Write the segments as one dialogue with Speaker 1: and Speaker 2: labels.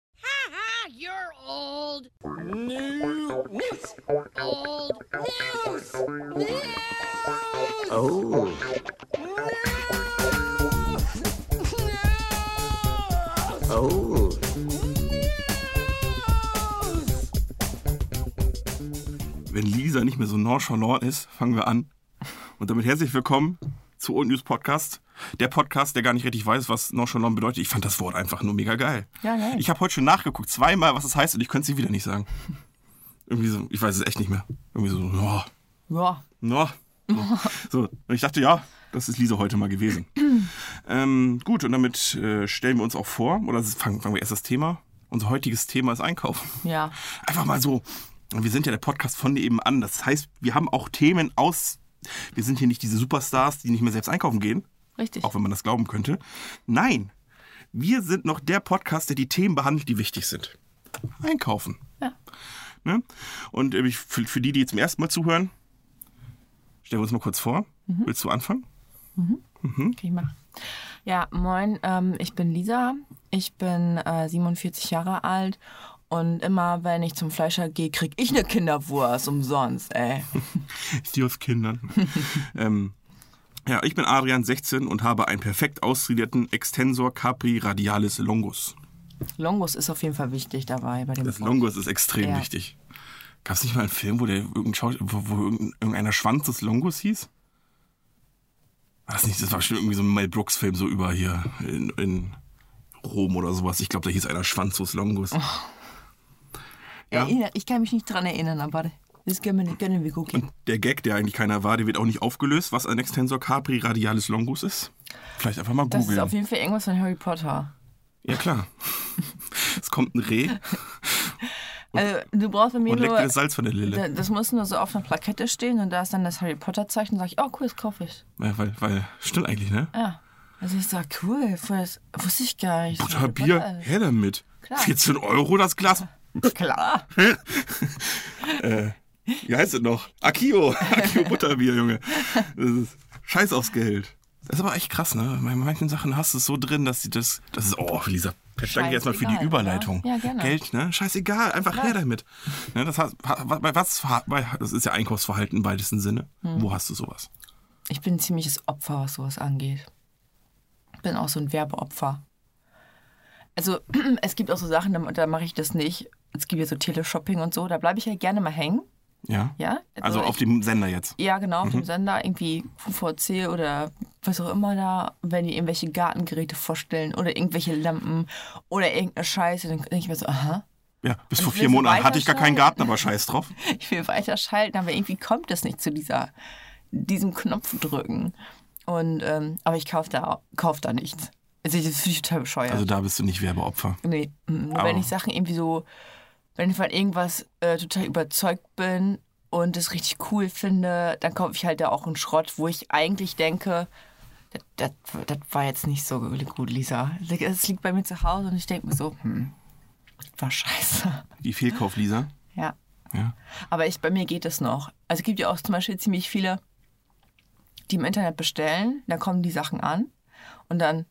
Speaker 1: you're old.
Speaker 2: New news.
Speaker 1: Old news.
Speaker 2: News.
Speaker 3: Oh.
Speaker 2: News.
Speaker 3: Oh.
Speaker 2: News.
Speaker 4: Wenn Lisa nicht mehr so nonchalant ist, fangen wir an. Und damit herzlich willkommen zu Old News Podcast. Der Podcast, der gar nicht richtig weiß, was nonchalant bedeutet. Ich fand das Wort einfach nur mega geil.
Speaker 3: Ja, geil.
Speaker 4: Ich habe heute schon nachgeguckt, zweimal, was es heißt, und ich könnte es dir wieder nicht sagen. Irgendwie so, ich weiß es echt nicht mehr. Irgendwie so, ja,
Speaker 3: Ja.
Speaker 4: ja. So. so, und ich dachte, ja, das ist Lisa heute mal gewesen. ähm, gut, und damit äh, stellen wir uns auch vor, oder fangen, fangen wir erst das Thema. Unser heutiges Thema ist Einkaufen
Speaker 3: Ja.
Speaker 4: einfach mal so. Und Wir sind ja der Podcast von nebenan. Das heißt, wir haben auch Themen aus. Wir sind hier nicht diese Superstars, die nicht mehr selbst einkaufen gehen,
Speaker 3: Richtig.
Speaker 4: auch wenn man das glauben könnte. Nein, wir sind noch der Podcast, der die Themen behandelt, die wichtig sind. Einkaufen.
Speaker 3: Ja.
Speaker 4: Ne? Und äh, ich- für, für die, die zum ersten Mal zuhören, stellen wir uns mal kurz vor. Willst du anfangen? Hm?
Speaker 3: Okay, ich mach. Ja, moin, ähm, ich bin Lisa. Ich bin äh, 47 Jahre alt und immer, wenn ich zum Fleischer gehe, krieg ich eine Kinderwurst umsonst, ey.
Speaker 4: Die aus Kindern. ähm, ja, ich bin Adrian, 16 und habe einen perfekt ausradierten Extensor Capri Radialis Longus.
Speaker 3: Longus ist auf jeden Fall wichtig dabei bei dem
Speaker 4: Das
Speaker 3: Wort.
Speaker 4: Longus ist extrem
Speaker 3: Ja.
Speaker 4: wichtig. Gab es nicht mal einen Film, wo, der irgendein Schau wo, wo irgendein- irgendeiner Schwanz des Longus hieß? War das nicht? Das war bestimmt irgendwie so ein Mel Brooks-Film, so über hier in, in Rom oder sowas. Ich glaube, da hieß einer Schwanz des Longus.
Speaker 3: Oh.
Speaker 4: Ja.
Speaker 3: Erinner- Ich kann mich nicht dran erinnern, aber das können wir, können wir gucken.
Speaker 4: Und der Gag, der eigentlich keiner war, der wird auch nicht aufgelöst, was ein Extensor Capri Radialis Longus ist. Vielleicht einfach mal
Speaker 3: Das ist auf
Speaker 4: googeln.
Speaker 3: jeden Fall irgendwas von Harry Potter.
Speaker 4: Ja, klar. es kommt ein Reh
Speaker 3: Also, du brauchst bei mir
Speaker 4: und leckt dir
Speaker 3: nur.
Speaker 4: das Salz von der Lille.
Speaker 3: Da- Das muss nur so auf einer Plakette stehen und da ist dann das Harry Potter-Zeichen. Sag ich, oh cool, das kaufe ich.
Speaker 4: Ja, weil, weil, stimmt eigentlich, ne?
Speaker 3: Ja. Also ich sag, cool, voll das wusste ich gar nicht. dass Harry
Speaker 4: Butterbier,
Speaker 3: Potter ist.
Speaker 4: her damit.
Speaker 3: Klar.
Speaker 4: 14 Euro das Glas
Speaker 3: Klar.
Speaker 4: Wie heißt es noch? Akio. Akio Butterbier, Junge. Das ist scheiß aufs Geld. Das ist aber echt krass, ne? Bei manchen Sachen hast du es so drin, dass sie das. Das ist. Oh, Lisa, danke erstmal für die
Speaker 3: Scheißegal,
Speaker 4: Überleitung.
Speaker 3: ne? ja. Ja, gerne.
Speaker 4: Geld, ne? Scheißegal, einfach her damit. Ne, das, heißt, ha- bei was, bei- das ist ja Einkaufsverhalten im weitesten Sinne.
Speaker 3: Hm.
Speaker 4: Wo hast du sowas?
Speaker 3: Ich bin ein ziemliches Opfer, was sowas angeht. Bin auch so ein Werbeopfer. Also es gibt auch so Sachen, da, da mache ich das nicht. Es gibt ja so Teleshopping und so, da bleibe ich ja gerne mal hängen.
Speaker 4: Ja.
Speaker 3: Ja?
Speaker 4: Also
Speaker 3: ich-
Speaker 4: auf Mhm. dem Sender jetzt.
Speaker 3: Ja, genau, auf dem Sender, irgendwie VVC oder was auch immer da, wenn die irgendwelche Gartengeräte vorstellen oder irgendwelche Lampen oder irgendeine Scheiße, dann denke ich mir so, aha,
Speaker 4: Ja, bis vor
Speaker 3: ich will
Speaker 4: vier
Speaker 3: so
Speaker 4: Monaten hatte ich gar keinen
Speaker 3: weiterschalten.
Speaker 4: Garten, aber scheiß drauf.
Speaker 3: ich will weiterschalten, aber irgendwie kommt es nicht zu dieser, diesem Knopf drücken. Und, ähm, aber ich kaufe da, kauf da nichts. Also ich- das finde ich total bescheuert.
Speaker 4: Also da bist du nicht Werbeopfer.
Speaker 3: nee, mm, nur
Speaker 4: Aber-
Speaker 3: wenn ich Sachen irgendwie so, wenn ich von irgendwas äh, total überzeugt bin und es richtig cool finde, dann kaufe ich halt da auch einen Schrott, wo ich eigentlich denke, das, das, das war jetzt nicht so gut, Lisa. Es liegt bei mir zu Hause und ich denke mir so, hm, das war scheiße.
Speaker 4: Die Fehlkauf, Lisa.
Speaker 3: Ja.
Speaker 4: Ja.
Speaker 3: Aber ich, bei mir geht es noch. Also es gibt ja auch zum Beispiel ziemlich viele, die im Internet bestellen, da kommen die Sachen an und dann,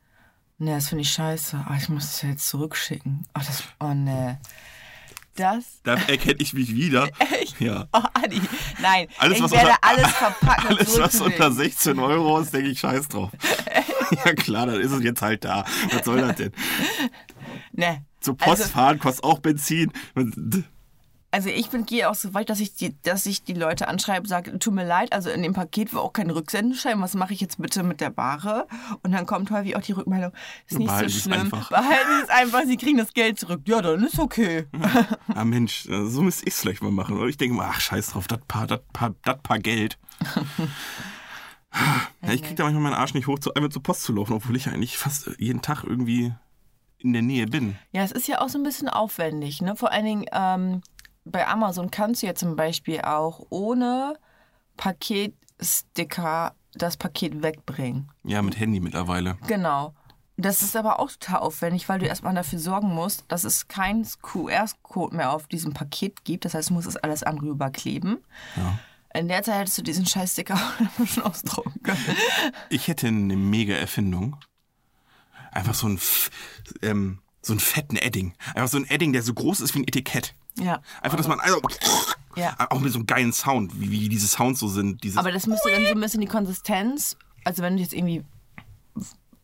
Speaker 3: ne, das finde ich scheiße. Ah, ich muss das ja jetzt zurückschicken. Ach, das, oh ne. Das,
Speaker 4: Da erkenne ich mich wieder.
Speaker 3: Echt?
Speaker 4: Ja.
Speaker 3: oh Adi, nein.
Speaker 4: Alles,
Speaker 3: ich
Speaker 4: was
Speaker 3: werde
Speaker 4: unter-
Speaker 3: alles verpacken. und
Speaker 4: Alles, was
Speaker 3: zurückschicken.
Speaker 4: unter 16 Euro ist, denke ich, scheiß drauf. ja klar, dann ist es jetzt halt da. Was soll das denn?
Speaker 3: Ne.
Speaker 4: Zur Post
Speaker 3: Also,
Speaker 4: fahren kostet auch Benzin.
Speaker 3: also ich bin, gehe auch so weit, dass ich die, dass ich die Leute anschreibe, sage, tut mir leid, also in dem Paket war auch kein Rücksendeschein, was mache ich jetzt bitte mit der Ware? Und dann kommt häufig auch die Rückmeldung, ist nicht
Speaker 4: Behalten Sie
Speaker 3: so
Speaker 4: es
Speaker 3: schlimm,
Speaker 4: einfach.
Speaker 3: behalten Sie es einfach, Sie kriegen das Geld zurück. Ja, dann ist okay.
Speaker 4: Ah Mensch, so müsste ich es vielleicht mal machen. Oder ich denke mal, ach scheiß drauf, das paar, das paar, das paar Geld. ja, ich kriege da manchmal meinen Arsch nicht hoch, zu, einfach zur Post zu laufen, obwohl ich ja eigentlich fast jeden Tag irgendwie in der Nähe bin.
Speaker 3: Ja, es ist ja auch so ein bisschen aufwendig, ne? Vor allen Dingen ähm, bei Amazon kannst du ja zum Beispiel auch ohne Paketsticker das Paket wegbringen.
Speaker 4: Ja, mit Handy mittlerweile.
Speaker 3: Genau. Das ist aber auch total aufwendig, weil du erstmal dafür sorgen musst, dass es keinen QR-Code mehr auf diesem Paket gibt. Das heißt, du musst das alles an rüberkleben. In der Zeit hättest du diesen scheiß Sticker auch schon ausdrucken können.
Speaker 4: Ich hätte eine mega Erfindung. Einfach so ein F ähm, So einen fetten Edding. Einfach so ein Edding, der so groß ist wie ein Etikett.
Speaker 3: Ja.
Speaker 4: Einfach, dass man. Also,
Speaker 3: Ja.
Speaker 4: Auch mit so einem geilen Sound, wie, wie diese Sounds so sind. Dieses,
Speaker 3: Aber das müsste dann so ein bisschen die Konsistenz, also wenn du jetzt irgendwie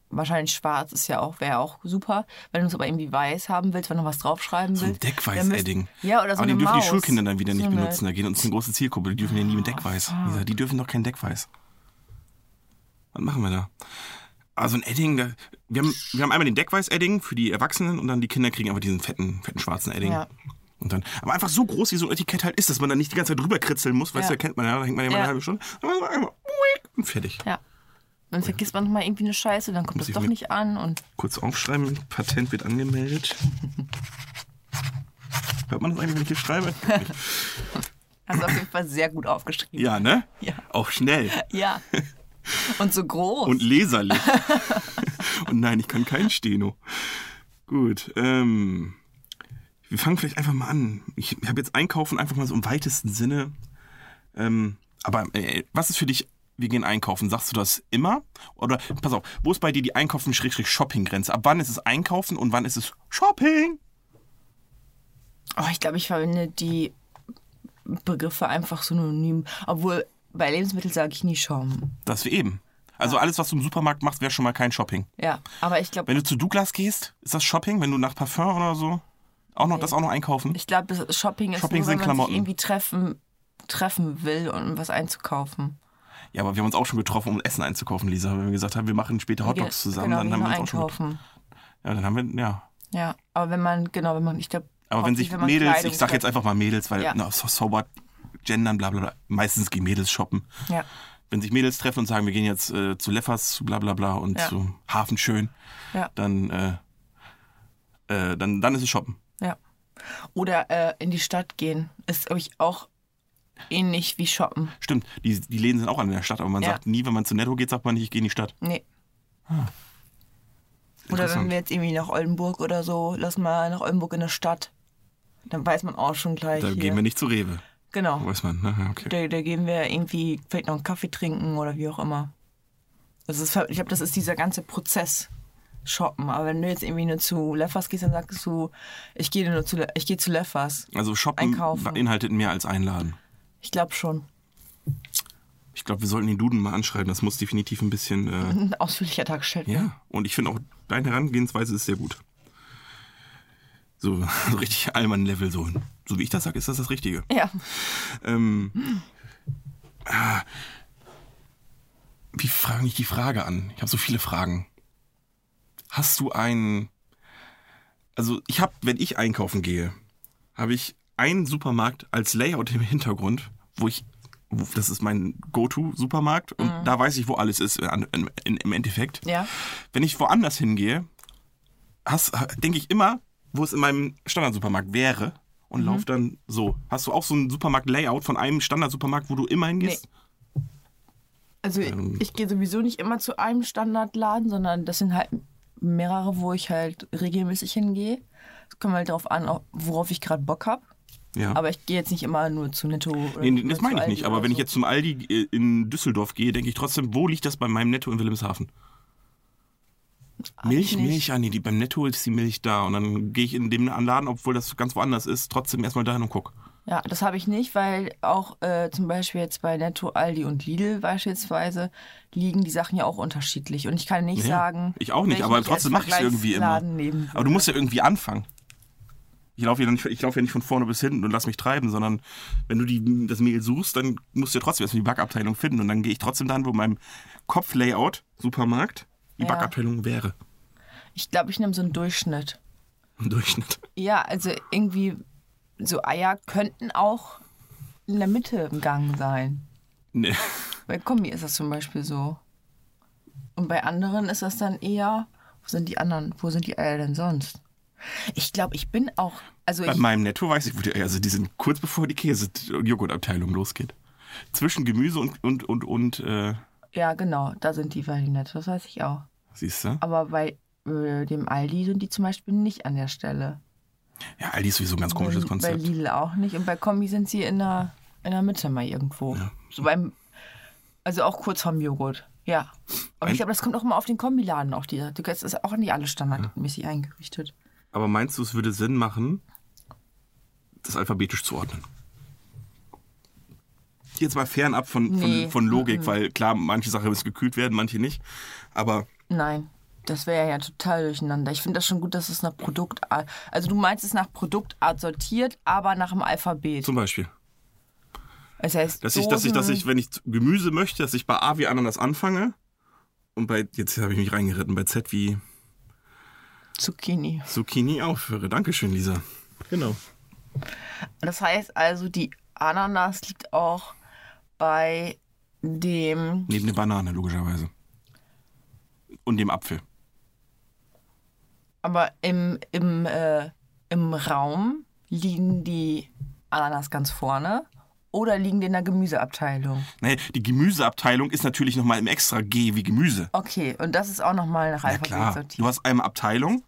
Speaker 3: wahrscheinlich schwarz ist ja auch wäre auch super, wenn du es aber irgendwie weiß haben willst, wenn du was draufschreiben
Speaker 4: so ein
Speaker 3: willst. dann müsst-
Speaker 4: Deckweiß-Edding.
Speaker 3: Ja, oder so
Speaker 4: Aber
Speaker 3: eine
Speaker 4: den dürfen
Speaker 3: Maus.
Speaker 4: die Schulkinder dann wieder nicht
Speaker 3: so eine- Ah.
Speaker 4: benutzen. Da geht uns eine große Zielgruppe. Die dürfen ja nie mit Deckweiß. Lisa, die dürfen doch kein Deckweiß. Was machen wir da? Also ein Edding, da, wir, haben, wir haben einmal den Deckweiß-Edding für die Erwachsenen und dann die Kinder kriegen aber diesen fetten, fetten schwarzen Edding.
Speaker 3: Ja.
Speaker 4: Und dann, aber einfach so groß, wie so ein Etikett halt ist, dass man da nicht die ganze Zeit drüber kritzeln muss. Weißt
Speaker 3: Ja.
Speaker 4: du, da kennt man ja, da hängt man ja mal eine
Speaker 3: Ja.
Speaker 4: halbe Stunde. Dann machen wir einmal uick, und fertig.
Speaker 3: Ja. Dann vergisst man mal irgendwie eine Scheiße, dann kommt
Speaker 4: Muss
Speaker 3: das
Speaker 4: ich
Speaker 3: doch
Speaker 4: mit-
Speaker 3: nicht an und
Speaker 4: Kurz aufschreiben, Patent wird angemeldet. Hört man das eigentlich, wenn ich hier schreibe?
Speaker 3: hast auf jeden Fall sehr gut aufgeschrieben.
Speaker 4: Ja, ne?
Speaker 3: Ja.
Speaker 4: Auch schnell.
Speaker 3: Ja. Und so groß.
Speaker 4: Und leserlich. und nein, ich kann kein Steno. Gut. Ähm, wir fangen vielleicht einfach mal an. Ich habe jetzt Einkaufen einfach mal so im weitesten Sinne. Ähm, aber äh, was ist für dich, wir gehen einkaufen? Sagst du das immer? Oder pass auf, wo ist bei dir die Einkaufen-Shopping-Grenze? Ab wann ist es Einkaufen und wann ist es Shopping?
Speaker 3: Oh, ich glaube, ich verwende die Begriffe einfach synonym. Obwohl, bei Lebensmitteln sage ich nie Schaum.
Speaker 4: Das wir eben. Also alles, was du im Supermarkt machst, wäre schon mal kein Shopping.
Speaker 3: Ja, aber ich glaube,
Speaker 4: Wenn du zu Douglas gehst, ist das Shopping? Wenn du nach Parfum oder so? Auch noch, das auch noch einkaufen?
Speaker 3: ich glaube, das Shopping ist
Speaker 4: Shopping
Speaker 3: nur, wenn
Speaker 4: sind
Speaker 3: man
Speaker 4: Klamotten.
Speaker 3: sich irgendwie treffen, treffen will und was einzukaufen.
Speaker 4: Ja, aber wir haben uns auch schon getroffen, um Essen einzukaufen, Lisa. Wenn wir gesagt haben, wir machen später
Speaker 3: Ge-
Speaker 4: Hotdogs zusammen,
Speaker 3: genau,
Speaker 4: dann
Speaker 3: wie
Speaker 4: haben wir
Speaker 3: nur
Speaker 4: uns auch schon. getroffen.
Speaker 3: einkaufen.
Speaker 4: Ja, dann haben wir, ja.
Speaker 3: Ja, aber wenn man, genau, wenn man, ich glaube,
Speaker 4: Aber wenn sich
Speaker 3: man
Speaker 4: Mädels,
Speaker 3: Kleidung
Speaker 4: ich sag jetzt
Speaker 3: trifft.
Speaker 4: einfach mal Mädels, weil,
Speaker 3: Ja.
Speaker 4: na, so, so what, gendern, bla, bla, bla. Meistens gehen Mädels shoppen.
Speaker 3: Ja.
Speaker 4: Wenn sich Mädels treffen und sagen, wir gehen jetzt äh, zu Leffers, zu bla, bla, bla und
Speaker 3: Ja.
Speaker 4: zu Hafenschön,
Speaker 3: Ja.
Speaker 4: dann, äh, äh, dann, dann ist es shoppen.
Speaker 3: Ja. Oder äh, in die Stadt gehen. Ist, glaube ich, auch ähnlich wie shoppen.
Speaker 4: Stimmt, die, die Läden sind auch an der Stadt, aber man
Speaker 3: Ja.
Speaker 4: sagt nie, wenn man zu Netto geht, sagt man nicht, ich gehe in die Stadt.
Speaker 3: Nee. Oder wenn
Speaker 4: Interessant.
Speaker 3: wir jetzt irgendwie nach Oldenburg oder so, lass mal nach Oldenburg in der Stadt. Dann weiß man auch schon gleich.
Speaker 4: Da
Speaker 3: hier.
Speaker 4: gehen wir nicht zu Rewe.
Speaker 3: Genau.
Speaker 4: Weiß man, ne? Ja, Okay.
Speaker 3: Da, da gehen wir irgendwie vielleicht noch einen Kaffee trinken oder wie auch immer. Das ist, ver- ich glaube, das ist dieser ganze Prozess. Shoppen. Aber wenn du jetzt irgendwie nur zu Leffers gehst, dann sagst du, ich gehe nur zu, Le- ich gehe zu Leffers.
Speaker 4: Also shoppen
Speaker 3: Einkaufen.
Speaker 4: beinhaltet mehr als einladen.
Speaker 3: Ich glaube schon.
Speaker 4: Ich glaube, wir sollten den Duden mal anschreiben. Das muss definitiv ein bisschen. Äh,
Speaker 3: Ein ausführlicher Tag stellt.
Speaker 4: ja. Und ich finde auch, deine Herangehensweise ist sehr gut. So, so richtig Allmann-Level, so. So wie ich das sage, ist das das Richtige.
Speaker 3: Ja.
Speaker 4: Ähm, ah, wie frage ich die Frage an? Ich habe so viele Fragen. Hast du einen. Also, ich habe, wenn ich einkaufen gehe, habe ich einen Supermarkt als Layout im Hintergrund, wo ich. wo- Das ist mein Go-To-Supermarkt und da weiß ich, wo alles ist äh, an- in- in- im Endeffekt.
Speaker 3: Ja.
Speaker 4: Wenn ich woanders hingehe, denke ich immer, wo es in meinem Standardsupermarkt wäre und
Speaker 3: Mhm.
Speaker 4: laufe dann so. Hast du auch so ein Supermarkt-Layout von einem Standardsupermarkt, wo du immer hingehst?
Speaker 3: Also
Speaker 4: Ähm.
Speaker 3: ich gehe sowieso nicht immer zu einem Standardladen, sondern das sind halt mehrere, wo ich halt regelmäßig hingehe. Es kommt halt darauf an, ob- worauf ich gerade Bock habe.
Speaker 4: Ja.
Speaker 3: Aber ich gehe jetzt nicht immer nur zu Netto. Oder
Speaker 4: Nee,
Speaker 3: nur
Speaker 4: das
Speaker 3: zu
Speaker 4: meine ich
Speaker 3: Aldi
Speaker 4: nicht, aber
Speaker 3: oder
Speaker 4: wenn ich
Speaker 3: so.
Speaker 4: jetzt zum Aldi äh, in Düsseldorf gehe, denke ich trotzdem, wo liegt das bei meinem Netto in Wilhelmshaven?
Speaker 3: Hab ich
Speaker 4: Milch,
Speaker 3: nicht.
Speaker 4: Milch, ah nee, die, beim Netto ist die Milch da und dann gehe ich in dem Laden, obwohl das ganz woanders ist, trotzdem erstmal dahin und guck.
Speaker 3: Ja, das habe ich nicht, weil auch äh, zum Beispiel jetzt bei Netto, Aldi und Lidl beispielsweise liegen die Sachen ja auch unterschiedlich. Und ich kann nicht
Speaker 4: Ja,
Speaker 3: sagen.
Speaker 4: ich auch nicht,
Speaker 3: welchen
Speaker 4: aber
Speaker 3: ich
Speaker 4: trotzdem
Speaker 3: als
Speaker 4: mache ich es irgendwie immer.
Speaker 3: Vergleichsladen nehmen
Speaker 4: Aber du musst ja irgendwie anfangen. Ich laufe ja, nicht- ich lauf ja nicht von vorne bis hinten und lass mich treiben, sondern wenn du die, das Mehl suchst, dann musst du ja trotzdem erstmal die Backabteilung finden. Und dann gehe ich trotzdem dahin, wo in meinem Kopflayout, Supermarkt, die
Speaker 3: Ja.
Speaker 4: Backabteilung wäre.
Speaker 3: würde. Ich glaube, ich nehme so einen Durchschnitt.
Speaker 4: Im Durchschnitt.
Speaker 3: Ja, also irgendwie so Eier könnten auch in der Mitte im Gang sein.
Speaker 4: Nee.
Speaker 3: Bei Kombi ist das zum Beispiel so. Und bei anderen ist das dann eher, wo sind die anderen, wo sind die Eier denn sonst? Ich glaube, ich bin auch, also
Speaker 4: Bei
Speaker 3: ich,
Speaker 4: meinem Netto weiß ich, wo die, also die sind kurz bevor die Käse- und Joghurtabteilung losgeht. Zwischen Gemüse und, und, und, und, äh,
Speaker 3: ja genau, da sind die Valinette, das weiß ich auch.
Speaker 4: siehst du?
Speaker 3: Aber bei äh, dem Aldi sind die zum Beispiel nicht an der Stelle.
Speaker 4: Ja, Aldi ist sowieso ein ganz
Speaker 3: bei,
Speaker 4: komisches
Speaker 3: Bei
Speaker 4: Konzept.
Speaker 3: Lidl auch nicht. Und bei Kombi sind sie in der, in der Mitte mal irgendwo. So beim, also auch kurz vorm Joghurt. Ja. Aber
Speaker 4: Ein-
Speaker 3: ich glaube, das kommt auch immer auf den Kombiladen auch die. Du kannst das ist auch nicht alles standardmäßig eingerichtet.
Speaker 4: Aber meinst du, es würde Sinn machen, das alphabetisch zu ordnen? Jetzt mal fernab von,
Speaker 3: Nee. Mhm.
Speaker 4: von, von Logik, weil klar, manche Sachen müssen gekühlt werden, manche nicht. Aber
Speaker 3: Nein, das wäre ja total durcheinander. Ich finde das schon gut, dass es nach Produktart. Also du meinst es nach Produktart sortiert, aber nach dem Alphabet.
Speaker 4: zum Beispiel,
Speaker 3: Das heißt,
Speaker 4: dass ich, dass ich, dass
Speaker 3: Dosen-
Speaker 4: ich, wenn ich Gemüse möchte, dass ich bei A wie Ananas anfange und bei, jetzt habe ich mich reingeritten, bei Z wie
Speaker 3: Zucchini.
Speaker 4: Zucchini aufhöre. Dankeschön, Lisa. Genau.
Speaker 3: Das heißt also, die Ananas liegt auch bei dem.
Speaker 4: Neben der Banane, logischerweise. Und dem Apfel.
Speaker 3: Aber im, im, äh, im Raum liegen die Ananas ganz vorne oder liegen die in der Gemüseabteilung?
Speaker 4: Nee, die Gemüseabteilung ist natürlich nochmal im extra G wie Gemüse.
Speaker 3: Okay, und das ist auch nochmal nach
Speaker 4: Ja,
Speaker 3: Alphabet
Speaker 4: klar. Du
Speaker 3: sortiert.
Speaker 4: hast einmal Abteilung.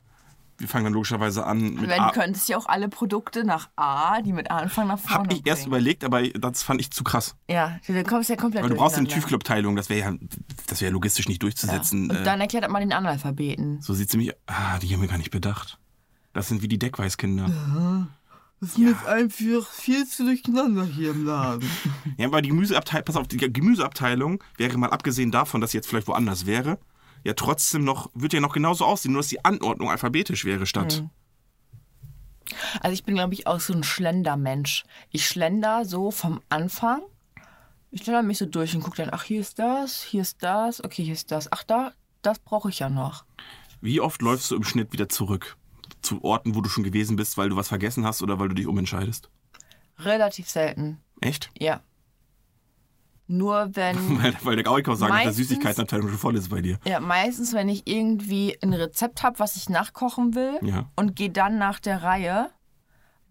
Speaker 4: Wir fangen dann logischerweise an mit
Speaker 3: Wenn
Speaker 4: A.
Speaker 3: könntest du ja auch alle Produkte nach A, die mit A anfangen, nach vorne
Speaker 4: Hab ich erst
Speaker 3: bringen.
Speaker 4: überlegt, aber das fand ich zu krass.
Speaker 3: Ja, dann kommst du ja komplett
Speaker 4: Weil du brauchst ja eine
Speaker 3: durcheinander.
Speaker 4: Tiefkühlabteilung, das wäre ja, das wäre ja logistisch nicht durchzusetzen.
Speaker 3: Und
Speaker 4: Äh,
Speaker 3: dann erklärt man den Analphabeten.
Speaker 4: so sieht sie mich. Ah, die haben wir gar nicht bedacht. Das sind wie die Deckweißkinder.
Speaker 3: Das ist jetzt einfach viel zu durcheinander hier im Laden.
Speaker 4: Ja, aber die Gemüseabteilung, pass auf, die Gemüseabteilung wäre mal abgesehen davon, dass sie jetzt vielleicht woanders wäre, ja trotzdem noch, wird ja noch genauso aussehen, nur dass die Anordnung alphabetisch wäre statt.
Speaker 3: Hm. Also ich bin, glaube ich, auch so ein Schlendermensch. Ich schlender so vom Anfang. Ich schlender mich so durch und gucke dann, ach, hier ist das, hier ist das, okay, hier ist das. Ach, da, das brauche ich ja noch.
Speaker 4: Wie oft läufst du im Schnitt wieder zurück? Zu Orten, wo du schon gewesen bist, weil du was vergessen hast oder weil du dich umentscheidest?
Speaker 3: Relativ selten,
Speaker 4: Echt?
Speaker 3: ja. Nur wenn,
Speaker 4: Weil, weil der Gauikau sagt, dass der
Speaker 3: Meistens-
Speaker 4: Süßigkeitenabteilung schon voll ist bei dir.
Speaker 3: ja, meistens, wenn ich irgendwie ein Rezept habe, was ich nachkochen will
Speaker 4: Ja.
Speaker 3: und gehe dann nach der Reihe,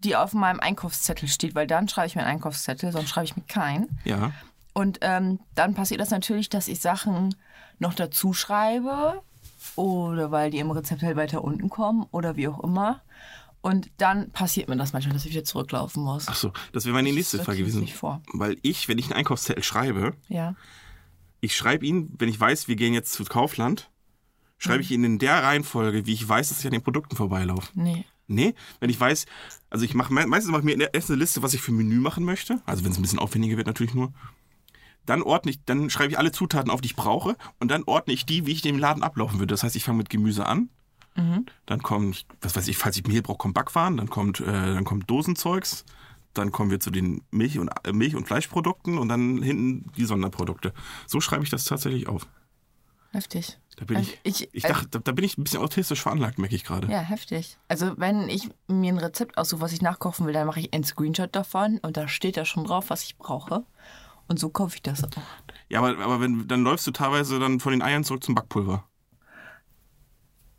Speaker 3: die auf meinem Einkaufszettel steht, weil dann schreibe ich mir einen Einkaufszettel, sonst schreibe ich mir keinen.
Speaker 4: Ja.
Speaker 3: Und ähm, dann passiert das natürlich, dass ich Sachen noch dazu schreibe oder weil die im Rezept halt weiter unten kommen oder wie auch immer. Und dann passiert mir das manchmal, dass ich wieder zurücklaufen muss.
Speaker 4: Ach so, das wäre meine nächste
Speaker 3: sortiere
Speaker 4: Frage
Speaker 3: es
Speaker 4: gewesen.
Speaker 3: nicht vor.
Speaker 4: Weil ich, wenn ich einen Einkaufszettel schreibe,
Speaker 3: Ja.
Speaker 4: ich schreibe ihn, wenn ich weiß, wir gehen jetzt zu Kaufland,
Speaker 3: Hm.
Speaker 4: schreibe ich ihn in der Reihenfolge, wie ich weiß, dass ich an den Produkten vorbeilaufe.
Speaker 3: Nee.
Speaker 4: Nee, wenn ich weiß, also ich mache meistens mache ich mir erst eine Liste, was ich für ein Menü machen möchte. Also wenn es ein bisschen aufwendiger wird natürlich nur. Dann ordne ich, dann schreibe ich alle Zutaten auf, die ich brauche und dann ordne ich die, wie ich den Laden ablaufen würde. Das heißt, ich fange mit Gemüse an.
Speaker 3: Mhm.
Speaker 4: Dann kommt, was weiß ich, falls ich Mehl brauche, kommt Backwaren, dann kommt, äh, dann kommt Dosenzeugs, dann kommen wir zu den Milch- und, äh, Milch und Fleischprodukten und dann hinten die Sonderprodukte. So schreibe ich das tatsächlich auf.
Speaker 3: Heftig.
Speaker 4: Da bin
Speaker 3: Also
Speaker 4: ich,
Speaker 3: ich- äh,
Speaker 4: ich, dachte, da, da bin ich ein bisschen autistisch veranlagt, merke ich gerade.
Speaker 3: Ja, heftig. Also wenn ich mir ein Rezept aussuche, was ich nachkochen will, dann mache ich einen Screenshot davon und da steht da schon drauf, was ich brauche. Und so kaufe ich das auch.
Speaker 4: Ja, aber, aber wenn, dann läufst du teilweise dann von den Eiern zurück zum Backpulver.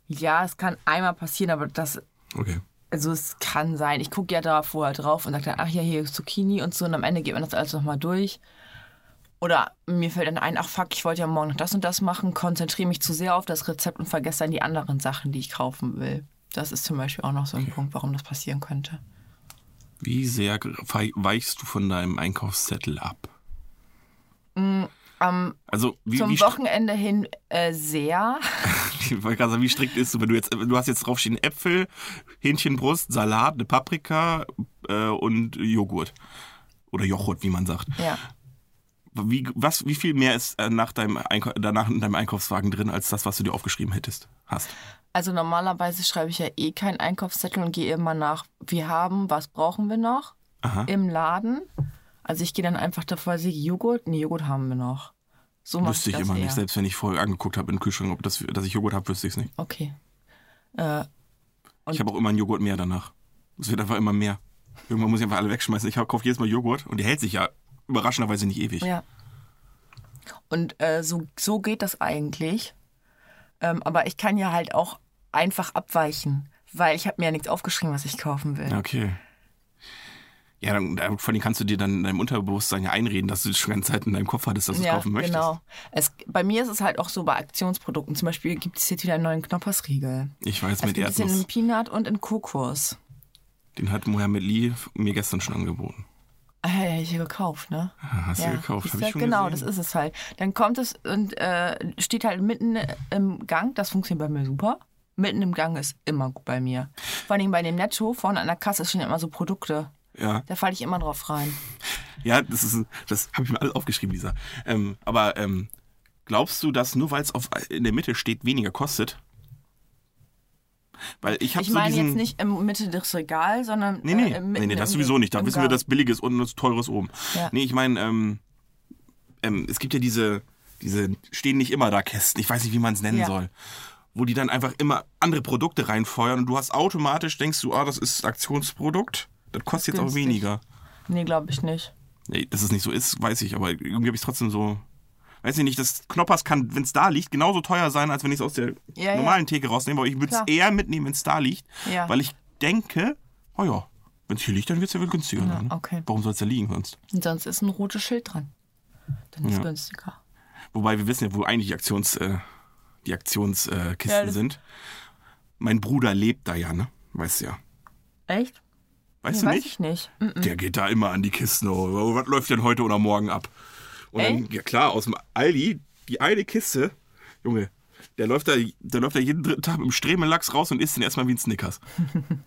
Speaker 3: Ja, es kann einmal passieren, aber das
Speaker 4: Okay.
Speaker 3: Also es kann sein. Ich gucke ja da vorher drauf und sage dann, ach ja, hier ist Zucchini und so. Und am Ende geht man das alles nochmal durch. Oder mir fällt dann ein, ach fuck, ich wollte ja morgen noch das und das machen, konzentriere mich zu sehr auf das Rezept und vergesse dann die anderen Sachen, die ich kaufen will. Das ist zum Beispiel auch noch so ein Punkt, warum das passieren könnte.
Speaker 4: Wie sehr fei- weichst du von deinem Einkaufszettel ab? also wie,
Speaker 3: Zum
Speaker 4: wie, str-
Speaker 3: Wochenende hin äh, sehr.
Speaker 4: ich wollte gerade sagen, wie strikt ist du, wenn du jetzt, du hast jetzt draufstehen Äpfel, Hähnchenbrust, Salat, eine Paprika äh, und Joghurt. Oder Jochurt, wie man sagt.
Speaker 3: Ja.
Speaker 4: Wie, was, wie viel mehr ist äh, nach deinem Einkau danach in deinem Einkaufswagen drin, als das, was du dir aufgeschrieben hättest? Hast.
Speaker 3: Also normalerweise schreibe ich ja eh keinen Einkaufszettel und gehe immer nach, wir haben, was brauchen wir noch
Speaker 4: Aha.
Speaker 3: im Laden. Also ich gehe dann einfach davor, sehe ich Joghurt, nee, Joghurt haben wir noch. So mache
Speaker 4: Wüsste ich
Speaker 3: das
Speaker 4: immer
Speaker 3: eher.
Speaker 4: nicht. Selbst wenn ich vorher angeguckt habe in den Kühlschrank, ob das, dass ich Joghurt habe, wüsste ich es nicht.
Speaker 3: Okay.
Speaker 4: Ich habe auch immer einen Joghurt mehr danach. Es wird einfach immer mehr. Irgendwann muss ich einfach alle wegschmeißen. Ich kaufe jedes Mal Joghurt und der hält sich ja überraschenderweise nicht ewig.
Speaker 3: Ja. Und äh, so, so geht das eigentlich. Ähm, aber ich kann ja halt auch einfach abweichen, weil ich habe mir ja nichts aufgeschrieben, was ich kaufen will.
Speaker 4: Ja, Okay. Ja, dann, dann, vor allem kannst du dir dann in deinem Unterbewusstsein ja einreden, dass du das schon ganze Zeit in deinem Kopf hattest, dass du es kaufen möchtest.
Speaker 3: genau. Es, bei mir ist es halt auch so bei Aktionsprodukten. Zum Beispiel gibt es jetzt wieder einen neuen Knoppersriegel.
Speaker 4: Ich weiß,
Speaker 3: Es
Speaker 4: mit
Speaker 3: gibt es in
Speaker 4: Erdnuss.
Speaker 3: Peanut und in Kokos.
Speaker 4: Den hat Mohammed Lee mir gestern schon angeboten.
Speaker 3: Ah, ja, ja, ich hier gekauft, ne?
Speaker 4: Ah, Hast
Speaker 3: ja,
Speaker 4: du gekauft,
Speaker 3: siehst
Speaker 4: habe
Speaker 3: du,
Speaker 4: ich schon
Speaker 3: Genau,
Speaker 4: gesehen.
Speaker 3: das ist es äh, halt. Dann kommt es und äh, steht halt mitten im Gang. Das funktioniert bei mir super. mitten im Gang ist immer gut bei mir. Vor allem bei dem Netto, vorne an der Kasse stehen immer so Produkte.
Speaker 4: Ja,
Speaker 3: Da falle ich immer drauf rein.
Speaker 4: ja das, ist- das habe ich mir alles aufgeschrieben, Lisa. Ähm, aber ähm, glaubst du, dass nur weil es auf- in der Mitte steht, weniger kostet? Weil ich habe
Speaker 3: Ich
Speaker 4: so
Speaker 3: meine
Speaker 4: diesen...
Speaker 3: jetzt nicht im Mitte des Regals, sondern.
Speaker 4: Nee, nee,
Speaker 3: äh, mitten
Speaker 4: nee, nee das
Speaker 3: im-
Speaker 4: sowieso nicht. Da
Speaker 3: im
Speaker 4: wissen wir,
Speaker 3: Gang.
Speaker 4: dass billig ist unten und teures oben.
Speaker 3: Ja.
Speaker 4: Nee, ich meine, ähm, ähm, es gibt ja diese, diese stehen nicht immer da Kästen, ich weiß nicht, wie man es nennen
Speaker 3: Ja.
Speaker 4: soll, wo die dann einfach immer andere Produkte reinfeuern und du hast automatisch, denkst du, ah, das ist Aktionsprodukt, das kostet jetzt auch
Speaker 3: Günstig.
Speaker 4: weniger.
Speaker 3: Nee, glaube ich nicht.
Speaker 4: Nee, dass es nicht so ist, weiß ich, aber irgendwie habe ich es trotzdem so... Weiß ich nicht, das Knoppers kann, wenn es da liegt, genauso teuer sein, als wenn ich es aus der
Speaker 3: Ja, ja.
Speaker 4: normalen Theke rausnehme. Aber ich würde es
Speaker 3: Klar.
Speaker 4: eher mitnehmen, wenn es da liegt,
Speaker 3: Ja.
Speaker 4: weil ich denke, oh ja, wenn es hier liegt, dann wird es ja wohl günstiger.
Speaker 3: Ja,
Speaker 4: sein, ne?
Speaker 3: okay.
Speaker 4: Warum soll es da liegen sonst?
Speaker 3: Und sonst ist ein rotes Schild dran. Dann ist
Speaker 4: Ja.
Speaker 3: günstiger.
Speaker 4: Wobei wir wissen ja, wo eigentlich die Aktions, äh, die Aktionskisten äh,
Speaker 3: Ja,
Speaker 4: Kisten
Speaker 3: das-
Speaker 4: sind. Mein Bruder lebt da ja, ne? Weißt du ja.
Speaker 3: Echt?
Speaker 4: Weißt
Speaker 3: Nee,
Speaker 4: du
Speaker 3: weiß
Speaker 4: nicht?
Speaker 3: ich nicht. Mm, mm.
Speaker 4: Der geht da immer an die Kisten. Oh, was läuft denn heute oder morgen ab? Und dann, ja klar, aus dem Aldi, die eine Kiste, Junge, der läuft da, der läuft da jeden dritten Tag mit dem Stremelachs raus und isst den erstmal wie ein Snickers.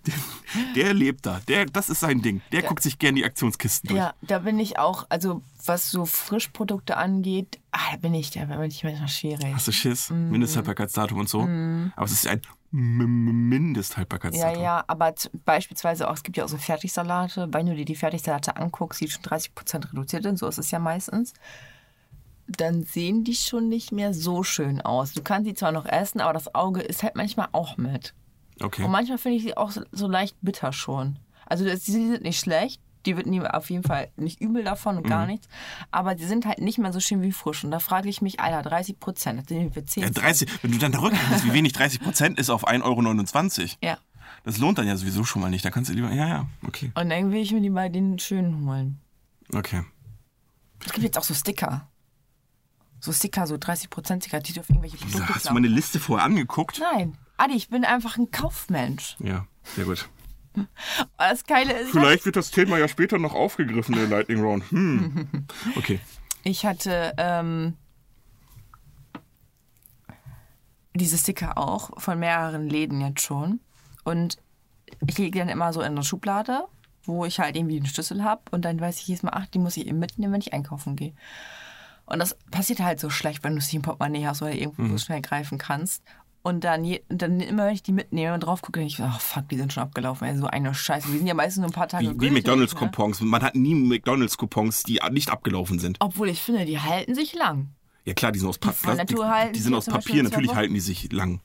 Speaker 4: der, der lebt da. Der, das ist sein Ding. Der, guckt sich gern die Aktionskisten durch.
Speaker 3: Ja, da bin ich auch, also was so Frischprodukte angeht, ah, da bin ich, da bin ich manchmal schwierig.
Speaker 4: Hast du Schiss?
Speaker 3: Mhm.
Speaker 4: Mindesthaltbarkeitsdatum und so. Aber es ist ein M-
Speaker 3: Ja,
Speaker 4: Mindesthaltbarkeitsdatum.
Speaker 3: Mhm. ja, aber z- beispielsweise auch, es gibt ja auch so Fertigsalate. Wenn du dir die Fertigsalate anguckst, die schon 30% reduziert sind, so ist es ja meistens, dann sehen die schon nicht mehr so schön aus. Du kannst sie zwar noch essen, aber das Auge ist halt manchmal auch mit.
Speaker 4: Okay.
Speaker 3: Und manchmal finde ich sie auch so, so leicht bitter schon. Also das, sie sind nicht schlecht, die wird nie, auf jeden Fall nicht übel davon und
Speaker 4: Mhm.
Speaker 3: gar nichts, aber sie sind halt nicht mehr so schön wie frisch. Und da frage ich mich, Alter, 30 Prozent, das sind wir 10.
Speaker 4: Ja, 30, wenn du dann zurückrechnest, wie wenig 30 Prozent ist auf 1,29 Euro.
Speaker 3: ja.
Speaker 4: Das lohnt dann ja sowieso schon mal nicht. Da kannst du lieber. Ja, ja, okay.
Speaker 3: Und dann will ich mir die bei den schönen holen.
Speaker 4: Okay.
Speaker 3: Es gibt jetzt auch so Sticker. So Sticker, so 30% Sticker, die du auf irgendwelche Produkte
Speaker 4: Lisa, hast du
Speaker 3: kleben.
Speaker 4: meine Liste vorher angeguckt?
Speaker 3: Nein. Adi, ich bin einfach ein Kaufmensch.
Speaker 4: Ja, sehr gut.
Speaker 3: Aber Das Geile ist,
Speaker 4: Vielleicht wird das Thema ja später noch aufgegriffen in der Lightning Round. Hm. Okay.
Speaker 3: ich hatte ähm, diese Sticker auch von mehreren Läden jetzt schon. Und ich lege die dann immer so in eine Schublade, wo ich halt irgendwie den Schlüssel habe. Und dann weiß ich jedes Mal, ach, die muss ich eben mitnehmen, wenn ich einkaufen gehe. Und das passiert halt so schlecht, wenn du sie im Portemonnaie hast oder irgendwo
Speaker 4: Mhm.
Speaker 3: so schnell greifen kannst. Und dann, je, und dann immer, wenn ich die mitnehme und drauf gucke, denke ich, ach fuck, die sind schon abgelaufen. Ey, so eine Scheiße. Die sind ja meistens nur ein paar Tage
Speaker 4: Wie, wie
Speaker 3: gültig, ne?
Speaker 4: McDonalds-Coupons. Man hat nie McDonalds-Coupons, die nicht abgelaufen sind.
Speaker 3: Obwohl ich finde, die halten sich lang.
Speaker 4: Ja, klar, die sind aus
Speaker 3: Oh. von
Speaker 4: Papier.
Speaker 3: Natur halten
Speaker 4: Die sind
Speaker 3: die
Speaker 4: aus
Speaker 3: zum Beispiel
Speaker 4: Papier,
Speaker 3: in zwei
Speaker 4: natürlich
Speaker 3: Wochen?
Speaker 4: halten die sich lang.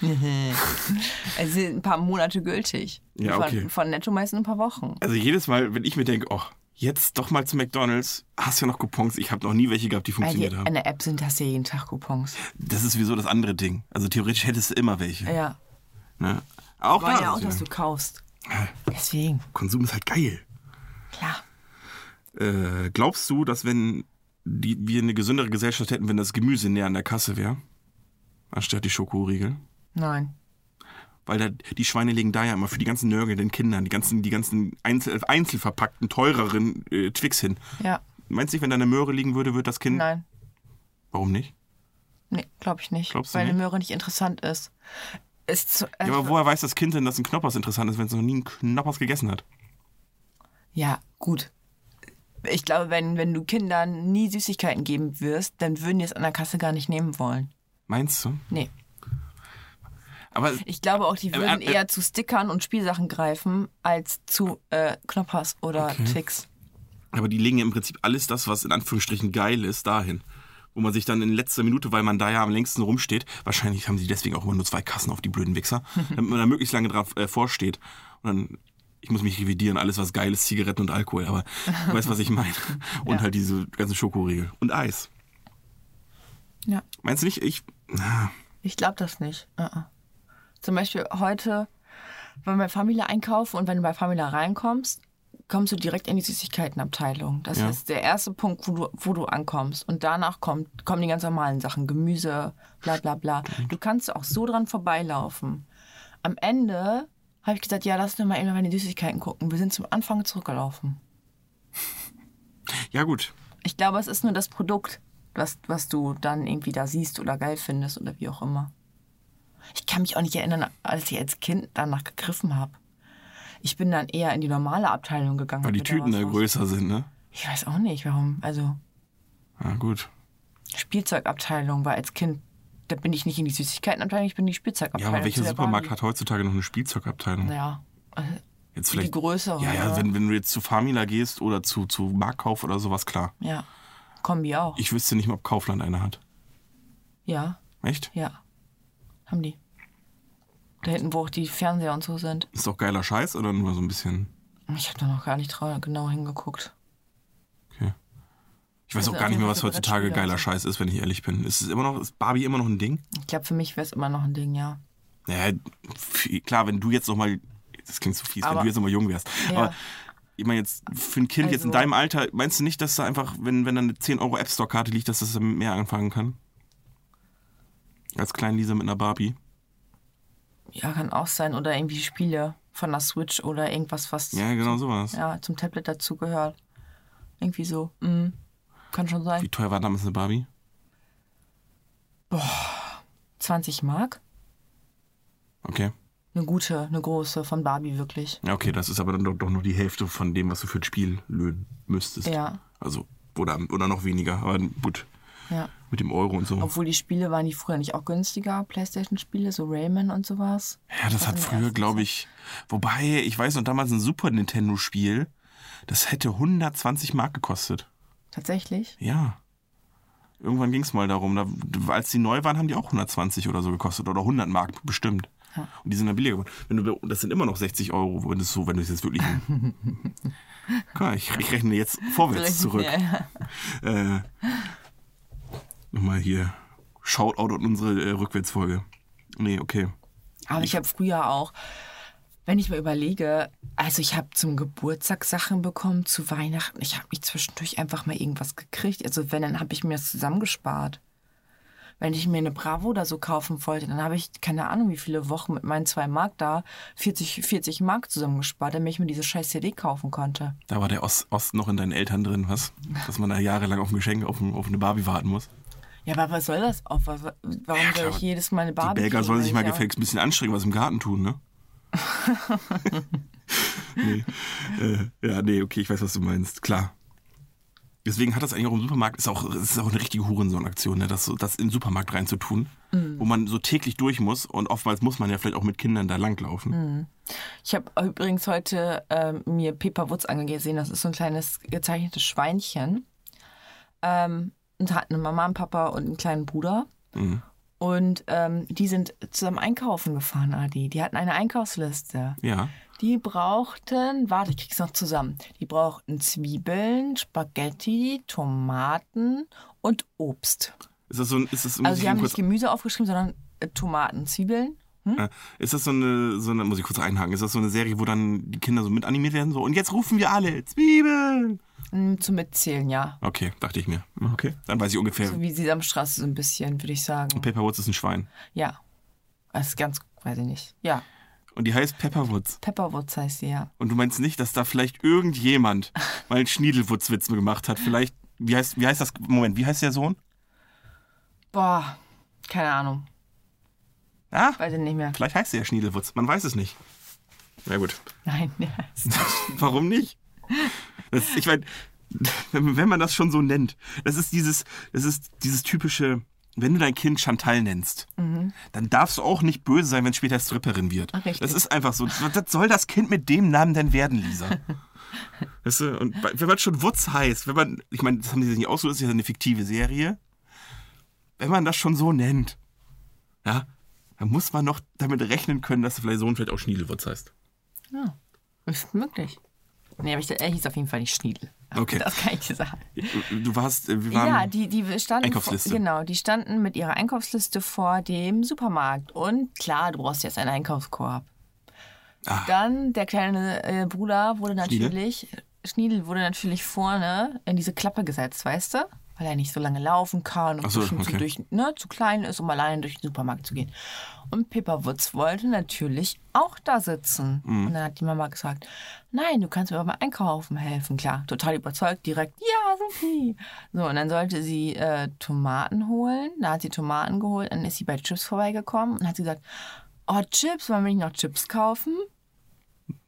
Speaker 3: Es sind ein paar Monate gültig.
Speaker 4: Ja, okay.
Speaker 3: von, von Netto meistens ein paar Wochen.
Speaker 4: Also jedes Mal, wenn ich mir denke, oh, jetzt doch mal zu McDonalds, hast ja noch Coupons. Ich habe noch nie welche gehabt, die
Speaker 3: Weil die,
Speaker 4: funktioniert haben.
Speaker 3: in der App sind das ja jeden Tag Coupons.
Speaker 4: Das ist wieso das andere Ding. Also theoretisch hättest du immer welche.
Speaker 3: Ja.
Speaker 4: Ne? Auch
Speaker 3: Äh, Wollen
Speaker 4: da.
Speaker 3: ja auch,
Speaker 4: ist es
Speaker 3: dass du
Speaker 4: wieder.
Speaker 3: kaufst. Deswegen,
Speaker 4: Konsum ist halt geil.
Speaker 3: klar.
Speaker 4: Äh, glaubst du, dass wenn die, wir eine gesündere Gesellschaft hätten, wenn das Gemüse näher an der Kasse wäre? Anstatt die Schokoriegel?
Speaker 3: Nein.
Speaker 4: Weil da, die Schweine legen da ja immer für die ganzen nörgelnden Kindern, die ganzen, die ganzen Einzel, einzelverpackten, teureren äh, Twix hin.
Speaker 3: Ja.
Speaker 4: Meinst du nicht, wenn da eine Möhre liegen würde, wird das Kind.
Speaker 3: Nein.
Speaker 4: Warum nicht?
Speaker 3: Nee, glaube ich nicht.
Speaker 4: Glaubst du
Speaker 3: weil
Speaker 4: nicht?
Speaker 3: eine Möhre nicht interessant ist. Ist zu, äh,
Speaker 4: Ja, aber woher weiß das Kind denn, dass ein Knoppers interessant ist, wenn es noch nie einen Knoppers gegessen hat?
Speaker 3: Ja, gut. Ich glaube, wenn, wenn du Kindern nie Süßigkeiten geben wirst, dann würden die es an der Kasse gar nicht nehmen wollen.
Speaker 4: Meinst du?
Speaker 3: Nee.
Speaker 4: Aber
Speaker 3: Ich glaube auch, die
Speaker 4: Ähm,
Speaker 3: würden
Speaker 4: äh, äh,
Speaker 3: eher zu Stickern und Spielsachen greifen, als zu äh, Knoppers oder Twix.
Speaker 4: Aber die legen ja im Prinzip alles das, was in Anführungsstrichen geil ist, dahin. Wo man sich dann in letzter Minute, weil man da ja am längsten rumsteht, wahrscheinlich haben sie deswegen auch immer nur zwei Kassen auf die blöden Wichser, damit man da möglichst lange drauf äh, vorsteht. Und dann, ich muss mich revidieren, alles was geil ist, Zigaretten und Alkohol, aber du weißt, was ich meine. Und halt diese ganzen Schokoriegel. Und Eis.
Speaker 3: Ja.
Speaker 4: Meinst du nicht? Ich. Na,
Speaker 3: Ich glaube das nicht. Uh -uh. Zum Beispiel heute, wenn wir bei Familie einkaufen und wenn du bei Familie reinkommst, kommst du direkt in die Süßigkeitenabteilung. Das
Speaker 4: Ja.
Speaker 3: ist der erste Punkt, wo du, wo du ankommst. Und danach kommt, kommen die ganz normalen Sachen, Gemüse, bla bla bla. Du kannst auch so dran vorbeilaufen. Am Ende habe ich gesagt, ja, lass uns mal eben noch mal in die Süßigkeiten gucken. Wir sind zum Anfang zurückgelaufen.
Speaker 4: ja, gut.
Speaker 3: Ich glaube, es ist nur das Produkt, was, was du dann irgendwie da siehst oder geil findest oder wie auch immer. Ich kann mich auch nicht erinnern, als ich als Kind danach gegriffen habe. Ich bin dann eher in die normale Abteilung gegangen.
Speaker 4: Weil die
Speaker 3: hab mir da
Speaker 4: Tüten
Speaker 3: was
Speaker 4: da
Speaker 3: raus-
Speaker 4: größer sind, ne?
Speaker 3: Ich weiß auch nicht, warum. Also
Speaker 4: Ah, gut.
Speaker 3: Spielzeugabteilung war als Kind. Da bin ich nicht in die Süßigkeitenabteilung, ich bin in die
Speaker 4: Ja,
Speaker 3: Spielzeugabteilung.
Speaker 4: aber welcher
Speaker 3: zu der
Speaker 4: Supermarkt
Speaker 3: Barbie.
Speaker 4: hat heutzutage noch eine Spielzeugabteilung?
Speaker 3: Ja, äh,
Speaker 4: Jetzt
Speaker 3: die
Speaker 4: vielleicht.
Speaker 3: größere.
Speaker 4: Ja, ja,
Speaker 3: oder?
Speaker 4: wenn, wenn du jetzt zu Famila gehst oder zu, zu Marktkauf oder sowas, klar.
Speaker 3: ja. Kombi auch.
Speaker 4: Ich wüsste nicht mal, ob Kaufland eine hat.
Speaker 3: ja,
Speaker 4: Echt?
Speaker 3: ja. Haben die. Da hinten, wo auch die Fernseher und so sind.
Speaker 4: Ist doch geiler Scheiß oder nur so ein bisschen.
Speaker 3: Ich habe da noch gar nicht trau- genau hingeguckt.
Speaker 4: Okay. Ich weiß
Speaker 3: Also
Speaker 4: auch
Speaker 3: auf
Speaker 4: gar nicht
Speaker 3: jeden
Speaker 4: mehr,
Speaker 3: Fall
Speaker 4: was
Speaker 3: für
Speaker 4: heutzutage
Speaker 3: Brettspiele
Speaker 4: geiler
Speaker 3: und so.
Speaker 4: Scheiß ist, wenn ich ehrlich bin. Ist es immer noch, ist Barbie immer noch ein Ding?
Speaker 3: Ich glaube, für mich wäre es immer noch ein Ding, ja.
Speaker 4: Naja, f- klar, wenn du jetzt nochmal. Das klingt so fies,
Speaker 3: Aber-
Speaker 4: wenn du jetzt nochmal jung wärst.
Speaker 3: Ja.
Speaker 4: Aber ich meine, jetzt für ein Kind jetzt in
Speaker 3: Also-
Speaker 4: deinem Alter, meinst du nicht, dass da einfach, wenn, wenn da eine 10-Euro-App-Store-Karte liegt, dass das damit mehr anfangen kann? Als kleine Lisa mit einer Barbie?
Speaker 3: Ja, kann auch sein. Oder irgendwie Spiele von der Switch oder irgendwas, was
Speaker 4: Ja, genau sowas.
Speaker 3: ja, zum Tablet dazugehört. Irgendwie so. Mhm. Kann schon
Speaker 4: Wie
Speaker 3: sein.
Speaker 4: teuer war damals eine Barbie?
Speaker 3: 20 Mark?
Speaker 4: Okay.
Speaker 3: Eine gute, eine große von Barbie wirklich.
Speaker 4: Ja, okay, das ist aber dann doch, doch nur die Hälfte von dem, was du für ein Spiel löhnen müsstest.
Speaker 3: Ja.
Speaker 4: Also, oder, oder noch weniger, aber gut,
Speaker 3: Ja.
Speaker 4: mit dem Euro und so.
Speaker 3: Obwohl die Spiele waren die früher nicht auch günstiger, Playstation-Spiele, so Rayman und sowas.
Speaker 4: ja, das hat
Speaker 3: in der
Speaker 4: früher,
Speaker 3: ersten
Speaker 4: glaube ich, wobei, ich weiß noch, damals ein Super Nintendo-Spiel, das hätte 120 Mark gekostet.
Speaker 3: Tatsächlich?
Speaker 4: Ja. Irgendwann ging es mal darum. Da, als die neu waren, haben die auch 120 oder so gekostet. Oder 100 Mark bestimmt.
Speaker 3: Ja.
Speaker 4: Und die sind dann billiger geworden. Wenn du, das sind immer noch 60 Euro, wenn du es so, wenn du es jetzt wirklich. Klar, ich, ich rechne jetzt vorwärts zurück.
Speaker 3: Ja, ja.
Speaker 4: Äh, Nochmal hier. Shoutout an unsere äh, Rückwärtsfolge. Nee, okay.
Speaker 3: Aber ich habe früher auch, wenn ich mir überlege, also ich habe zum Geburtstag Sachen bekommen, zu Weihnachten. Ich habe nicht zwischendurch einfach mal irgendwas gekriegt. Also wenn, dann habe ich mir das zusammengespart. Wenn ich mir eine Bravo oder so kaufen wollte, dann habe ich keine Ahnung, wie viele Wochen mit meinen zwei Mark da 40, 40 Mark zusammengespart, damit ich mir diese scheiß CD kaufen konnte.
Speaker 4: Da war der Ost, Ost noch in deinen Eltern drin, was? Dass man da jahrelang auf ein Geschenk, auf, ein, auf eine Barbie warten muss.
Speaker 3: Ja, aber was soll das auch? Was, warum soll
Speaker 4: klar.
Speaker 3: ich jedes Mal eine
Speaker 4: Die
Speaker 3: Barbie
Speaker 4: Belgier
Speaker 3: kriegen,
Speaker 4: sollen
Speaker 3: wenn
Speaker 4: sich
Speaker 3: ich
Speaker 4: mal
Speaker 3: ja-
Speaker 4: gefälligst ein bisschen anstrengen, was im Garten tun, ne? nee. Äh, ja, nee, okay, ich weiß, was du meinst. Klar. Deswegen hat das eigentlich auch im Supermarkt, ist auch, es ist auch eine richtige Hurensohn-Aktion, ne? das, so- das in den Supermarkt reinzutun,
Speaker 3: Mhm.
Speaker 4: wo man so täglich durch muss und oftmals muss man ja vielleicht auch mit Kindern da langlaufen.
Speaker 3: Ich habe übrigens heute ähm, mir Pepper Woods angesehen. Das ist so ein kleines gezeichnetes Schweinchen. Ähm, und hat eine Mama, einen Papa und einen kleinen Bruder.
Speaker 4: Mhm.
Speaker 3: Und ähm, die sind zusammen einkaufen gefahren, Adi. Die hatten eine Einkaufsliste.
Speaker 4: Ja.
Speaker 3: Die brauchten, warte, ich krieg's noch zusammen. Die brauchten Zwiebeln, Spaghetti, Tomaten und Obst.
Speaker 4: Ist das so ein, ist das, muss
Speaker 3: Also
Speaker 4: ich
Speaker 3: sie haben
Speaker 4: kurz,
Speaker 3: nicht Gemüse aufgeschrieben, sondern äh, Tomaten, Zwiebeln.
Speaker 4: äh, ist das so eine, so eine, muss ich kurz einhaken, ist das so eine Serie, wo dann die Kinder so mit animiert werden, so, und jetzt rufen wir alle Zwiebeln!
Speaker 3: Hm, Zum Mitzählen, ja.
Speaker 4: Okay, dachte ich mir. Okay. Dann weiß ich ungefähr,
Speaker 3: So wie Sesamstraße so ein bisschen, würde ich sagen.
Speaker 4: Pepper Woods ist ein Schwein.
Speaker 3: Ja. Das ist ganz, weiß ich nicht. Ja.
Speaker 4: Und die heißt Pepperwoods.
Speaker 3: Pepperwoods heißt sie, ja.
Speaker 4: Und du meinst nicht, dass da vielleicht irgendjemand mal einen Schniedelwutzwitz gemacht hat? Vielleicht, wie heißt, wie heißt das? Moment, wie heißt der Sohn?
Speaker 3: Boah, keine Ahnung.
Speaker 4: Ah,
Speaker 3: Weiß ich nicht mehr.
Speaker 4: vielleicht heißt er ja Schniedelwutz. Man weiß es nicht. Na gut.
Speaker 3: Nein, der heißt.
Speaker 4: Warum nicht? Das, ich meine, wenn wenn man das schon so nennt, das ist dieses, das ist dieses typische, wenn du dein Kind Chantal nennst, dann darfst du auch nicht böse sein, wenn es später Stripperin wird.
Speaker 3: Richtig.
Speaker 4: Das ist einfach so. Was soll das Kind mit dem Namen denn werden, Lisa? weißt du, und bei- wenn man schon Wutz heißt, wenn man, ich meine, das haben sie sich nicht ausgesucht, das ist ja eine fiktive Serie. Wenn man das schon so nennt, ja, dann muss man noch damit rechnen können, dass vielleicht Sohn vielleicht auch Schniedelwutz heißt.
Speaker 3: Ja. Ah, Ist möglich. Nee, aber ich, er hieß auf jeden Fall nicht Schniedel.
Speaker 4: Okay.
Speaker 3: Das kann ich dir sagen.
Speaker 4: Du warst, äh, wir waren.
Speaker 3: Ja, die, die standen.
Speaker 4: Einkaufsliste.
Speaker 3: Vor, genau, die standen mit ihrer Einkaufsliste vor dem Supermarkt. Und klar, du brauchst jetzt einen Einkaufskorb.
Speaker 4: Ah.
Speaker 3: Dann der kleine äh, Bruder wurde
Speaker 4: Schniedel?
Speaker 3: natürlich, Schniedel wurde natürlich vorne in diese Klappe gesetzt, weißt du? weil er nicht so lange laufen kann und
Speaker 4: Ach so,
Speaker 3: bestimmt
Speaker 4: okay.
Speaker 3: so durch, ne, zu klein ist, um alleine durch den Supermarkt zu gehen. Und Pippa Wutz wollte natürlich auch da sitzen.
Speaker 4: Mhm.
Speaker 3: Und dann hat die Mama gesagt, nein, du kannst mir beim Einkaufen helfen. Klar, total überzeugt, direkt, ja, Sophie. So, und dann sollte sie äh, Tomaten holen. Da hat sie Tomaten geholt, dann ist sie bei Chips vorbeigekommen und hat sie gesagt, oh, Chips, wollen wir nicht noch Chips kaufen?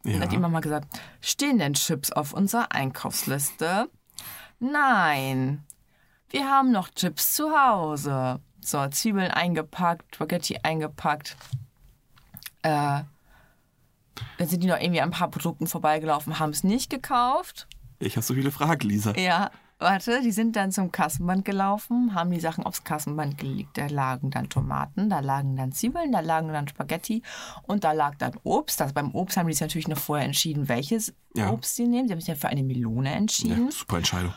Speaker 3: Dann hat die
Speaker 4: Ja.
Speaker 3: Mama gesagt, stehen denn Chips auf unserer Einkaufsliste? Nein, wir haben noch Chips zu Hause. So, Zwiebeln eingepackt, Spaghetti eingepackt. Äh, dann sind die noch irgendwie an ein paar Produkten vorbeigelaufen, haben es nicht gekauft.
Speaker 4: Ich habe so viele Fragen, Lisa.
Speaker 3: Ja, warte, die sind dann zum Kassenband gelaufen, haben die Sachen aufs Kassenband gelegt. Da lagen dann Tomaten, da lagen dann Zwiebeln, da lagen dann Spaghetti und da lag dann Obst. Also beim Obst haben die sich natürlich noch vorher entschieden, welches
Speaker 4: Ja.
Speaker 3: Obst sie nehmen. Sie haben sich dann für eine Melone entschieden.
Speaker 4: Ja, super Entscheidung.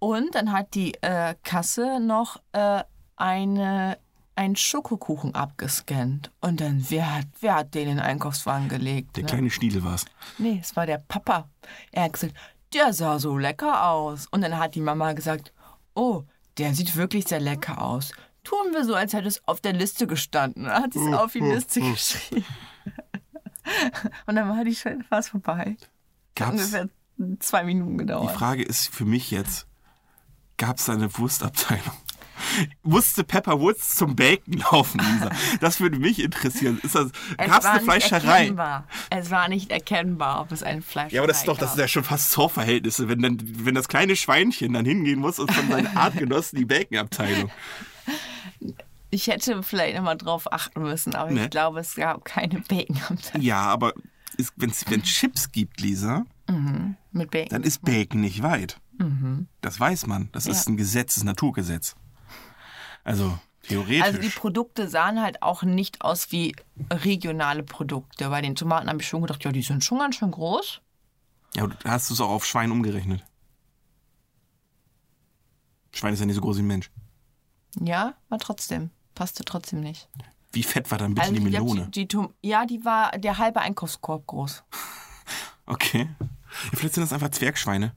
Speaker 3: Und dann hat die äh, Kasse noch äh, eine, einen Schokokuchen abgescannt. Und dann, wer hat, wer hat den in den Einkaufswagen gelegt?
Speaker 4: Der
Speaker 3: ne?
Speaker 4: kleine Schniedel war's.
Speaker 3: Nee, es war der Papa. Er hat gesagt, der sah so lecker aus. Und dann hat die Mama gesagt, oh, der sieht wirklich sehr lecker aus. Tun wir so, als hätte es auf der Liste gestanden. Dann hat sie es auf die Liste geschrieben. Und dann war die schon fast vorbei. Hat
Speaker 4: Gab's,
Speaker 3: Ungefähr zwei Minuten
Speaker 4: die
Speaker 3: gedauert.
Speaker 4: Frage ist für mich jetzt, gab's da eine Wurstabteilung? Musste Pepper Woods zum Bacon laufen, Lisa? Das würde mich interessieren. Ist das, gab's
Speaker 3: war
Speaker 4: eine
Speaker 3: nicht
Speaker 4: Fleischerei?
Speaker 3: Erkennbar. Es war nicht erkennbar, ob es ein Fleisch
Speaker 4: Ja, aber das ist doch, das ist ja schon fast Zorverhältnisse, wenn, dann, wenn das kleine Schweinchen dann hingehen muss und von seinen Artgenossen die Bacon-Abteilung.
Speaker 3: Ich hätte vielleicht nochmal drauf achten müssen, aber
Speaker 4: Ne?
Speaker 3: ich glaube, es gab keine Bacon am Tag.
Speaker 4: Ja, aber wenn es Chips gibt, Lisa,
Speaker 3: Mit Bacon.
Speaker 4: dann ist Bacon nicht weit. Das weiß man. Das ist
Speaker 3: Mhm. Ja.
Speaker 4: ein Gesetz, das ist ein Naturgesetz. Also
Speaker 3: Also die
Speaker 4: theoretisch.
Speaker 3: Produkte sahen halt auch nicht aus wie regionale Produkte. Bei den Tomaten habe ich schon gedacht, ja, die sind schon ganz schön groß.
Speaker 4: ja, aber du hast es auch auf Schwein umgerechnet. Schwein ist ja nicht so groß wie ein Mensch.
Speaker 3: Ja, war trotzdem. Passte trotzdem nicht. Also
Speaker 4: Wie fett war dann bitte die
Speaker 3: ich glaub,
Speaker 4: Melone?
Speaker 3: Die, die Tom ja, die war der halbe Einkaufskorb groß.
Speaker 4: Okay. Ja, vielleicht sind das einfach Zwergschweine.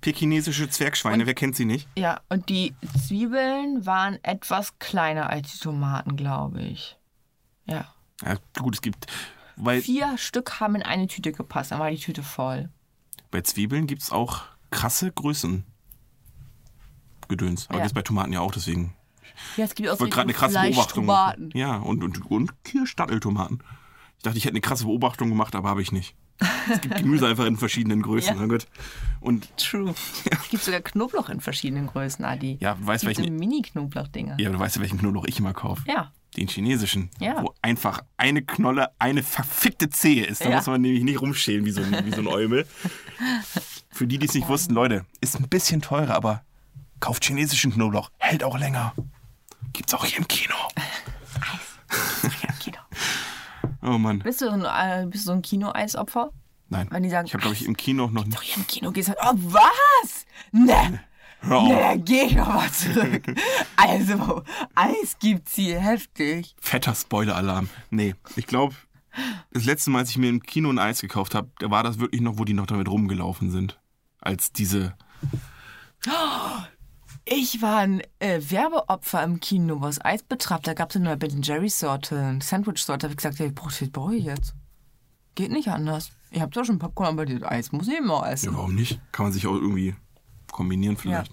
Speaker 4: Pekinesische Zwergschweine, wer kennt sie nicht?
Speaker 3: Ja, und die Zwiebeln waren etwas kleiner als die Tomaten, glaube ich. Ja.
Speaker 4: Ja, gut, es gibt. Weil
Speaker 3: Vier Stück haben in eine Tüte gepasst, dann war die Tüte voll.
Speaker 4: bei Zwiebeln gibt es auch krasse Größen. Gedöns. Aber
Speaker 3: Ja.
Speaker 4: das ist bei Tomaten ja auch, deswegen.
Speaker 3: Ja, es gibt auch
Speaker 4: Ich wollte gerade eine krasse Beobachtung machen. Ja, und, und, und Kirschstatteltomaten. Ich dachte, ich hätte eine krasse Beobachtung gemacht, aber habe ich nicht. Es gibt Gemüse einfach in verschiedenen Größen,
Speaker 3: Ja.
Speaker 4: mein Gott. Und
Speaker 3: True. Es gibt sogar Knoblauch in verschiedenen Größen, Adi.
Speaker 4: Ja, weißt du,
Speaker 3: Diese
Speaker 4: welchen-
Speaker 3: Mini-Knoblauch-Dinger.
Speaker 4: ja, du weißt ja, welchen Knoblauch ich immer kaufe.
Speaker 3: ja.
Speaker 4: Den chinesischen.
Speaker 3: Ja.
Speaker 4: Wo einfach eine Knolle eine verfickte Zehe ist. Da
Speaker 3: Ja.
Speaker 4: muss man nämlich nicht rumschälen wie so ein, wie so ein Eumel. Für die, die es nicht wussten, Leute, ist ein bisschen teurer, aber kauft chinesischen Knoblauch. Hält auch länger. Gibt's auch hier im Kino.
Speaker 3: Kino.
Speaker 4: Oh Mann.
Speaker 3: Bist du so ein, äh, bist du so ein Kino-Eisopfer?
Speaker 4: Nein.
Speaker 3: Wenn die sagen,
Speaker 4: ich habe, glaube ich, im Kino noch nicht.
Speaker 3: Doch, hier im Kino gehst du halt, oh, was? Ne,
Speaker 4: Hör auf.
Speaker 3: ne, geh ich nochmal zurück. also, Eis gibt's hier, heftig.
Speaker 4: Fetter Spoiler-Alarm. Nee, ich glaube, das letzte Mal, als ich mir im Kino ein Eis gekauft habe, da war das wirklich noch, wo die noch damit rumgelaufen sind. Als diese.
Speaker 3: Ich war ein äh, Werbeopfer im Kino, was Eis betraf. Da gab's eine neue Ben Jerry-Sorte, Sandwich-Sorte. Da hab ich gesagt, ja, ich brauch das brauche ich jetzt. Geht nicht anders. Ihr habt doch schon Popcorn, aber das Eis muss ich immer
Speaker 4: Ja,
Speaker 3: essen.
Speaker 4: warum nicht? Kann man sich auch irgendwie kombinieren vielleicht.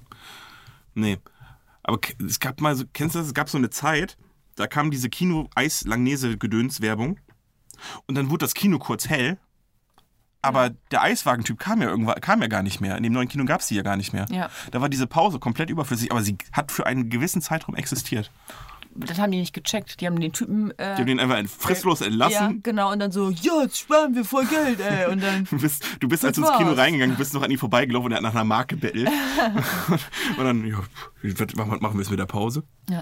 Speaker 4: Nee. Aber ke- es gab mal so, kennst du das? Es gab so eine Zeit, da kam diese Kino-Eis-Langnese-Gedöns-Werbung. Und dann wurde das Kino kurz hell. Aber der Eiswagentyp kam ja irgendwann, kam ja gar nicht mehr. In dem neuen Kino gab es die ja gar nicht mehr.
Speaker 3: Ja.
Speaker 4: Da war diese Pause komplett überflüssig, aber sie hat für einen gewissen Zeitraum existiert.
Speaker 3: Das haben die nicht gecheckt. Die haben den Typen... Äh,
Speaker 4: Die haben den einfach fristlos
Speaker 3: ja,
Speaker 4: entlassen.
Speaker 3: genau. Und dann so, ja, jetzt sparen wir voll Geld, ey. Und dann...
Speaker 4: Du bist, du bist als du
Speaker 3: Das
Speaker 4: ins Kino
Speaker 3: war's.
Speaker 4: reingegangen bist, noch an ihm vorbeigelaufen und er hat nach einer Marke bettelt. und dann, ja, pff, was machen wir jetzt mit der Pause?
Speaker 3: Ja.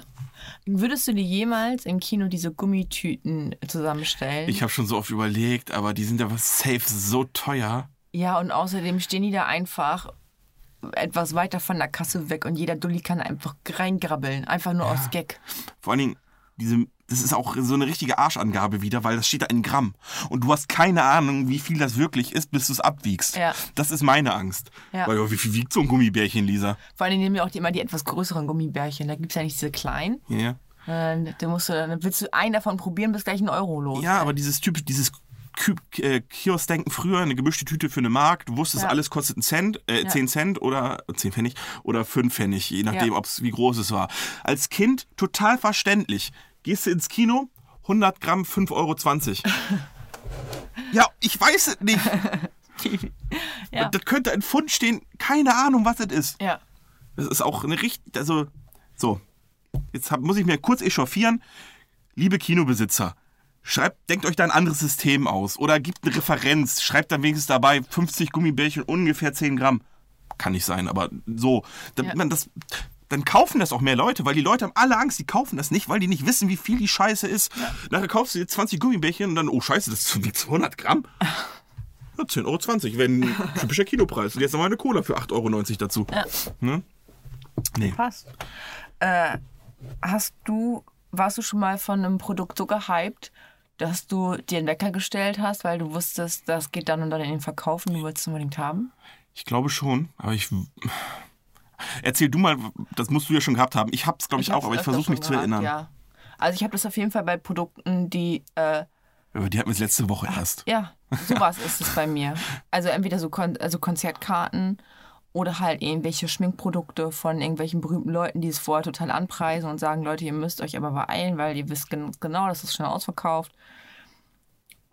Speaker 3: Würdest du dir jemals im Kino diese Gummitüten zusammenstellen?
Speaker 4: Ich habe schon so oft überlegt, aber die sind ja was safe so teuer.
Speaker 3: ja, und außerdem stehen die da einfach etwas weiter von der Kasse weg und jeder Dulli kann einfach reingrabbeln. Einfach nur aus Gag.
Speaker 4: Vor allen Dingen, diese das ist auch so eine richtige Arschangabe wieder, weil das steht da in Gramm. Und du hast keine Ahnung, wie viel das wirklich ist, bis du es abwiegst.
Speaker 3: Ja.
Speaker 4: Das ist meine Angst.
Speaker 3: Ja.
Speaker 4: Weil, ja, wie viel wiegt so ein Gummibärchen, Lisa?
Speaker 3: Vor allem nehmen ja auch die, immer die etwas größeren Gummibärchen. Da gibt es ja nicht diese kleinen.
Speaker 4: Ja.
Speaker 3: Äh, da musst du, dann willst du einen davon probieren, bist gleich einen Euro los.
Speaker 4: Ja, aber dieses typisch, dieses Kü äh, Kioskdenken früher, eine gemischte Tüte für eine Mark, du wusstest,
Speaker 3: Ja.
Speaker 4: alles kostet einen Cent, äh, 10 Cent oder 10 Pfennig oder 5 Pfennig, je nachdem,
Speaker 3: Ja.
Speaker 4: ob's, wie groß es war. Als Kind total verständlich. Gehst du ins Kino, 100 Gramm, 5,20 Euro. ja, ich weiß es nicht.
Speaker 3: Ja.
Speaker 4: Das könnte ein Pfund stehen, keine Ahnung, was es ist.
Speaker 3: ja.
Speaker 4: Das ist auch eine richtig, also, so. Jetzt hab, muss ich mir kurz echauffieren. Liebe Kinobesitzer, schreibt, denkt euch da ein anderes System aus oder gibt eine Referenz. Schreibt dann wenigstens dabei 50 Gummibärchen, ungefähr 10 Gramm. Kann nicht sein, aber so. Dann,
Speaker 3: Ja.
Speaker 4: man das, dann kaufen das auch mehr Leute, weil die Leute haben alle Angst, die kaufen das nicht, weil die nicht wissen, wie viel die Scheiße ist. Nachher kaufst du dir 20 Gummibärchen und dann, oh Scheiße, das wiegt 200 Gramm. Ja, 10,20 Euro, wenn typischer Kinopreis. Und jetzt nochmal eine Cola für 8,90 Euro dazu.
Speaker 3: Ja.
Speaker 4: Ne? Nee.
Speaker 3: Passt. Äh, hast du, warst du schon mal von einem Produkt so gehypt, dass du dir einen Wecker gestellt hast, weil du wusstest, das geht dann und dann in den Verkauf und du wolltest es unbedingt haben?
Speaker 4: Ich glaube schon, aber ich. Erzähl du mal, das musst du ja schon gehabt haben. Ich hab's, glaube ich,
Speaker 3: hab's
Speaker 4: auch, aber ich
Speaker 3: öfter
Speaker 4: versuche mich
Speaker 3: schon
Speaker 4: zu
Speaker 3: gehabt,
Speaker 4: erinnern.
Speaker 3: Ja. Also ich habe das auf jeden Fall bei Produkten, die, äh,
Speaker 4: Aber Die hatten wir letzte Woche
Speaker 3: Ah.
Speaker 4: erst.
Speaker 3: ja, sowas ist es bei mir. Also entweder so Kon also Konzertkarten oder halt irgendwelche Schminkprodukte von irgendwelchen berühmten Leuten, die es vorher total anpreisen und sagen, Leute, ihr müsst euch aber beeilen, weil ihr wisst gen genau, das ist schon ausverkauft.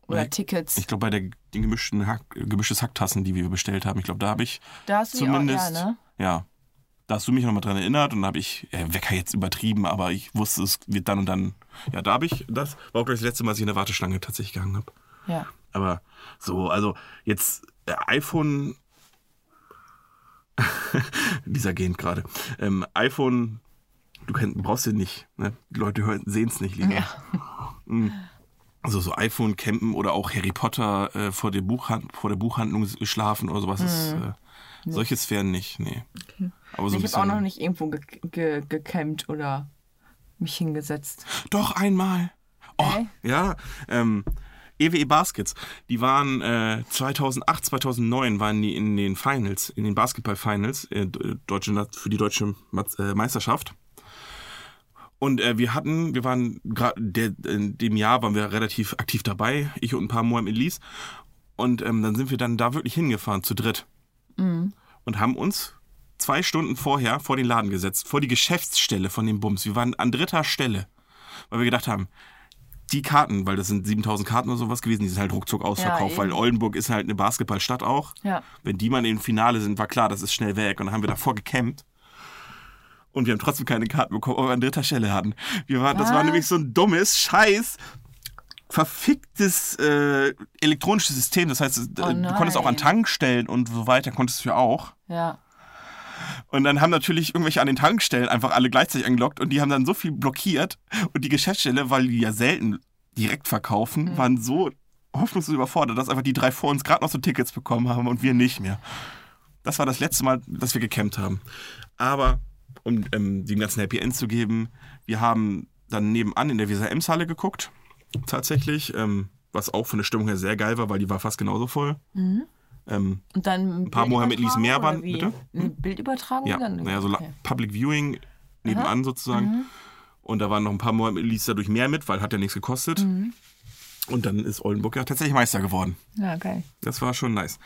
Speaker 3: Oder
Speaker 4: Nee,
Speaker 3: Tickets.
Speaker 4: Ich glaube, bei der, den gemischten Hack, äh, gemischtes Hacktassen, die wir bestellt haben, ich glaube, da habe ich
Speaker 3: Da hast du
Speaker 4: zumindest.
Speaker 3: Die auch, ja, ne?
Speaker 4: ja. Da hast du mich nochmal dran erinnert und da habe ich, äh, Wecker jetzt übertrieben, aber ich wusste, es wird dann und dann. Ja, da habe ich das. War auch gleich das letzte Mal, dass ich in der Warteschlange tatsächlich gehangen habe.
Speaker 3: Ja. Also
Speaker 4: Aber so, also jetzt äh, iPhone. Dieser gähnt gerade. Ähm, iPhone, du kenn, brauchst den nicht. Ne? Die Leute sehen es nicht, Lina. Mm. Also so iPhone campen oder auch Harry Potter äh, vor, der Buchhand vor der Buchhandlung schlafen oder sowas. Ist,
Speaker 3: Mhm.
Speaker 4: äh, solche Sphären nicht, nee. Aber so ein
Speaker 3: ich habe auch
Speaker 4: bisschen-
Speaker 3: noch nicht irgendwo ge ge gecampt oder mich hingesetzt.
Speaker 4: Doch, einmal. Oh,
Speaker 3: Ey.
Speaker 4: ja. Ähm, EWE Baskets, die waren äh, 2008, 2009 waren die in den Finals, in den Basketball-Finals äh, deutsche, Na- für die deutsche Mat- äh, Meisterschaft. Und äh, wir hatten, wir waren gerade in dem Jahr waren wir relativ aktiv dabei, ich und ein paar Moam Elise. Und ähm, dann sind wir dann da wirklich hingefahren, zu dritt.
Speaker 3: Mhm.
Speaker 4: Und haben uns zwei Stunden vorher vor den Laden gesetzt, vor die Geschäftsstelle von dem Bums. Wir waren an dritter Stelle weil wir gedacht haben, die Karten, weil das sind 7000 Karten oder sowas gewesen, die sind halt ruckzuck ausverkauft,
Speaker 3: eben.
Speaker 4: weil Oldenburg ist halt eine Basketballstadt auch.
Speaker 3: Ja.
Speaker 4: Wenn die mal im Finale sind, war klar, das ist schnell weg. Und dann haben wir davor gecampt. Und wir haben trotzdem keine Karten bekommen, aber an dritter Stelle hatten. Wir waren, das war
Speaker 3: Was?
Speaker 4: nämlich so ein dummes Scheiß. Verficktes äh, elektronisches System. Das heißt, äh, du konntest auch an
Speaker 3: Oh nein.
Speaker 4: Tankstellen und so weiter, konntest du ja auch.
Speaker 3: Ja.
Speaker 4: Und dann haben natürlich irgendwelche an den Tankstellen einfach alle gleichzeitig angelockt und die haben dann so viel blockiert. Und die Geschäftsstelle, weil die ja selten direkt verkaufen, waren so hoffnungslos überfordert, dass einfach die drei vor uns gerade noch so Tickets bekommen haben und wir nicht mehr. Das war das letzte Mal, dass wir gecampt haben. Aber um ähm, dem ganzen Happy End zu geben, wir haben dann nebenan in der Weser Ems Halle geguckt, tatsächlich, ähm, was auch von der Stimmung her sehr geil war, weil die war fast genauso voll. Ähm,
Speaker 3: Und dann ein
Speaker 4: paar Mohammed Elis mehr waren, bitte?
Speaker 3: Eine Bildübertragung?
Speaker 4: Ja,
Speaker 3: dann?
Speaker 4: naja, so la-
Speaker 3: Okay. Mhm.
Speaker 4: Public Viewing nebenan sozusagen. Und da waren noch ein paar Mal, ließ dadurch mehr mit, weil hat ja nichts gekostet.
Speaker 3: Mhm.
Speaker 4: Und dann ist Oldenburg ja tatsächlich Meister geworden.
Speaker 3: Ja, geil.
Speaker 4: Das war schon nice.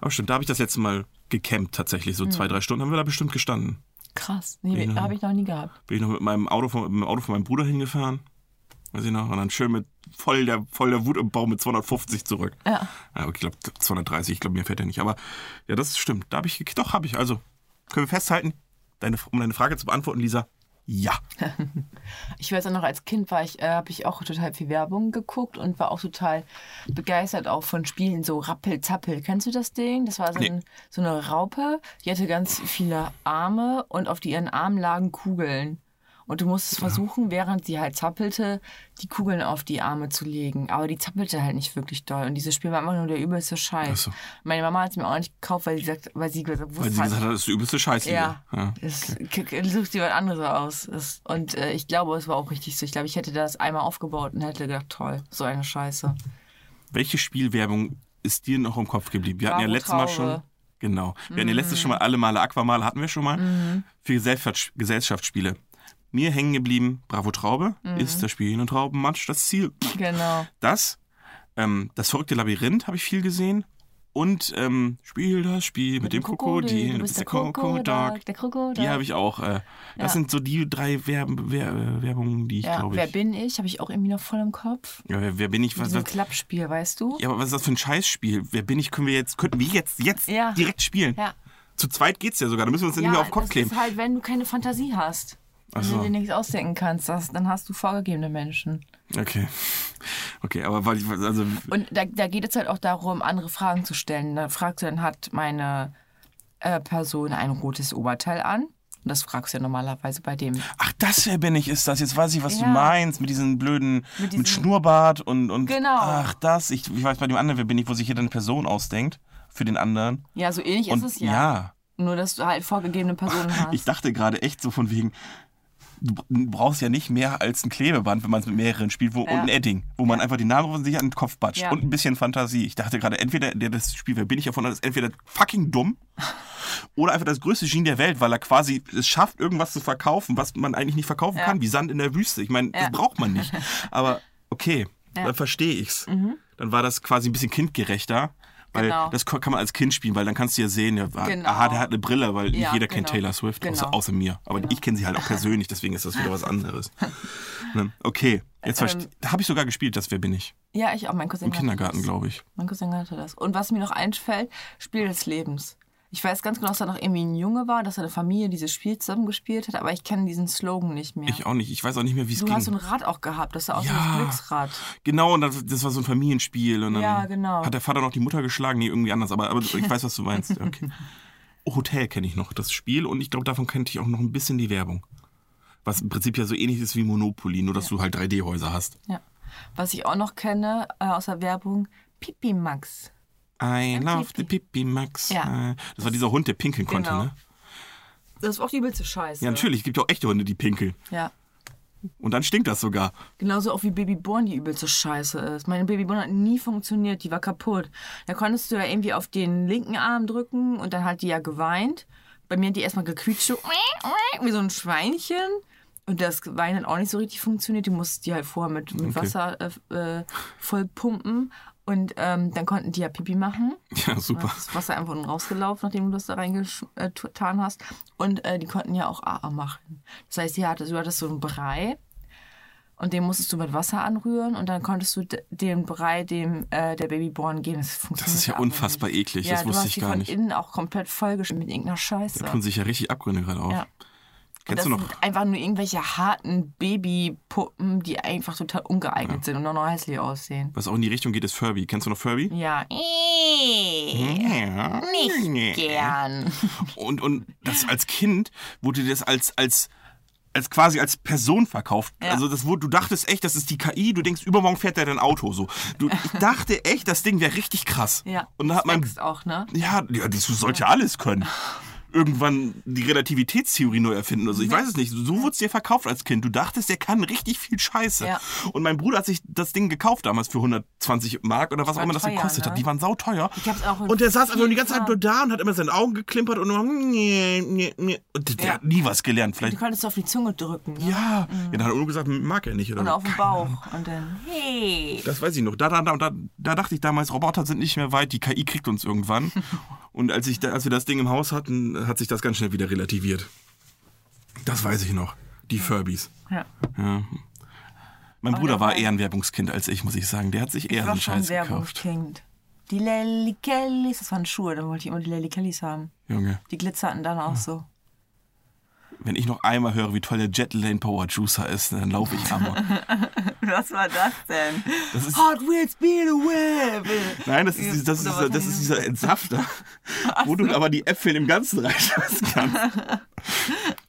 Speaker 4: Aber stimmt, da habe ich das letzte Mal gecampt tatsächlich. So
Speaker 3: Mhm.
Speaker 4: zwei, drei Stunden haben wir da bestimmt gestanden.
Speaker 3: Krass. Nee,
Speaker 4: Ja.
Speaker 3: habe ich noch nie gehabt.
Speaker 4: Bin ich noch mit meinem Auto von, mit dem Auto von meinem Bruder hingefahren. Weiß ich noch. Und dann schön mit voll der, voll der Wut im Bauch mit 250 zurück.
Speaker 3: Ja.
Speaker 4: Ja, aber ich glaube 230, ich glaube, mir fährt er nicht. Aber ja, das stimmt. Da habe ich gekickt. Doch, habe ich. Also, können wir festhalten, deine, um deine Frage zu beantworten, Lisa, ja.
Speaker 3: Ich weiß auch noch, als Kind war ich, äh, habe ich auch total viel Werbung geguckt und war auch total begeistert auch von Spielen, so Rappel, Zappel. Kennst du das Ding? Das war so,
Speaker 4: Nee.
Speaker 3: ein, so eine Raupe, die hatte ganz viele Arme und auf die ihren Armen lagen Kugeln. Und du musstest versuchen, während sie halt zappelte, die Kugeln auf die Arme zu legen. Aber die zappelte halt nicht wirklich doll. Und dieses Spiel war einfach nur der übelste Scheiß.
Speaker 4: Ach so.
Speaker 3: Meine Mama hat es mir auch nicht gekauft, weil sie sagt, weil sie gesagt, wusste
Speaker 4: Weil sie
Speaker 3: halt-
Speaker 4: gesagt hat, das ist die übelste Scheiße.
Speaker 3: ja,
Speaker 4: ja.
Speaker 3: es k- k- sucht jemand anderes aus. Es, und äh, ich glaube, es war auch richtig so. Ich glaube, ich hätte das einmal aufgebaut und hätte gedacht, toll, so eine Scheiße.
Speaker 4: Welche Spielwerbung ist dir noch im Kopf geblieben? Wir hatten ja
Speaker 3: Caro
Speaker 4: letztes Mal
Speaker 3: Traube.
Speaker 4: schon. Genau. Wir hatten ja letztes schon mal alle Male Aquamal hatten wir schon mal. Für Gesellschaft, Gesellschaftsspiele. Mir hängen geblieben, Bravo Traube, ist das Spiel und Traubenmatsch das Ziel.
Speaker 3: Genau.
Speaker 4: Das, ähm, das verrückte Labyrinth habe ich viel gesehen. Und ähm, Spiel das Spiel mit, dem Krokodil, du bist der Krokodil.
Speaker 3: Der Krokodil.
Speaker 4: Die habe ich auch. Äh, das
Speaker 3: Ja.
Speaker 4: sind so die drei Werben, Wer, äh, Werbungen, die ich
Speaker 3: Ja,
Speaker 4: glaube
Speaker 3: wer
Speaker 4: ich.
Speaker 3: bin ich? Habe ich auch irgendwie noch voll im Kopf.
Speaker 4: ja, wer, wer bin ich?
Speaker 3: Wie
Speaker 4: Was,
Speaker 3: so ein
Speaker 4: was,
Speaker 3: Klappspiel, weißt du?
Speaker 4: ja, aber was ist das für ein Scheißspiel? Wer bin ich? Können wir jetzt, könnten wir jetzt, jetzt
Speaker 3: Ja.
Speaker 4: direkt spielen?
Speaker 3: Ja.
Speaker 4: Zu zweit geht's ja sogar. Da müssen wir uns nicht mehr auf den Kopf
Speaker 3: das
Speaker 4: kleben.
Speaker 3: ist halt, wenn du keine Fantasie hast. Wenn
Speaker 4: so.
Speaker 3: du dir nichts ausdenken kannst, das, dann hast du vorgegebene Menschen.
Speaker 4: Okay. Okay, aber weil ich, also,
Speaker 3: Und da, da geht es halt auch darum, andere Fragen zu stellen. Da fragst du dann, hat meine äh, Person ein rotes Oberteil an? Und das fragst du ja normalerweise bei dem.
Speaker 4: ach, das wer bin ich, ist das. Jetzt weiß ich, was du
Speaker 3: Ja.
Speaker 4: meinst mit diesen blöden, mit,
Speaker 3: diesem-
Speaker 4: Schnurrbart und, und
Speaker 3: Genau.
Speaker 4: ach, das. Ich, ich weiß bei dem anderen, wer bin ich, wo sich jeder eine Person ausdenkt für den anderen.
Speaker 3: Ja, so ähnlich
Speaker 4: Und
Speaker 3: ist es ja.
Speaker 4: ja.
Speaker 3: Nur, dass du halt vorgegebene Personen hast.
Speaker 4: Ich dachte gerade echt so von wegen, du br- brauchst ja nicht mehr als ein Klebeband, wenn man es mit mehreren spielt, wo, und
Speaker 3: Ja.
Speaker 4: ein Edding, wo man einfach die Namen drauf und sich an den Kopf batscht
Speaker 3: Ja.
Speaker 4: und ein bisschen Fantasie. Ich dachte gerade, entweder der das Spiel, wer bin ich davon hat, ist entweder fucking dumm oder einfach das größte Genie der Welt, weil er quasi es schafft, irgendwas zu verkaufen, was man eigentlich nicht verkaufen kann, wie Sand in der Wüste. Ich meine, das
Speaker 3: Ja.
Speaker 4: braucht man nicht. Aber okay, dann verstehe ich's. Dann war das quasi ein bisschen kindgerechter. Weil
Speaker 3: Mhm. Genau.
Speaker 4: das kann man als Kind spielen, weil dann kannst du ja sehen, ja, ah,
Speaker 3: Genau.
Speaker 4: aha, der hat eine Brille, weil nicht
Speaker 3: Ja,
Speaker 4: jeder kennt
Speaker 3: genau.
Speaker 4: Taylor Swift, außer,
Speaker 3: Genau.
Speaker 4: außer mir. Aber ich kenne sie halt auch persönlich, deswegen ist das wieder was anderes. Ne? Okay, jetzt verste- da habe ich sogar gespielt, das Wer bin ich?
Speaker 3: ja, Ähm. ich auch. Mein Cousin
Speaker 4: Im
Speaker 3: hatte
Speaker 4: Kindergarten,
Speaker 3: das.
Speaker 4: glaube ich.
Speaker 3: Mein Cousin hatte das. Und was mir noch einfällt, Spiel des Lebens. Ich weiß ganz genau, dass da noch irgendwie ein Junge war, dass seine Familie dieses Spiel zusammen gespielt hat, aber ich kenne diesen Slogan nicht mehr.
Speaker 4: Ich auch nicht. Ich weiß auch nicht mehr, wie es
Speaker 3: du
Speaker 4: ging.
Speaker 3: hast so ein Rad auch gehabt, das war auch so
Speaker 4: Ja.
Speaker 3: ein Glücksrad.
Speaker 4: genau, und das, das war so ein Familienspiel. Und dann
Speaker 3: Ja, genau.
Speaker 4: hat der Vater noch die Mutter geschlagen, nee, irgendwie anders. Aber, aber ich weiß, was du meinst. Ja, Okay. Hotel kenne ich noch, das Spiel. Und ich glaube, davon kannte ich auch noch ein bisschen die Werbung. Was im Prinzip ja so ähnlich ist wie Monopoly, nur dass du halt 3D-Häuser hast.
Speaker 3: Ja. Was ich auch noch kenne äh, aus der Werbung, Pipi Max.
Speaker 4: I love the Pippi Max.
Speaker 3: Ja.
Speaker 4: Äh, Das war dieser Hund, der pinkeln konnte,
Speaker 3: Genau.
Speaker 4: ne?
Speaker 3: Das ist auch die übelste Scheiße.
Speaker 4: Ja, natürlich. Es gibt ja auch echte Hunde, die pinkeln.
Speaker 3: Ja.
Speaker 4: Und dann stinkt das sogar.
Speaker 3: Genauso auch wie Babyborn, die übelste Scheiße ist. Meine Babyborn hat nie funktioniert, die war kaputt. Da konntest du ja irgendwie auf den linken Arm drücken und dann hat die ja geweint. Bei mir hat die erstmal gequietscht, so, wie so ein Schweinchen. Und das Weinen hat auch nicht so richtig funktioniert. Die musste die halt vorher mit, mit
Speaker 4: Okay.
Speaker 3: Wasser äh, äh, voll pumpen. Und ähm, dann konnten die ja Pipi machen.
Speaker 4: Ja, super.
Speaker 3: Das Wasser einfach unten rausgelaufen, nachdem du das da reingetan hast. Und äh, die konnten ja auch AA machen. Das heißt, die hattest, du hattest so einen Brei und den musstest du mit Wasser anrühren und dann konntest du d- den Brei dem äh, der Babyborn geben. Das, funktioniert
Speaker 4: Das ist ja
Speaker 3: aber
Speaker 4: unfassbar
Speaker 3: nicht.
Speaker 4: eklig,
Speaker 3: Ja,
Speaker 4: das
Speaker 3: du
Speaker 4: wusste
Speaker 3: hast
Speaker 4: ich
Speaker 3: die
Speaker 4: gar
Speaker 3: von
Speaker 4: nicht.
Speaker 3: innen auch komplett vollgeschmissen mit irgendeiner Scheiße.
Speaker 4: Tun sich ja richtig Abgründe gerade auf.
Speaker 3: Ja.
Speaker 4: Kennst
Speaker 3: das
Speaker 4: du noch?
Speaker 3: sind einfach nur irgendwelche harten Babypuppen, die einfach total ungeeignet sind und auch noch hässlich aussehen.
Speaker 4: Was auch in die Richtung geht, ist Furby. Kennst du noch Furby?
Speaker 3: Ja, äh,
Speaker 4: Ja.
Speaker 3: nicht gern.
Speaker 4: Und, und das als Kind wurde dir das als, als, als quasi als Person verkauft.
Speaker 3: Ja.
Speaker 4: Also das wurde, du dachtest echt, das ist die KI, du denkst, übermorgen fährt der dein Auto so. Du, ich dachte echt, das Ding wäre richtig krass.
Speaker 3: Ja,
Speaker 4: Und dann hat man
Speaker 3: Sex auch, ne?
Speaker 4: Ja, ja das sollte ja alles können. Irgendwann die Relativitätstheorie neu erfinden. Also ich weiß es nicht. So wurde es dir verkauft als Kind. Du dachtest, der kann richtig viel Scheiße.
Speaker 3: Ja.
Speaker 4: Und mein Bruder hat sich das Ding gekauft damals für 120 Mark oder was auch
Speaker 3: war
Speaker 4: immer das
Speaker 3: teuer,
Speaker 4: gekostet
Speaker 3: ne?
Speaker 4: hat. Die waren sauteuer.
Speaker 3: Ich hab's auch in
Speaker 4: und der saß einfach nur die ganze Zeit
Speaker 3: vielen
Speaker 4: nur da und hat immer seine Augen geklimpert und immer. Und der
Speaker 3: Ja.
Speaker 4: hat nie was gelernt. Vielleicht.
Speaker 3: Du konntest auf die Zunge drücken. Ne?
Speaker 4: Ja. Genau. Ja, dann hat er nur gesagt, mag er nicht. Oder
Speaker 3: Und
Speaker 4: so.
Speaker 3: auf den Bauch. Und dann, hey.
Speaker 4: Das weiß ich noch. Da, da, da, da, da dachte ich damals, Roboter sind nicht mehr weit, die KI kriegt uns irgendwann. Und als, ich da, als wir das Ding im Haus hatten, hat sich das ganz schnell wieder relativiert. Das weiß ich noch. Die Furbies.
Speaker 3: Ja.
Speaker 4: Ja. Mein Bruder
Speaker 3: der
Speaker 4: war
Speaker 3: war-
Speaker 4: eher ein Werbungskind als ich, muss ich sagen. Der hat sich eher
Speaker 3: Ich
Speaker 4: so
Speaker 3: war
Speaker 4: einen
Speaker 3: schon
Speaker 4: Scheiß gekauft.
Speaker 3: Werbungskind. Die Lelly Kellys, das waren Schuhe, da wollte ich immer die Lelly Kellys haben.
Speaker 4: Junge,
Speaker 3: Die glitzerten dann auch so.
Speaker 4: wenn ich noch einmal höre, wie toll der Jetlane Power Juicer ist, dann laufe ich amok.
Speaker 3: Was war das denn?
Speaker 4: Das ist-
Speaker 3: Hot Wheels Speed Whip!
Speaker 4: Nein, das ist, dies- das ist,
Speaker 3: Oder
Speaker 4: dieser,
Speaker 3: was
Speaker 4: das
Speaker 3: heißt
Speaker 4: ist dieser Entsafter, wo du aber die Äpfel im Ganzen reinschmeißen kannst.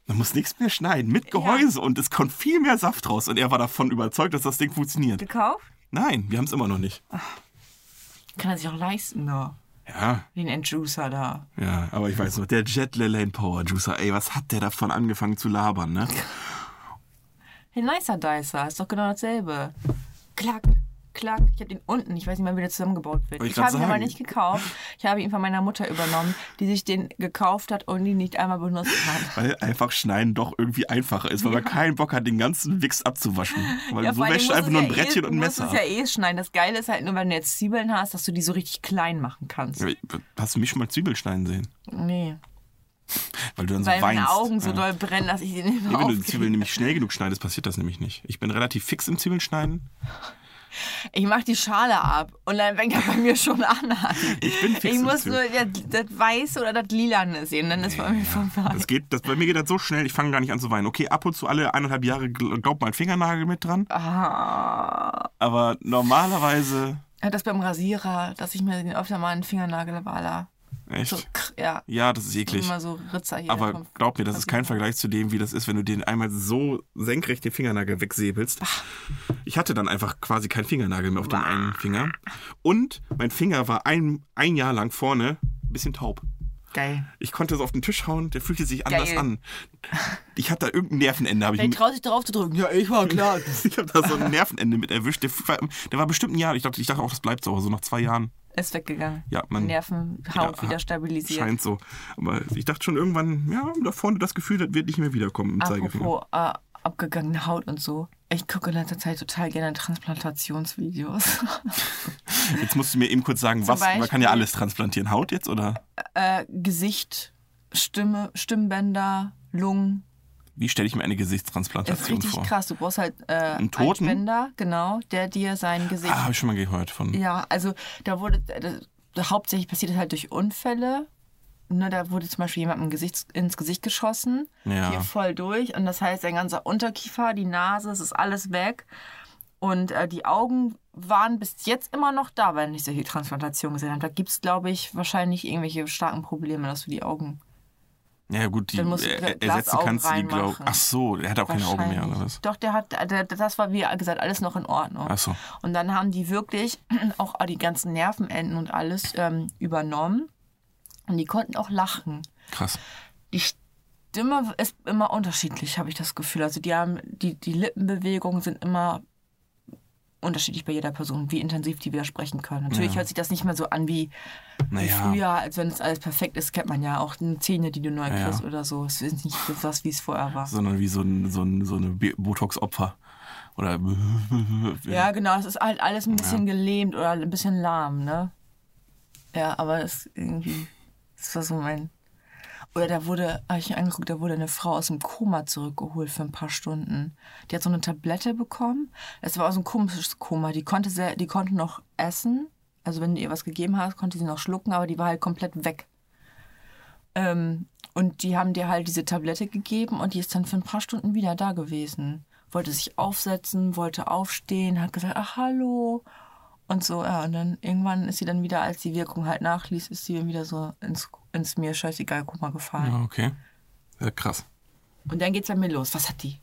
Speaker 4: Da musst nichts mehr schneiden, mit Gehäuse und es kommt viel mehr Saft raus. Und er war davon überzeugt, dass das Ding funktioniert.
Speaker 5: Gekauft?
Speaker 4: Nein, wir haben es immer noch nicht.
Speaker 3: Kann er sich auch leisten, da.
Speaker 4: Ja,
Speaker 3: Den Endjuicer da.
Speaker 4: ja, aber ich weiß noch, der Jet Lane Power Juicer, ey, was hat der davon angefangen zu labern, ne?
Speaker 3: Den Nicer Dicer. Ist doch genau dasselbe. Klack, klack. Ich habe den unten. Ich weiß nicht mal, wie der zusammengebaut wird.
Speaker 4: Wollte ich
Speaker 3: Ich
Speaker 4: grad
Speaker 3: habe ihn aber
Speaker 4: sagen.
Speaker 3: nicht gekauft. Ich habe ihn von meiner Mutter übernommen, die sich den gekauft hat und ihn nicht einmal benutzt hat.
Speaker 4: Weil einfach Schneiden doch irgendwie einfacher ist, weil man keinen Bock hat, den ganzen Wichs abzuwaschen. Weil
Speaker 3: Ja,
Speaker 4: so
Speaker 3: vor allem
Speaker 4: wäscht du
Speaker 3: musst
Speaker 4: einfach
Speaker 3: es
Speaker 4: nur ein
Speaker 3: ja
Speaker 4: Brettchen
Speaker 3: eh,
Speaker 4: und ein
Speaker 3: Du
Speaker 4: Messer.
Speaker 3: musst es ja eh schneiden. Das Geile ist halt nur, wenn du jetzt Zwiebeln hast, dass du die so richtig klein machen kannst.
Speaker 4: Hast du mich schon mal Zwiebel schneiden sehen?
Speaker 3: Nee.
Speaker 4: Weil du dann
Speaker 3: Weil
Speaker 4: so weinst.
Speaker 3: meine Augen so
Speaker 4: Ja.
Speaker 3: doll brennen, dass ich sie nicht
Speaker 4: Nee,
Speaker 3: mehr
Speaker 4: wenn du die Zwiebeln
Speaker 3: aufkriege.
Speaker 4: nämlich schnell genug schneidest, passiert das nämlich nicht. Ich bin relativ fix im Zwiebelschneiden.
Speaker 3: Ich mach die Schale ab und dann fängt er bei mir schon an.
Speaker 4: Ich bin fix
Speaker 3: Ich
Speaker 4: im
Speaker 3: muss
Speaker 4: Zwiebel-
Speaker 3: nur das, das Weiße oder das Lilane sehen, dann ist bei mir vorbei.
Speaker 4: Das geht, das, bei mir geht das so schnell, ich fange gar nicht an zu weinen. Okay, ab und zu alle eineinhalb Jahre gl- glaubt mal ein Fingernagel mit dran.
Speaker 3: Ah.
Speaker 4: Aber normalerweise.
Speaker 3: Hat das beim Rasierer, dass ich mir den öfter mal einen Fingernagel baller.
Speaker 4: Echt?
Speaker 3: So, krr, ja.
Speaker 4: Ja, das ist eklig.
Speaker 3: Immer so Ritzer hier.
Speaker 4: Aber
Speaker 3: vom-
Speaker 4: glaub mir, das ist kein Vergleich zu dem, wie das ist, wenn du den einmal so senkrecht den Fingernagel wegsäbelst. Ich hatte dann einfach quasi keinen Fingernagel mehr auf dem einen Finger. Und mein Finger war ein, ein Jahr lang vorne ein bisschen taub.
Speaker 3: Geil.
Speaker 4: Ich konnte es auf den Tisch hauen, der fühlte sich anders
Speaker 3: Geil.
Speaker 4: an. Ich hatte da irgendein Nervenende, habe ich
Speaker 3: Wer
Speaker 4: mit-
Speaker 3: traut sich drauf zu drücken? Ja, ich war klar.
Speaker 4: Ich habe da so ein Nervenende mit erwischt. Der, war- der war bestimmt ein Jahr. Ich dachte, ich dachte auch, das bleibt so, aber so nach zwei Jahren.
Speaker 3: Ist weggegangen.
Speaker 4: Ja, man-
Speaker 3: Nervenhaut
Speaker 4: Ja,
Speaker 3: wieder stabilisiert.
Speaker 4: Scheint so. Aber ich dachte schon irgendwann, ja, da vorne das Gefühl, das wird nicht mehr wiederkommen im Zeigefinger.
Speaker 3: Apropos äh, abgegangene Haut und so. Ich gucke in letzter Zeit total gerne Transplantationsvideos.
Speaker 4: Jetzt musst du mir eben kurz sagen, was, man kann
Speaker 3: Beispiel-
Speaker 4: ja alles transplantieren. Haut jetzt oder
Speaker 3: äh, Gesicht, Stimme, Stimmbänder, Lungen.
Speaker 4: wie stelle ich mir eine
Speaker 3: Das ist
Speaker 4: Gesichtstransplantation
Speaker 3: richtig
Speaker 4: vor?
Speaker 3: krass. Du brauchst halt äh, einen
Speaker 4: Toten?
Speaker 3: Spender, genau, der dir sein Gesicht.
Speaker 4: Ah, habe ich schon mal gehört von.
Speaker 3: Ja, also da wurde das, hauptsächlich passiert das halt durch Unfälle. Ne, da wurde zum Beispiel jemandem Gesicht, ins Gesicht geschossen,
Speaker 4: Ja.
Speaker 3: hier voll durch. Und das heißt, sein ganzer Unterkiefer, die Nase, es ist alles weg. Und äh, die Augen waren bis jetzt immer noch da, weil ich solche Transplantationen gesehen habe. Da gibt es, glaube ich, wahrscheinlich irgendwelche starken Probleme, dass du die Augen
Speaker 4: Ja, gut, die
Speaker 3: Dann musst du
Speaker 4: äh,
Speaker 3: Gla-
Speaker 4: ersetzen
Speaker 3: Glasaugen
Speaker 4: kannst du die, glaube
Speaker 3: reinmachen.
Speaker 4: Ach so, er hat auch keine Augen mehr oder was?
Speaker 3: Doch, der hat, der, das war wie gesagt alles noch in Ordnung.
Speaker 4: Ach so.
Speaker 3: Und dann haben die wirklich auch die ganzen Nervenenden und alles ähm, übernommen. Und die konnten auch lachen.
Speaker 4: Krass.
Speaker 3: Die Stimme ist immer unterschiedlich, habe ich das Gefühl. Also die haben, die, die Lippenbewegungen sind immer unterschiedlich bei jeder Person, wie intensiv die wieder sprechen können. Natürlich
Speaker 4: Ja.
Speaker 3: hört sich das nicht mehr so an wie, wie
Speaker 4: Naja.
Speaker 3: früher, als wenn es alles perfekt ist, kennt man ja auch eine Zähne, die du neu
Speaker 4: Ja.
Speaker 3: kriegst oder so. Es ist nicht das, wie es vorher war.
Speaker 4: Sondern wie so, ein, so, ein, so eine Bi- Botox-Opfer. Oder.
Speaker 3: Ja, genau. Es ist halt alles ein bisschen gelähmt oder ein bisschen lahm, ne? Ja, aber es irgendwie. Das war so mein. Oder da wurde, habe ich mir angeguckt, da wurde eine Frau aus dem Koma zurückgeholt für ein paar Stunden. Die hat so eine Tablette bekommen. Es war auch so ein komisches Koma. Die konnte, sehr, die konnte noch essen. Also wenn du ihr was gegeben hast, konnte sie noch schlucken, aber die war halt komplett weg. Ähm, und die haben dir halt diese Tablette gegeben und die ist dann für ein paar Stunden wieder da gewesen. Wollte sich aufsetzen, wollte aufstehen, hat gesagt, ach hallo. Und so, ja, und dann irgendwann ist sie dann wieder, als die Wirkung halt nachließ, ist sie wieder so ins, ins mir scheißegal Koma gefallen.
Speaker 4: Ja, okay. Ja, krass.
Speaker 3: Und dann geht's bei mir los. Was hat die?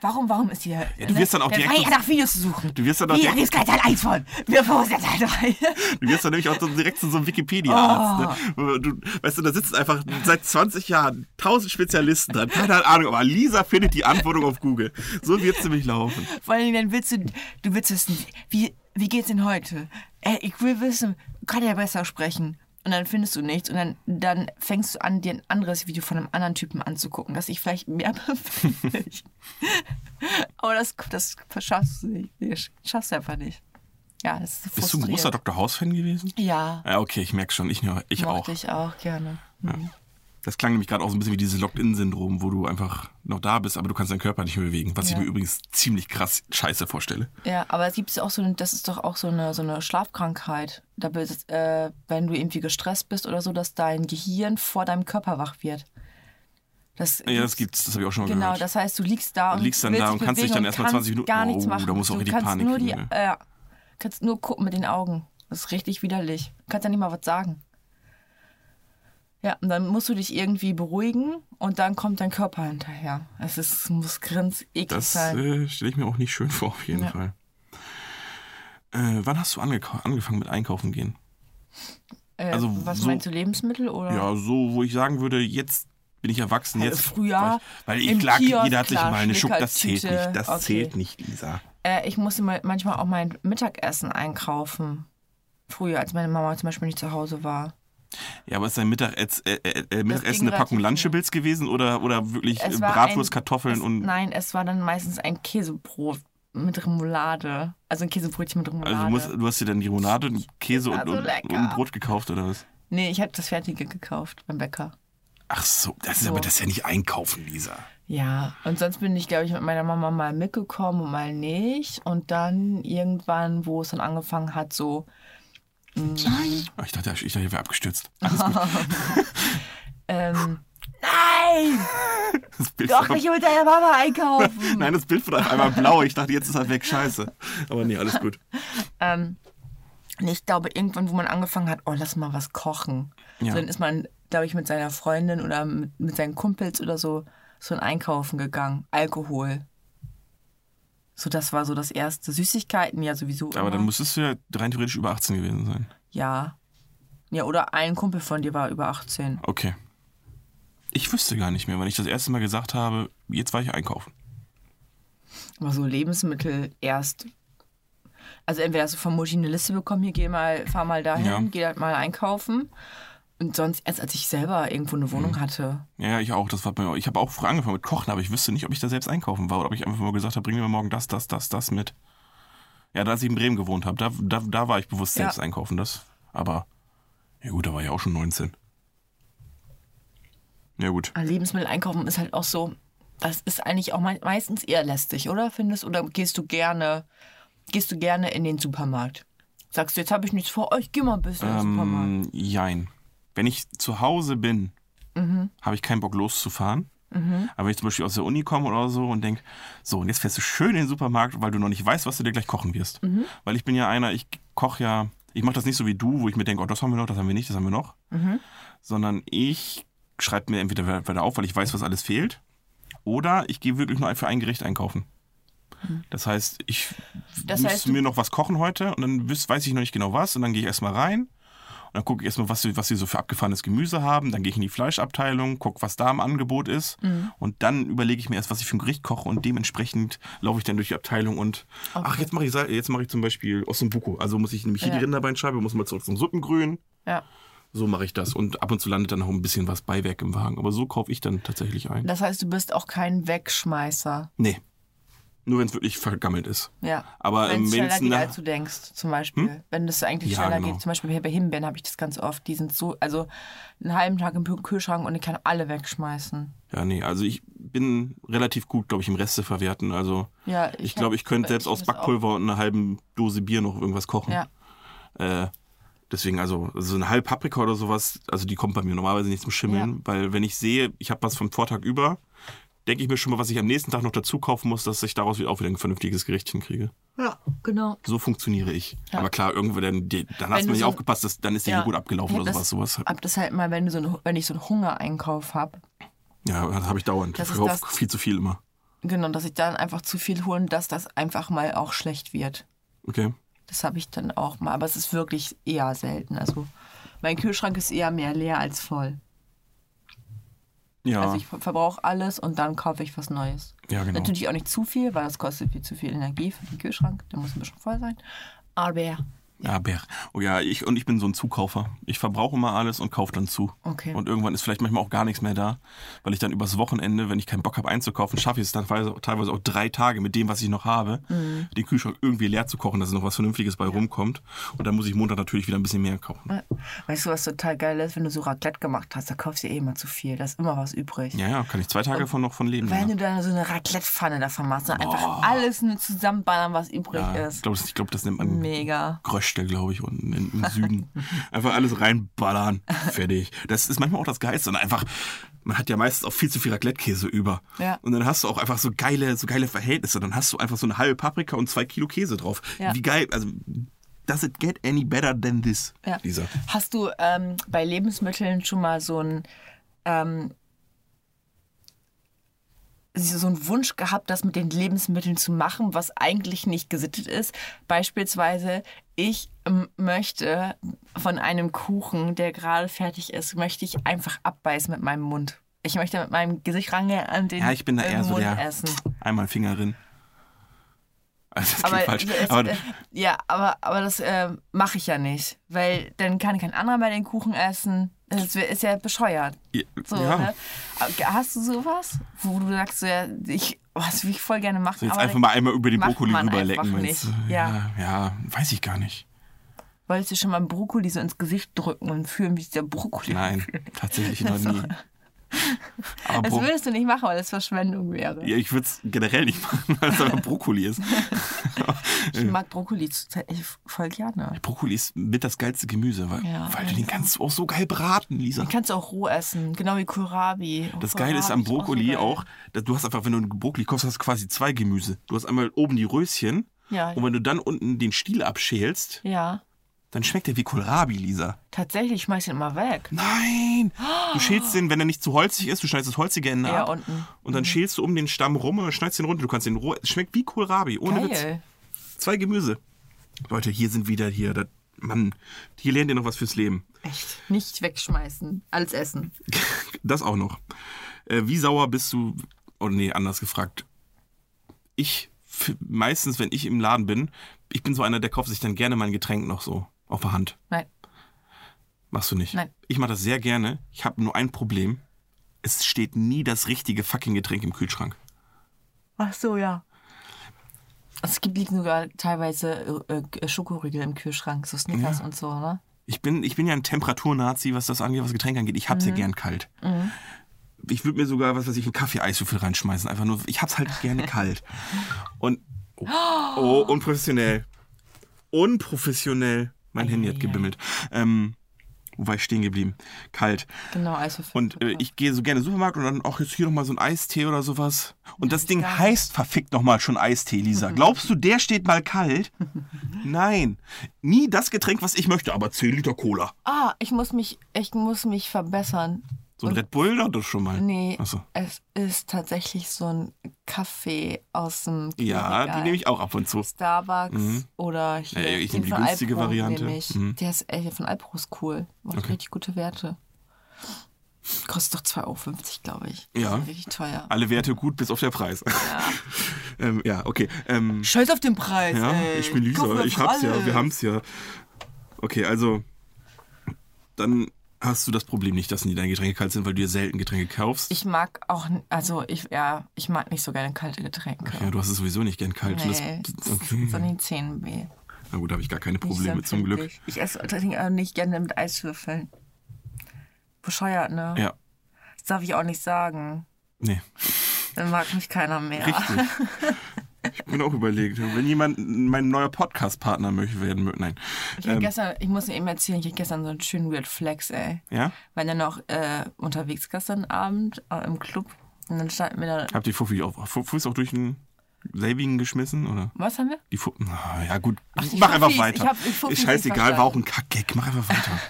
Speaker 3: Warum, warum ist die da?
Speaker 4: Ja, du wirst dann auch direkt
Speaker 3: Hey,
Speaker 4: so-
Speaker 3: nach Videos zu suchen.
Speaker 4: Du wirst dann auch
Speaker 3: Wie,
Speaker 4: direkt-
Speaker 3: die ist kein Teil 1 von. Wir posten Teil 3.
Speaker 4: Du wirst dann nämlich auch so direkt zu so einem Wikipedia-Arzt.
Speaker 3: Oh.
Speaker 4: Ne? Du, weißt du, da sitzen einfach seit 20 Jahren tausend Spezialisten dran. Keine Ahnung, aber Lisa findet die Antwortung auf Google. So wird es nämlich laufen.
Speaker 3: Vor allem, dann willst du, du willst wissen, wie, wie geht's denn heute? Äh, ich will wissen, kann er besser sprechen? Und dann findest du nichts und dann, dann fängst du an, dir ein anderes Video von einem anderen Typen anzugucken, dass ich vielleicht mehr befinde. Aber das, das schaffst du nicht. Das schaffst du einfach nicht. Ja, das ist so
Speaker 4: Bist du ein
Speaker 3: frustrierend.
Speaker 4: großer Dr. House-Fan gewesen?
Speaker 3: Ja,
Speaker 4: Ja, okay, ich merke schon. Ich, ich auch.
Speaker 3: mochte ich auch gerne.
Speaker 4: Das klang nämlich gerade auch so ein bisschen wie dieses Locked-In-Syndrom, wo du einfach noch da bist, aber du kannst deinen Körper nicht mehr bewegen. Was ich
Speaker 3: Ja.
Speaker 4: mir übrigens ziemlich krass scheiße vorstelle.
Speaker 3: Ja, aber es gibt auch so, eine- das ist doch auch so eine, so eine Schlafkrankheit. Da bist, äh, wenn du irgendwie gestresst bist oder so, dass dein Gehirn vor deinem Körper wach wird. Das
Speaker 4: Ja, das gibt's, das habe ich auch schon mal
Speaker 3: Genau,
Speaker 4: gehört.
Speaker 3: das heißt, du liegst da und
Speaker 4: liegst dann
Speaker 3: willst
Speaker 4: da
Speaker 3: dich
Speaker 4: und kannst dich
Speaker 3: bewegen
Speaker 4: dann
Speaker 3: und
Speaker 4: erst mal
Speaker 3: kannst
Speaker 4: 20 Minuten-
Speaker 3: gar nichts
Speaker 4: Oh,
Speaker 3: machen.
Speaker 4: da musst du auch
Speaker 3: du
Speaker 4: richtig
Speaker 3: kannst
Speaker 4: Panik
Speaker 3: nur die,
Speaker 4: kriegen, ne?
Speaker 3: äh, kannst nur gucken mit den Augen. Das ist richtig widerlich. Du kannst ja nicht mal was sagen. Ja, und dann musst du dich irgendwie beruhigen und dann kommt dein Körper hinterher. Es ist, muss grins eklig
Speaker 4: Das
Speaker 3: sein.
Speaker 4: äh, stelle ich mir auch nicht schön vor, auf jeden
Speaker 3: halt. Ja.
Speaker 4: Fall. Äh, wann hast du angekau- angefangen mit Einkaufen gehen?
Speaker 3: Äh,
Speaker 4: also
Speaker 3: was
Speaker 4: so-
Speaker 3: meinst du, Lebensmittel oder?
Speaker 4: Ja, so, wo ich sagen würde, jetzt bin ich erwachsen.
Speaker 3: Äh,
Speaker 4: Jetzt,
Speaker 3: früher
Speaker 4: war ich- Weil ich
Speaker 3: im
Speaker 4: klar,
Speaker 3: Kiosk,
Speaker 4: jeder hat sich
Speaker 3: klar,
Speaker 4: mal eine Schuck, das zählt
Speaker 3: Schnickertüte,
Speaker 4: nicht. Das
Speaker 3: okay.
Speaker 4: zählt nicht, Lisa.
Speaker 3: Äh, ich musste mal- manchmal auch mein Mittagessen einkaufen. Früher, als meine Mama zum Beispiel nicht zu Hause war.
Speaker 4: Ja, aber ist dein Mittag, äh, äh, äh, Mittagessen
Speaker 3: ging
Speaker 4: eine Packung
Speaker 3: relativ
Speaker 4: Lunchables gewesen oder, oder wirklich äh,
Speaker 3: Es war
Speaker 4: Bratwurst,
Speaker 3: ein-
Speaker 4: Kartoffeln
Speaker 3: es,
Speaker 4: und.
Speaker 3: Nein, es war dann meistens ein Käsebrot mit Remoulade. Also ein Käsebrötchen mit Remoulade.
Speaker 4: Also du, musst, du hast dir dann die Roulade, und Käse
Speaker 3: war
Speaker 4: und,
Speaker 3: so
Speaker 4: und,
Speaker 3: lecker.
Speaker 4: und ein Brot gekauft oder was?
Speaker 3: nee, ich habe das Fertige gekauft beim Bäcker.
Speaker 4: Ach so, das ist
Speaker 3: So.
Speaker 4: aber das ist ja nicht einkaufen, Lisa.
Speaker 3: Ja, und sonst bin ich, glaube ich, mit meiner Mama mal mitgekommen und mal nicht. Und dann irgendwann, wo es dann angefangen hat, so,
Speaker 4: Ah, Ich dachte, ich dachte, ich wäre abgestürzt. Alles gut.
Speaker 3: ähm, nein,
Speaker 4: Das Bild
Speaker 3: doch
Speaker 4: war-
Speaker 3: nicht mit deiner Mama einkaufen.
Speaker 4: Nein, das Bild wurde auf einmal blau. Ich dachte, jetzt ist er weg. Scheiße. Aber nee, alles gut.
Speaker 3: Ähm, nee, ich glaube, irgendwann, wo man angefangen hat, oh, lass mal was kochen.
Speaker 4: Ja.
Speaker 3: So, dann ist man, glaube ich, mit seiner Freundin oder mit, mit seinen Kumpels oder so, so ein Einkaufen gegangen. Alkohol. So, das war so das erste. Süßigkeiten, ja, sowieso.
Speaker 4: Aber
Speaker 3: immer.
Speaker 4: dann müsstest du ja rein theoretisch über 18 gewesen sein.
Speaker 3: Ja. Ja, oder ein Kumpel von dir war über 18.
Speaker 4: Okay. Ich wüsste gar nicht mehr, weil ich das erste Mal gesagt habe, jetzt war ich einkaufen.
Speaker 3: Aber so Lebensmittel erst. Also entweder hast du von Mutti eine Liste bekommen, hier geh mal, fahr mal dahin,
Speaker 4: Ja.
Speaker 3: geh halt mal einkaufen. Und sonst erst, als ich selber irgendwo eine
Speaker 4: Mhm.
Speaker 3: Wohnung hatte.
Speaker 4: Ja, ja, ich auch. Das war bei mir. Ich habe auch früher angefangen mit Kochen, aber ich wüsste nicht, ob ich da selbst einkaufen war oder ob ich einfach mal gesagt habe, bring mir morgen das, das, das, das mit. Ja, da als ich in Bremen gewohnt habe, da, da, da war ich bewusst
Speaker 3: Ja.
Speaker 4: selbst einkaufen. Das, aber, ja gut, da war ich auch schon 19. Ja gut.
Speaker 3: Aber Äh, Lebensmittel einkaufen ist halt auch so, das ist eigentlich auch mei- meistens eher lästig, oder findest? Oder gehst du gerne, gehst du gerne in den Supermarkt? Sagst du, jetzt habe ich nichts vor, oh, ich geh mal ein bisschen in den Supermarkt.
Speaker 4: Ähm, jein. Wenn ich zu Hause bin,
Speaker 3: Mhm.
Speaker 4: habe ich keinen Bock loszufahren. Aber wenn ich zum Beispiel aus der Uni komme oder so und denke, so, und jetzt fährst du schön in den Supermarkt, weil du noch nicht weißt, was du dir gleich kochen wirst.
Speaker 3: Mhm.
Speaker 4: Weil ich bin ja einer, ich koche ja, ich mache das nicht so wie du, wo ich mir denke, oh, das haben wir noch, das haben wir nicht, das haben wir noch.
Speaker 3: Mhm.
Speaker 4: Sondern ich schreibe mir entweder weiter auf, weil ich weiß, was alles fehlt. Oder ich gehe wirklich nur für ein Gericht einkaufen. Das heißt, ich
Speaker 3: Mhm. Das
Speaker 4: muss
Speaker 3: heißt, du-
Speaker 4: mir noch was kochen heute und dann wüs- weiß ich noch nicht genau was und dann gehe ich erstmal rein und dann gucke ich erstmal, was sie, was sie so für abgefahrenes Gemüse haben. Dann gehe ich in die Fleischabteilung, gucke, was da im Angebot ist. Und dann überlege ich mir erst, was ich für ein Gericht koche. Und dementsprechend laufe ich dann durch die Abteilung und, ach, jetzt mache ich, Sa- jetzt mache ich zum Beispiel Osumbuku. Also muss ich nämlich hier
Speaker 3: Ja.
Speaker 4: die Rinderbeinscheibe, muss mal zurück zum Suppengrün.
Speaker 3: Ja.
Speaker 4: So mache ich das. Und ab und zu landet dann noch ein bisschen was Beiwerk im Wagen. Aber so kaufe ich dann tatsächlich ein.
Speaker 3: Das heißt, du bist auch kein Wegschmeißer.
Speaker 4: Nee. Nur wenn es wirklich vergammelt ist.
Speaker 3: Ja.
Speaker 4: Aber
Speaker 3: Wenn
Speaker 4: ähm,
Speaker 3: es schneller
Speaker 4: wenn's
Speaker 3: geht,
Speaker 4: nach- Hm?
Speaker 3: als du denkst, zum Beispiel. Wenn es eigentlich
Speaker 4: Ja,
Speaker 3: schneller
Speaker 4: genau.
Speaker 3: geht, zum Beispiel hier bei Himbeeren habe ich das ganz oft. Die sind so, also einen halben Tag im Kühlschrank und ich kann alle wegschmeißen.
Speaker 4: Ja, nee, also ich bin relativ gut, glaube ich, im Reste verwerten. Also
Speaker 3: Ja, ich
Speaker 4: ich,
Speaker 3: hab-
Speaker 4: glaube, ich könnte selbst
Speaker 3: ich
Speaker 4: aus
Speaker 3: muss auch-
Speaker 4: Backpulver und einer halben Dose Bier noch irgendwas kochen.
Speaker 3: Ja.
Speaker 4: Äh, deswegen, also so eine halbe Paprika oder sowas, also die kommt bei mir normalerweise nicht zum Schimmeln, weil wenn ich sehe, ich habe was vom Vortag über, denke ich mir schon mal, was ich am nächsten Tag noch dazu kaufen muss, dass ich daraus wieder auch wieder ein vernünftiges Gericht hinkriege.
Speaker 3: Ja, genau.
Speaker 4: So funktioniere ich.
Speaker 3: Ja.
Speaker 4: Aber klar, irgendwo dann, die,
Speaker 3: Wenn
Speaker 4: dann hast
Speaker 3: du
Speaker 4: du nicht
Speaker 3: so-
Speaker 4: aufgepasst, dass, dann ist der
Speaker 3: Ja.
Speaker 4: Joghurt abgelaufen
Speaker 3: Ja,
Speaker 4: oder
Speaker 3: das-
Speaker 4: sowas. sowas.
Speaker 3: Ab das halt mal, wenn, du so einen- wenn ich so einen Hungereinkauf habe,
Speaker 4: Ja, das habe ich dauernd.
Speaker 3: Das
Speaker 4: Ich
Speaker 3: ist
Speaker 4: verkaufe
Speaker 3: das-
Speaker 4: viel zu viel immer.
Speaker 3: genau, dass ich dann einfach zu viel hole und dass das einfach mal auch schlecht wird.
Speaker 4: Okay.
Speaker 3: Das habe ich dann auch mal. Aber es ist wirklich eher selten. Also mein Kühlschrank ist eher mehr leer als voll.
Speaker 4: Ja.
Speaker 3: Also ich verbrauche alles und dann kaufe ich was Neues.
Speaker 4: Ja, genau.
Speaker 3: Natürlich auch nicht zu viel, weil das kostet viel zu viel Energie für den Kühlschrank. Der muss ein bisschen voll sein. Aber
Speaker 4: Ja, Bär. Oh ja, ich, und ich bin so ein Zukaufer. Ich verbrauche immer alles und kaufe dann zu.
Speaker 3: Okay.
Speaker 4: Und irgendwann ist vielleicht manchmal auch gar nichts mehr da, weil ich dann übers Wochenende, wenn ich keinen Bock habe einzukaufen, schaffe ich es dann teilweise teilweise auch drei Tage mit dem, was ich noch habe,
Speaker 3: Mhm.
Speaker 4: den Kühlschrank irgendwie leer zu kochen, dass noch was Vernünftiges bei rumkommt. Und dann muss ich Montag natürlich wieder ein bisschen mehr kaufen.
Speaker 3: weißt du, was total geil ist, wenn du so Raclette gemacht hast, da kaufst du eh immer zu viel. Da ist immer was übrig.
Speaker 4: Ja, ja, kann ich zwei Tage von noch von leben.
Speaker 3: Wenn
Speaker 4: ja.
Speaker 3: du
Speaker 4: Oh.
Speaker 3: dann so eine Raclette-Pfanne davon machst und einfach alles nur zusammenballern, was übrig
Speaker 4: Ja, Ah, ich
Speaker 3: ist.
Speaker 4: glaube, das, ich glaub, das nennt man
Speaker 3: Mega.
Speaker 4: Gröschtel, glaube ich, unten in, im Süden. Einfach alles reinballern. Fertig. Das ist manchmal auch das Geilste. Und einfach, man hat ja meistens auch viel zu viel Raclette-Käse über.
Speaker 3: Ja.
Speaker 4: Und dann hast du auch einfach so geile, so geile Verhältnisse. Dann hast du einfach so eine halbe Paprika und zwei Kilo Käse drauf.
Speaker 3: Ja.
Speaker 4: Wie geil. Also does it get any better than this?
Speaker 3: Ja.
Speaker 4: Lisa.
Speaker 3: Hast du ähm, bei Lebensmitteln schon mal so ein ähm, so einen Wunsch gehabt, das mit den Lebensmitteln zu machen, was eigentlich nicht gesittet ist? Beispielsweise, ich ähm, möchte von einem Kuchen, der gerade fertig ist, möchte ich einfach abbeißen mit meinem Mund. Ich möchte mit meinem Gesicht range an den
Speaker 4: Ja, ich bin da
Speaker 3: äh,
Speaker 4: eher so
Speaker 3: Mund
Speaker 4: der
Speaker 3: essen.
Speaker 4: einmal Fingerin. Also das klingt
Speaker 3: Aber,
Speaker 4: falsch.
Speaker 3: es,
Speaker 4: aber
Speaker 3: äh, ja, aber, aber das äh, mache ich ja nicht, weil dann kann kein anderer mehr den Kuchen essen. Das wär- ist ja bescheuert. So,
Speaker 4: ja,
Speaker 3: ne? Aber Hast du sowas, wo du sagst, so, ja, ich, was will ich voll gerne machen?
Speaker 4: so jetzt
Speaker 3: aber
Speaker 4: einfach mal einmal über den
Speaker 3: macht
Speaker 4: Brokkoli
Speaker 3: man
Speaker 4: rüberlecken.
Speaker 3: einfach
Speaker 4: meinst du?
Speaker 3: nicht.
Speaker 4: Ja. ja, weiß ich gar nicht.
Speaker 3: wolltest du schon mal einen Brokkoli so ins Gesicht drücken und fühlen, wie sich der Brokkoli
Speaker 4: Nein, tatsächlich noch
Speaker 3: Also,
Speaker 4: nie. Aber
Speaker 3: Das
Speaker 4: Bro
Speaker 3: würdest du nicht machen, weil das Verschwendung wäre.
Speaker 4: ja, ich würde es generell nicht machen, weil es aber Brokkoli ist.
Speaker 3: Ich mag Brokkoli zurzeit echt voll gerne.
Speaker 4: Brokkoli ist mit das geilste Gemüse, weil,
Speaker 3: Ja.
Speaker 4: weil du den kannst du auch so geil braten, Lisa.
Speaker 3: Den kannst du auch roh essen, genau wie Kohlrabi. Oh,
Speaker 4: Das Geile ist am
Speaker 3: Kohlrabi
Speaker 4: Brokkoli
Speaker 3: so geil.
Speaker 4: auch, dass du hast einfach, wenn du einen Brokkoli kaufst, hast du quasi zwei Gemüse. Du hast einmal oben die Röschen
Speaker 3: Ja.
Speaker 4: und wenn du dann unten den Stiel abschälst,
Speaker 3: Ja,
Speaker 4: dann schmeckt der wie Kohlrabi, Lisa.
Speaker 3: tatsächlich, ich schmeiß den immer weg.
Speaker 4: Nein! Du schälst den, wenn er nicht zu holzig ist, du schneidest das holzige Ende
Speaker 3: Ja,
Speaker 4: ab
Speaker 3: unten.
Speaker 4: und dann schälst du um den Stamm rum und schneidest den runter. Du kannst den roh. Es schmeckt wie Kohlrabi, ohne
Speaker 3: Geil.
Speaker 4: Witz. Zwei Gemüse. Leute, hier sind wieder hier. Das, Mann, hier lernt ihr noch was fürs Leben.
Speaker 3: Echt. Nicht wegschmeißen, alles essen.
Speaker 4: Das auch noch. Äh, wie sauer bist du? Oh nee, anders gefragt. Ich, f- meistens, wenn ich im Laden bin, ich bin so einer, der kauft sich dann gerne mein Getränk noch so auf der Hand.
Speaker 3: Nein.
Speaker 4: Machst du nicht?
Speaker 3: Nein.
Speaker 4: Ich mache das sehr gerne. Ich habe nur ein Problem. Es steht nie das richtige fucking Getränk im Kühlschrank.
Speaker 3: Ach so, ja. Es gibt liegen sogar teilweise äh, äh, Schokoriegel im Kühlschrank, so Snickers und so, ne?
Speaker 4: Ich bin, ich bin ja ein Temperaturnazi, was das angeht, was Getränk angeht. Ich hab's ja gern kalt. Ich würde mir sogar, was weiß ich, einen Kaffee-Eiswürfel reinschmeißen. Einfach nur, ich hab's halt gerne kalt. Und, oh, oh, unprofessionell. Unprofessionell. Mein Handy hat gebimmelt. Ähm, wo war ich stehen geblieben? Kalt.
Speaker 3: Genau, Eiswürfel.
Speaker 4: Und äh, ich gehe so gerne in den Supermarkt und dann auch jetzt hier nochmal so ein Eistee oder sowas. Und das Ding
Speaker 3: geil.
Speaker 4: heißt verfickt nochmal schon Eistee, Lisa. Glaubst du, der steht mal kalt? Nein. Nie das Getränk, was ich möchte, aber 10 Liter Cola.
Speaker 3: Ah, ich muss mich, ich muss mich verbessern.
Speaker 4: So ein Red Bull da doch schon mal.
Speaker 3: Nee,
Speaker 4: Achso.
Speaker 3: es ist tatsächlich so ein Kaffee aus dem
Speaker 4: Ja, die
Speaker 3: Kühlregal.
Speaker 4: nehme ich auch ab und zu.
Speaker 3: Starbucks oder hier.
Speaker 4: Mhm. Ja, ich
Speaker 3: den
Speaker 4: nehme die
Speaker 3: von
Speaker 4: günstige
Speaker 3: Alpro
Speaker 4: Variante.
Speaker 3: nehme ich.
Speaker 4: Mhm.
Speaker 3: Der ist ey, der von Alpro ist cool. Macht
Speaker 4: Okay.
Speaker 3: richtig gute Werte. Kostet doch 2,50 Euro, glaube ich.
Speaker 4: Ja.
Speaker 3: Das ist richtig teuer.
Speaker 4: Alle Werte gut, bis auf der Preis. Ja, ähm, ja okay. Ähm,
Speaker 3: Scheiß auf den Preis.
Speaker 4: ja,
Speaker 3: ey.
Speaker 4: ich bin
Speaker 3: Kaufen
Speaker 4: Lisa.
Speaker 3: wir
Speaker 4: Ich hab's ja.
Speaker 3: alles.
Speaker 4: Wir haben's ja. Okay, also. Dann hast du das Problem nicht, dass nie deine Getränke kalt sind, weil du dir selten Getränke kaufst.
Speaker 3: Ich mag auch, n- also ich, ja, ich mag nicht so gerne kalte Getränke.
Speaker 4: ja, du hast es sowieso nicht gern kalt. und
Speaker 3: Nee,
Speaker 4: Das,
Speaker 3: sondern die Zähnen weh.
Speaker 4: na gut, da habe ich gar keine
Speaker 3: Nicht so
Speaker 4: Probleme zum Glück.
Speaker 3: empfindlich. Ich esse tatsächlich auch nicht gerne mit Eiswürfeln. Bescheuert, ne?
Speaker 4: Ja,
Speaker 3: Das darf ich auch nicht sagen.
Speaker 4: nee.
Speaker 3: Dann mag mich keiner mehr.
Speaker 4: Richtig. Ich bin auch überlegt. Wenn jemand mein neuer Podcast-Partner möchte werden, mö- nein.
Speaker 3: Ich, hab gestern, ich muss eben erzählen, ich hatte gestern so einen schönen Weird Flex, ey.
Speaker 4: Ja?
Speaker 3: War dann noch äh, unterwegs gestern Abend äh, im Club und dann standen wir da.
Speaker 4: Habt ihr Fuffi auch, Fu- Fuß auch durch den selbigen geschmissen? Oder?
Speaker 3: Was haben wir?
Speaker 4: Die Fu Na, ja, gut.
Speaker 3: die
Speaker 4: Mach einfach
Speaker 3: Fuffis. Ich
Speaker 4: weiter.
Speaker 3: hab die Fuffis
Speaker 4: ist scheißegal,
Speaker 3: nicht
Speaker 4: war auch ein Kackgag. Mach einfach weiter.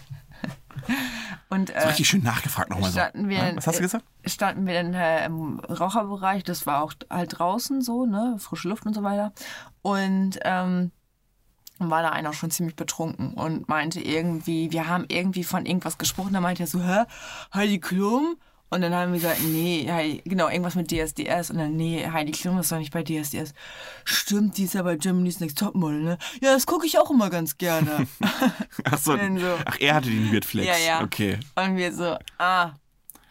Speaker 3: Und äh,
Speaker 4: Richtig schön nachgefragt nochmal so.
Speaker 3: standen wir.
Speaker 4: Ja, Was hast du
Speaker 3: äh,
Speaker 4: gesagt?
Speaker 3: Standen wir dann äh, im Raucherbereich, das war auch halt draußen so, ne, frische Luft und so weiter. Und ähm, war da einer schon ziemlich betrunken und meinte irgendwie, wir haben irgendwie von irgendwas gesprochen. Da meinte er so, hä, Heidi Klum? Und dann haben wir gesagt, nee, Heidi, genau, irgendwas mit DSDS. Und dann, nee, Heidi Klum ist doch nicht bei DSDS. Stimmt, die ist ja bei Germany's Next Topmodel, ne? Ja, das gucke ich auch immer ganz gerne.
Speaker 4: Ach, so,
Speaker 3: denn so?
Speaker 4: ach, er hatte den Weird Flex.
Speaker 3: ja, ja.
Speaker 4: Okay.
Speaker 3: Und wir so, ah,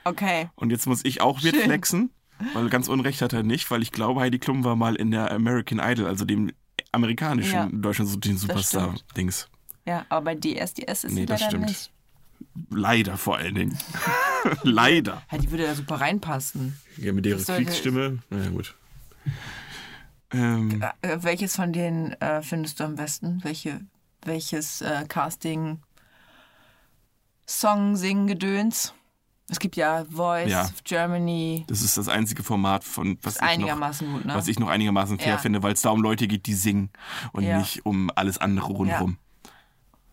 Speaker 3: okay.
Speaker 4: Und jetzt muss ich auch Weird
Speaker 3: Schön.
Speaker 4: Flexen, weil ganz unrecht hat er nicht, weil ich glaube, Heidi Klum war mal in der American Idol, also dem amerikanischen
Speaker 3: Ja.
Speaker 4: Deutschland so den
Speaker 3: stimmt.
Speaker 4: Superstar-Dings.
Speaker 3: Ja, aber bei DSDS ist
Speaker 4: Nee,
Speaker 3: sie
Speaker 4: das
Speaker 3: leider
Speaker 4: stimmt.
Speaker 3: nicht.
Speaker 4: Leider vor allen Dingen. Leider.
Speaker 3: Ja, die würde da super reinpassen.
Speaker 4: Ja, mit ihrer
Speaker 3: Das sollte-
Speaker 4: Kriegsstimme. Naja, gut. Ähm,
Speaker 3: Äh, äh, welches von denen äh, findest du am besten? Welche, welches äh, Casting? Song, Singen, Gedöns? Es gibt ja Voice,
Speaker 4: Ja.
Speaker 3: Germany.
Speaker 4: das ist das einzige Format, von was, ich noch,
Speaker 3: Einigermaßen gut, ne?
Speaker 4: was ich noch einigermaßen fair
Speaker 3: Ja.
Speaker 4: finde, weil es da um Leute geht, die singen und
Speaker 3: Ja.
Speaker 4: nicht um alles andere rundherum.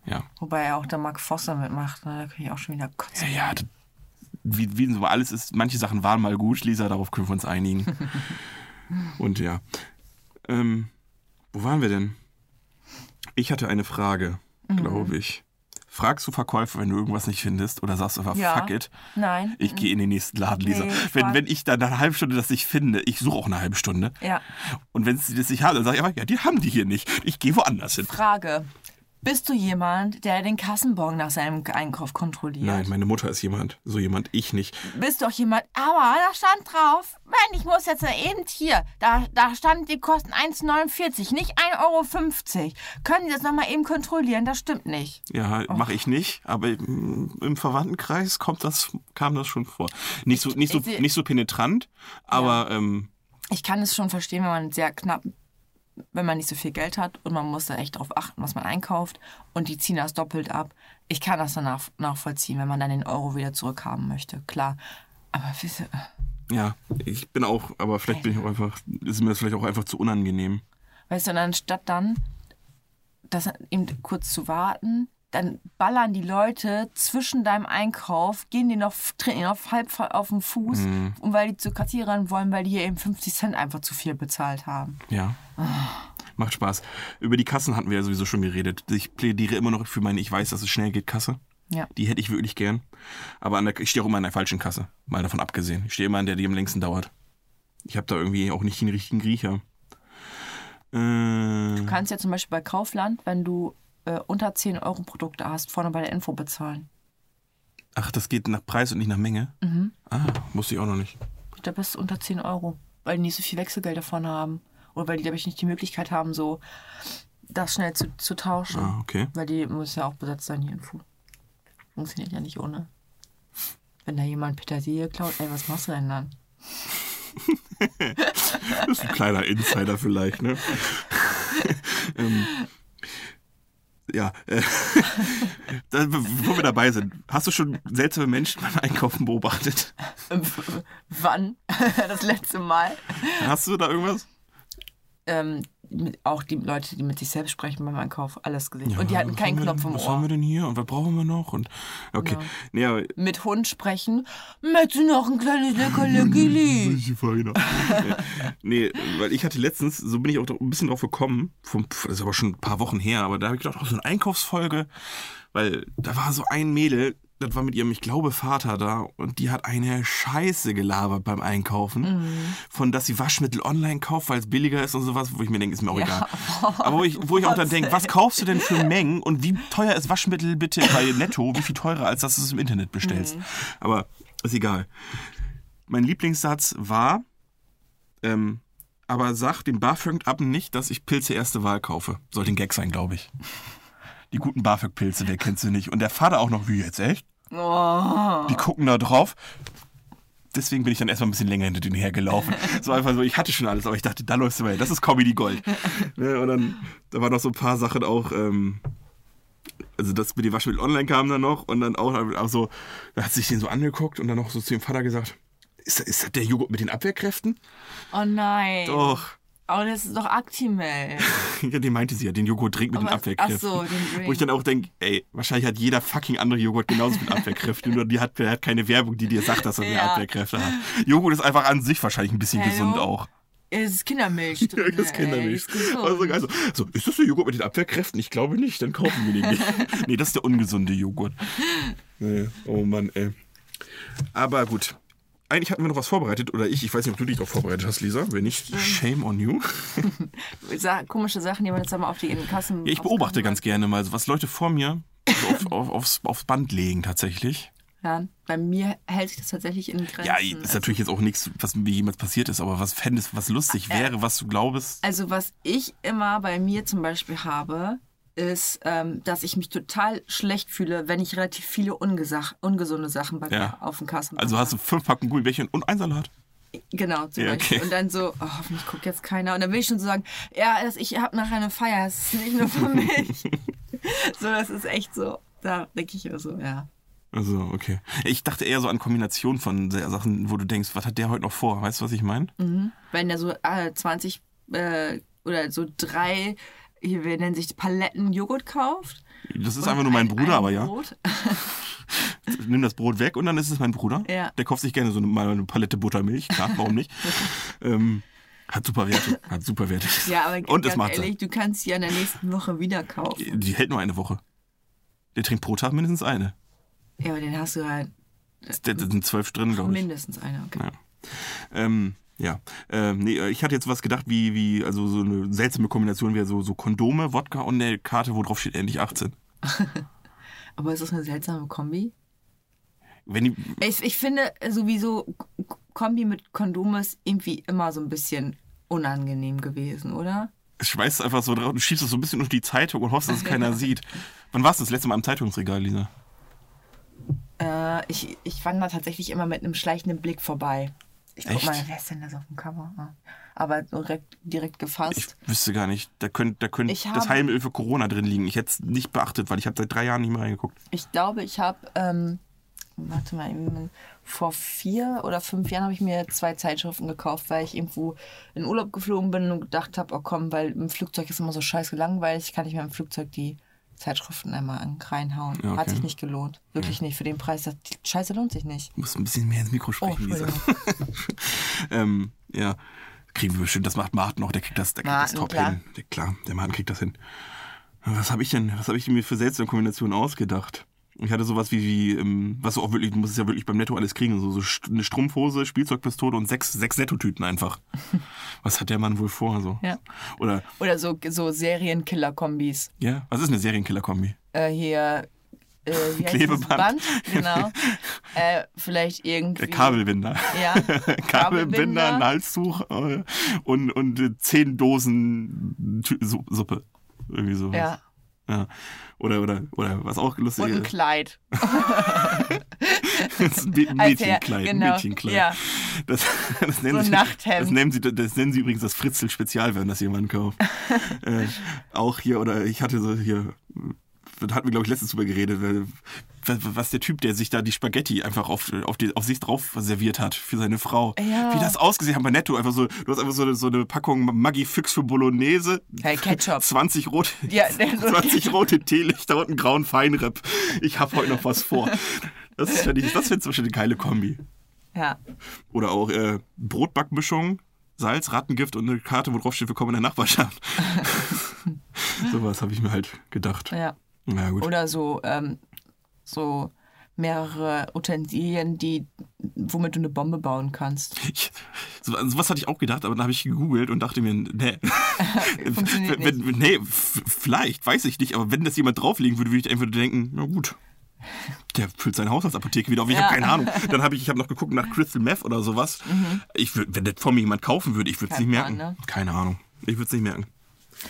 Speaker 3: Ja.
Speaker 4: Ja.
Speaker 3: Wobei er auch da Mark Foster mitmacht, ne? da kann ich auch schon wieder
Speaker 4: Ja,
Speaker 3: kotzen.
Speaker 4: ja. d- Wie, wie so alles ist, manche Sachen waren mal gut, Lisa, darauf können wir uns einigen. Und ja. Ähm, wo waren wir denn? Ich hatte eine Frage,
Speaker 3: Mhm.
Speaker 4: glaube ich. Fragst du Verkäufer, wenn du irgendwas nicht findest? Oder sagst du einfach,
Speaker 3: Ja.
Speaker 4: fuck it,
Speaker 3: Nein.
Speaker 4: ich gehe in den nächsten Laden, Lisa.
Speaker 3: Nee,
Speaker 4: wenn,
Speaker 3: frag-
Speaker 4: wenn ich dann nach einer halben Stunde das nicht finde, ich suche auch eine halbe Stunde.
Speaker 3: Ja.
Speaker 4: Und wenn sie das nicht haben, dann sage ich einfach, ja, die haben die hier nicht. Ich gehe woanders hin.
Speaker 3: Frage. Bist du jemand, der den Kassenbon nach seinem Einkauf kontrolliert?
Speaker 4: Nein, meine Mutter ist jemand, so jemand, ich nicht.
Speaker 3: Bist doch jemand, aber da stand drauf, Mann, ich muss jetzt eben hier, da, da stand, die kosten 1,49, nicht 1,50 Euro. Können Sie das nochmal eben kontrollieren? Das stimmt nicht.
Speaker 4: Ja, mache ich nicht, aber im im Verwandtenkreis kommt das, kam das schon vor. Nicht so, nicht so,
Speaker 3: ich seh-
Speaker 4: nicht so penetrant, aber ähm,
Speaker 3: Ich kann es schon verstehen, wenn man sehr knapp, wenn man nicht so viel Geld hat und man muss da echt drauf achten, was man einkauft und die ziehen das doppelt ab. Ich kann das dann nach, nachvollziehen, wenn man dann den Euro wieder zurückhaben möchte, klar. Aber wisse,
Speaker 4: ja, ich bin auch, aber vielleicht bin ich auch einfach, ist mir das vielleicht auch einfach zu unangenehm.
Speaker 3: Weißt du, und anstatt dann, das eben kurz zu warten, dann ballern die Leute zwischen deinem Einkauf, gehen dir noch, treten dir noch halb auf den Fuß,
Speaker 4: Mhm.
Speaker 3: und weil die zur Kassiererin wollen, weil die hier eben 50 Cent einfach zu viel bezahlt haben.
Speaker 4: Ja. Macht Spaß. Über die Kassen hatten wir ja sowieso schon geredet. Ich plädiere immer noch für meine Ich weiß, dass es schnell geht Kasse.
Speaker 3: Ja.
Speaker 4: Die hätte ich wirklich gern. Aber an der, ich stehe auch immer an der falschen Kasse. Mal davon abgesehen. Ich stehe immer an der, die am längsten dauert. Ich habe da irgendwie auch nicht den richtigen Griecher. Äh,
Speaker 3: Du kannst ja zum Beispiel bei Kaufland, wenn du äh, unter 10 Euro Produkte hast, vorne bei der Info bezahlen.
Speaker 4: Ach, das geht nach Preis und nicht nach Menge?
Speaker 3: Mhm.
Speaker 4: Ah, wusste ich auch noch nicht.
Speaker 3: Da bist du unter 10 Euro, weil die nicht so viel Wechselgeld davon haben. Oder weil die, glaube ich, nicht die Möglichkeit haben, so das schnell zu, zu tauschen.
Speaker 4: Ah, okay.
Speaker 3: Weil die muss ja auch besetzt sein, die Info. Funktioniert ja nicht ohne. Wenn da jemand Petersilie klaut, ey, was machst du denn dann?
Speaker 4: Das ist ein kleiner Insider vielleicht, ne? ähm, ja, äh, da, wo wir dabei sind, hast du schon seltsame Menschen beim Einkaufen beobachtet?
Speaker 3: Ähm, w- Wann? das letzte Mal.
Speaker 4: Hast du da irgendwas?
Speaker 3: Ähm, mit, auch die Leute, die mit sich selbst sprechen beim Einkauf, alles gesehen. Und die hatten
Speaker 4: was
Speaker 3: keinen
Speaker 4: haben wir
Speaker 3: Knopf
Speaker 4: denn,
Speaker 3: im
Speaker 4: Was haben wir
Speaker 3: Ohr.
Speaker 4: denn hier und was brauchen wir noch? Und okay,
Speaker 3: Ja.
Speaker 4: nee, aber
Speaker 3: Mit Hund sprechen. Möchtest du noch ein kleines lecker Leckerli?
Speaker 4: Welche Feiner. Hm. nee, weil ich hatte letztens, so bin ich auch ein bisschen drauf gekommen, vom, pf, das ist aber schon ein paar Wochen her, aber da habe ich gedacht, auch so eine Einkaufsfolge, weil da war so ein Mädel, das war mit ihrem, ich glaube, Vater da und die hat eine Scheiße gelabert beim Einkaufen, von dass sie Waschmittel online kauft, weil es billiger ist und sowas, wo ich mir denke, ist mir auch egal. Aber wo ich, wo ich auch dann denke, was kaufst du denn für Mengen und wie teuer ist Waschmittel bitte bei Netto, wie viel teurer, als dass du es im Internet bestellst? Aber ist egal mein Lieblingssatz war, ähm, aber sag dem BAföG-Appen nicht, dass ich Pilze erste Wahl kaufe. Soll den Gag sein, glaube ich. Die guten BAföG-Pilze, der kennst du nicht. Und der Vater auch noch, wie jetzt, echt?
Speaker 3: Oh.
Speaker 4: Die gucken da drauf. Deswegen bin ich dann erstmal ein bisschen länger hinter denen hergelaufen. So einfach so, ich hatte schon alles, aber ich dachte, da läufst du mal hin. Das ist Comedy Gold. Ne, und dann, da waren noch so ein paar Sachen auch, ähm, also das mit dem Waschmittel online kam dann noch und dann auch, auch so, da hat sich den so angeguckt und dann noch so zu dem Vater gesagt, ist, das- ist das der Joghurt mit den Abwehrkräften?
Speaker 3: oh nein.
Speaker 4: Doch.
Speaker 3: Aber das ist doch Actimel.
Speaker 4: Ja, den meinte sie ja, den Joghurt trinkt mit
Speaker 3: Aber-
Speaker 4: den Abwehrkräften.
Speaker 3: Oh, ach so, den Drink.
Speaker 4: Wo ich dann auch denke, ey, wahrscheinlich hat jeder fucking andere Joghurt genauso mit Abwehrkräften. Nur die hat, der hat keine Werbung, die dir sagt, dass er mehr
Speaker 3: Ja.
Speaker 4: Abwehrkräfte hat. Joghurt ist einfach an sich wahrscheinlich ein bisschen
Speaker 3: Hallo?
Speaker 4: gesund auch.
Speaker 3: Es ist Kindermilch drin.
Speaker 4: Das ist Kindermilch.
Speaker 3: Ey, ist gesund.
Speaker 4: Also, geil so, so, ist das der Joghurt mit den Abwehrkräften? Ich glaube nicht, dann kaufen wir den nicht. nee, das ist der ungesunde Joghurt. Nee, oh Mann, ey. Aber gut. Eigentlich hatten wir noch was vorbereitet, oder ich, ich weiß nicht, ob du dich darauf vorbereitet hast, Lisa. Wenn nicht, shame on you.
Speaker 3: Sa komische Sachen, die man jetzt einmal auf die Kassen.
Speaker 4: Ja, ich beobachte ganz gerne mal, so was Leute vor mir so auf, auf, aufs, aufs Band legen tatsächlich.
Speaker 3: Ja, bei mir hält sich das tatsächlich in Grenzen. also
Speaker 4: Ja, ist natürlich jetzt auch nichts, was mir jemals passiert ist, aber was fändest, was lustig wäre, was du glaubst.
Speaker 3: Also was ich immer bei mir zum Beispiel habe, ist, ähm, dass ich mich total schlecht fühle, wenn ich relativ viele ungesach ungesunde Sachen bei
Speaker 4: Ja.
Speaker 3: mir auf dem Kassen
Speaker 4: Also hast du fünf Packen Gummibärchen und ein Salat.
Speaker 3: Genau, zum
Speaker 4: Ja,
Speaker 3: Beispiel.
Speaker 4: okay.
Speaker 3: Und dann so, oh, hoffentlich guckt jetzt keiner. Und dann will ich schon so sagen, ja, das, ich habe nachher eine Feier, es ist nicht nur für mich. so, das ist echt so. Da denke ich immer so, ja.
Speaker 4: Also, okay. Ich dachte eher so an Kombinationen von sehr- Sachen, wo du denkst, was hat der heute noch vor?
Speaker 3: Mhm.
Speaker 4: Weißt du, was ich meine?
Speaker 3: Wenn da so äh, 20 äh, oder so drei hier, wie nennen sich Paletten Joghurt kauft.
Speaker 4: Das ist
Speaker 3: und
Speaker 4: einfach nur mein
Speaker 3: ein-
Speaker 4: Bruder,
Speaker 3: ein
Speaker 4: aber ja.
Speaker 3: Brot.
Speaker 4: Nimm das Brot weg und dann ist es mein Bruder.
Speaker 3: Ja.
Speaker 4: Der kauft sich gerne so eine, mal eine Palette Buttermilch. Klar, warum nicht? ähm, hat super Werte. Hat super Werte.
Speaker 3: Ja, aber
Speaker 4: und es
Speaker 3: ganz
Speaker 4: macht
Speaker 3: ehrlich, du kannst sie ja in der nächsten Woche wieder kaufen.
Speaker 4: Die hält nur eine Woche. Der trinkt pro Tag mindestens eine.
Speaker 3: Ja, aber den hast du halt
Speaker 4: Da da sind zwölf drin, glaube ich.
Speaker 3: mindestens einer. Okay.
Speaker 4: Ähm, ja. Ähm, nee, ich hatte jetzt was gedacht, wie, wie, also so eine seltsame Kombination wäre so, so Kondome, Wodka und eine Karte, wo drauf steht endlich 18.
Speaker 3: Aber ist das eine seltsame Kombi?
Speaker 4: Wenn die,
Speaker 3: Ich, ich finde sowieso K- Kombi mit Kondom ist irgendwie immer so ein bisschen unangenehm gewesen, oder?
Speaker 4: schmeißt es einfach so drauf und schiebst es so ein bisschen durch die Zeitung und hoffst, dass es keiner sieht. Wann warst du das letzte Mal im Zeitungsregal, Lisa?
Speaker 3: Äh, ich, ich wandere tatsächlich immer mit einem schleichenden Blick vorbei. Ich guck
Speaker 4: Echt?
Speaker 3: mal, wer ist denn das auf dem Cover? Ah. Aber direkt, direkt
Speaker 4: Ich
Speaker 3: gefasst.
Speaker 4: wüsste gar nicht. Da könnte da könnt
Speaker 3: Ich
Speaker 4: das
Speaker 3: habe-
Speaker 4: Heilmittel für Corona drin liegen. Ich hätte es nicht beachtet, weil ich habe seit drei Jahren nicht mehr reingeguckt.
Speaker 3: Ich, glaube, ich habe, ähm, warte mal, eben, vor vier oder fünf Jahren habe ich mir zwei Zeitschriften gekauft, weil ich irgendwo in Urlaub geflogen bin und gedacht habe, oh komm, weil im Flugzeug ist immer so scheiße langweilig, kann ich mir im Flugzeug die Zeitschriften einmal an- reinhauen.
Speaker 4: Ja, okay.
Speaker 3: Hat sich nicht gelohnt. Wirklich nicht. Für den Preis, das, die Scheiße lohnt sich nicht.
Speaker 4: Du musst ein bisschen mehr ins Mikro
Speaker 3: Oh,
Speaker 4: sprechen, Lisa.
Speaker 3: Entschuldigung.
Speaker 4: Ähm, ja. Kriegen wir bestimmt. Das macht Martin auch. Der kriegt das, der kriegt das
Speaker 3: Martin,
Speaker 4: top
Speaker 3: klar.
Speaker 4: hin. Der, klar, der Martin kriegt das hin. Was habe ich denn, was habe ich mir für seltsame Kombinationen ausgedacht? Ich hatte sowas wie, wie ähm, was du auch wirklich, du musst es ja wirklich beim Netto alles kriegen. So, so St- eine Strumpfhose, Spielzeugpistole und sechs, sechs Nettotüten einfach. was hat der Mann wohl vor? So?
Speaker 3: Ja.
Speaker 4: Oder,
Speaker 3: Oder so, so Serienkiller-Kombis.
Speaker 4: ja, was ist eine Serienkiller-Kombi?
Speaker 3: äh, hier äh, wie heißt
Speaker 4: Klebeband.
Speaker 3: das? Band, genau. äh, vielleicht irgendwie.
Speaker 4: Äh, Kabelbinder.
Speaker 3: Ja.
Speaker 4: Kabelbinder, ein Halstuch äh, und, und äh, zehn Dosen Tü- Su- Suppe. Irgendwie sowas.
Speaker 3: Ja.
Speaker 4: Ja. Oder, oder, oder was auch lustig
Speaker 3: Und ein
Speaker 4: ist.
Speaker 3: Kleid.
Speaker 4: Das Mä-
Speaker 3: Als Herr-
Speaker 4: Mädchenkleid.
Speaker 3: genau,
Speaker 4: Mädchenkleid.
Speaker 3: ja.
Speaker 4: Das, das, nennen
Speaker 3: So ein
Speaker 4: sie,
Speaker 3: Nachthemd.
Speaker 4: das, nennen sie, das nennen sie übrigens das Fritzel-Spezial, wenn das jemand kauft. äh, auch hier, oder ich hatte so hier, da hatten wir, glaube ich, letztens drüber geredet, weil- was, was der Typ, der sich da die Spaghetti einfach auf, auf, die, auf sich drauf serviert hat für seine Frau.
Speaker 3: Ja.
Speaker 4: Wie das ausgesehen hat bei Netto. Einfach so, du hast einfach so eine, so eine Packung Maggi Füchs für Bolognese.
Speaker 3: Hey, Äh, Ketchup.
Speaker 4: 20 rote,
Speaker 3: Ja, also- so
Speaker 4: 20 rote Teelichter und einen grauen Feinripp. Ich habe heute noch was vor. Das ist, finde ich, das finde ich eine geile Kombi.
Speaker 3: Ja.
Speaker 4: Oder auch äh, Brotbackmischung, Salz, Rattengift und eine Karte, wo drauf steht, willkommen in der Nachbarschaft. Sowas habe ich mir halt gedacht.
Speaker 3: ja.
Speaker 4: Na gut.
Speaker 3: Oder so, ähm, so mehrere Utensilien, die, womit du eine Bombe bauen kannst.
Speaker 4: Ich, so, an sowas hatte ich auch gedacht, aber dann habe ich gegoogelt und dachte mir, nee.
Speaker 3: Funktioniert
Speaker 4: wenn, wenn- nee, f- vielleicht, weiß ich nicht, aber wenn das jemand drauflegen würde, würde ich einfach denken, na gut. Der füllt seine Haushaltsapotheke wieder auf. Ich
Speaker 3: Ja.
Speaker 4: habe keine Ahnung. Dann habe ich, ich habe noch geguckt nach Crystal Meth oder sowas. Ich würd, wenn das von mir jemand kaufen würde, ich würde es
Speaker 3: Mhm. Kein
Speaker 4: nicht merken.
Speaker 3: Plan, ne?
Speaker 4: Keine Ahnung. Ich würde es nicht merken.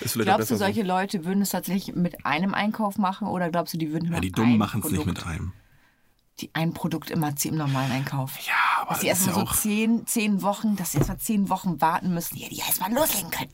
Speaker 4: Ist vielleicht auch
Speaker 3: Glaubst du,
Speaker 4: besser so.
Speaker 3: solche Leute würden es tatsächlich mit einem Einkauf machen oder glaubst du, die würden
Speaker 4: Ja,
Speaker 3: immer
Speaker 4: die Dummen
Speaker 3: ein
Speaker 4: machen es nicht
Speaker 3: Produkt-
Speaker 4: mit einem.
Speaker 3: Die ein Produkt immer ziehen im normalen Einkauf.
Speaker 4: Ja, aber
Speaker 3: Dass sie
Speaker 4: das ist ja
Speaker 3: erstmal so
Speaker 4: auch.
Speaker 3: zehn, zehn Wochen, dass sie erstmal zehn Wochen warten müssen, ja, die erstmal loslegen können.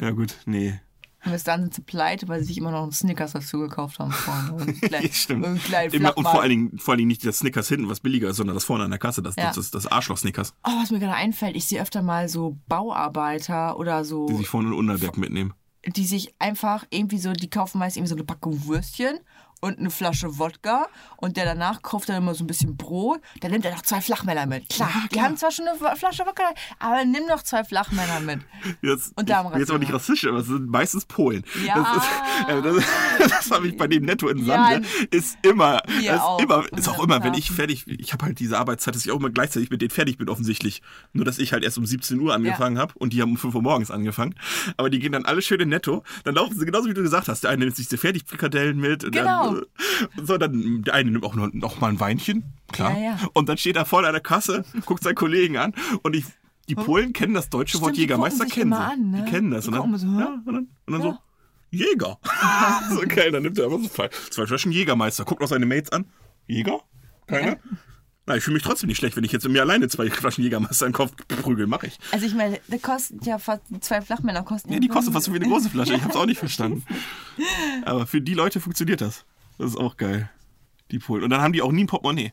Speaker 4: Ja, gut, nee.
Speaker 3: Und bis dann sind sie pleite, weil sie sich immer noch einen Snickers dazu gekauft haben vorne. Und einen kleinen,
Speaker 4: Stimmt.
Speaker 3: Und einen kleinen
Speaker 4: Immer, und vor
Speaker 3: Flachmann.
Speaker 4: allen, Dingen, vor allen Dingen nicht das Snickers hinten, was billiger ist, sondern das vorne an der Kasse, das,
Speaker 3: Ja.
Speaker 4: das, das, das Arschloch-Snickers,
Speaker 3: Oh, was mir gerade einfällt, ich sehe öfter mal so Bauarbeiter oder so,
Speaker 4: die sich vorne ein Unterwerk mitnehmen.
Speaker 3: die sich einfach irgendwie so, die kaufen meist irgendwie so eine Packung Würstchen und eine Flasche Wodka und der danach kauft dann immer so ein bisschen Brot, dann nimmt er noch zwei Flachmänner mit. Klar, die haben zwar schon eine Flasche Wodka, aber nimm noch zwei Flachmänner mit.
Speaker 4: Jetzt,
Speaker 3: Und da am
Speaker 4: ich, jetzt aber nicht rassistisch, aber es sind meistens Polen.
Speaker 3: Ja.
Speaker 4: Das, ist- äh, das, das habe ich bei dem Netto in
Speaker 3: Ja.
Speaker 4: Sande. Ist immer,
Speaker 3: Wir
Speaker 4: ist,
Speaker 3: auch.
Speaker 4: immer, ist auch
Speaker 3: Wir
Speaker 4: immer, wenn
Speaker 3: haben-
Speaker 4: ich fertig Ich habe halt diese Arbeitszeit, dass ich auch immer gleichzeitig mit denen fertig bin, offensichtlich. Nur, dass ich halt erst um 17 Uhr angefangen habe und die haben um 5 Uhr morgens angefangen. Aber die gehen dann alle schön in Netto. Dann laufen sie genauso, wie du gesagt hast. Der eine nimmt sich die Fertigfrikadellen mit. Und
Speaker 3: Genau.
Speaker 4: Dann, äh, so, dann der eine nimmt auch noch, noch mal ein Weinchen. Klar.
Speaker 3: Ja, ja.
Speaker 4: Und dann steht er vorne an der Kasse, guckt seinen Kollegen an und ich. Die Polen kennen das deutsche Wort
Speaker 3: Stimmt, die
Speaker 4: Jägermeister
Speaker 3: gucken sich
Speaker 4: kennen
Speaker 3: immer
Speaker 4: sie.
Speaker 3: an, ne?
Speaker 4: Die kennen das.
Speaker 3: Die
Speaker 4: und, dann,
Speaker 3: gucken immer so, hä?
Speaker 4: ja, und dann, und dann so,
Speaker 3: Ja.
Speaker 4: Jäger. so geil, dann nimmt er einfach so zwei, zwei Flaschen Jägermeister, guckt auch seine Mates an. Jäger? Keine? Na, ich fühle mich trotzdem nicht schlecht, wenn ich jetzt mir alleine zwei Flaschen Jägermeister in den Kopf prügel, mache ich.
Speaker 3: Also ich meine, der kostet ja fast, zwei Flachmänner kosten
Speaker 4: Ja, die kosten fast so wie eine große Flasche, ich habe es auch nicht verstanden. Aber für die Leute funktioniert das. Das ist auch geil. Die Polen. Und dann haben die auch nie ein Portemonnaie.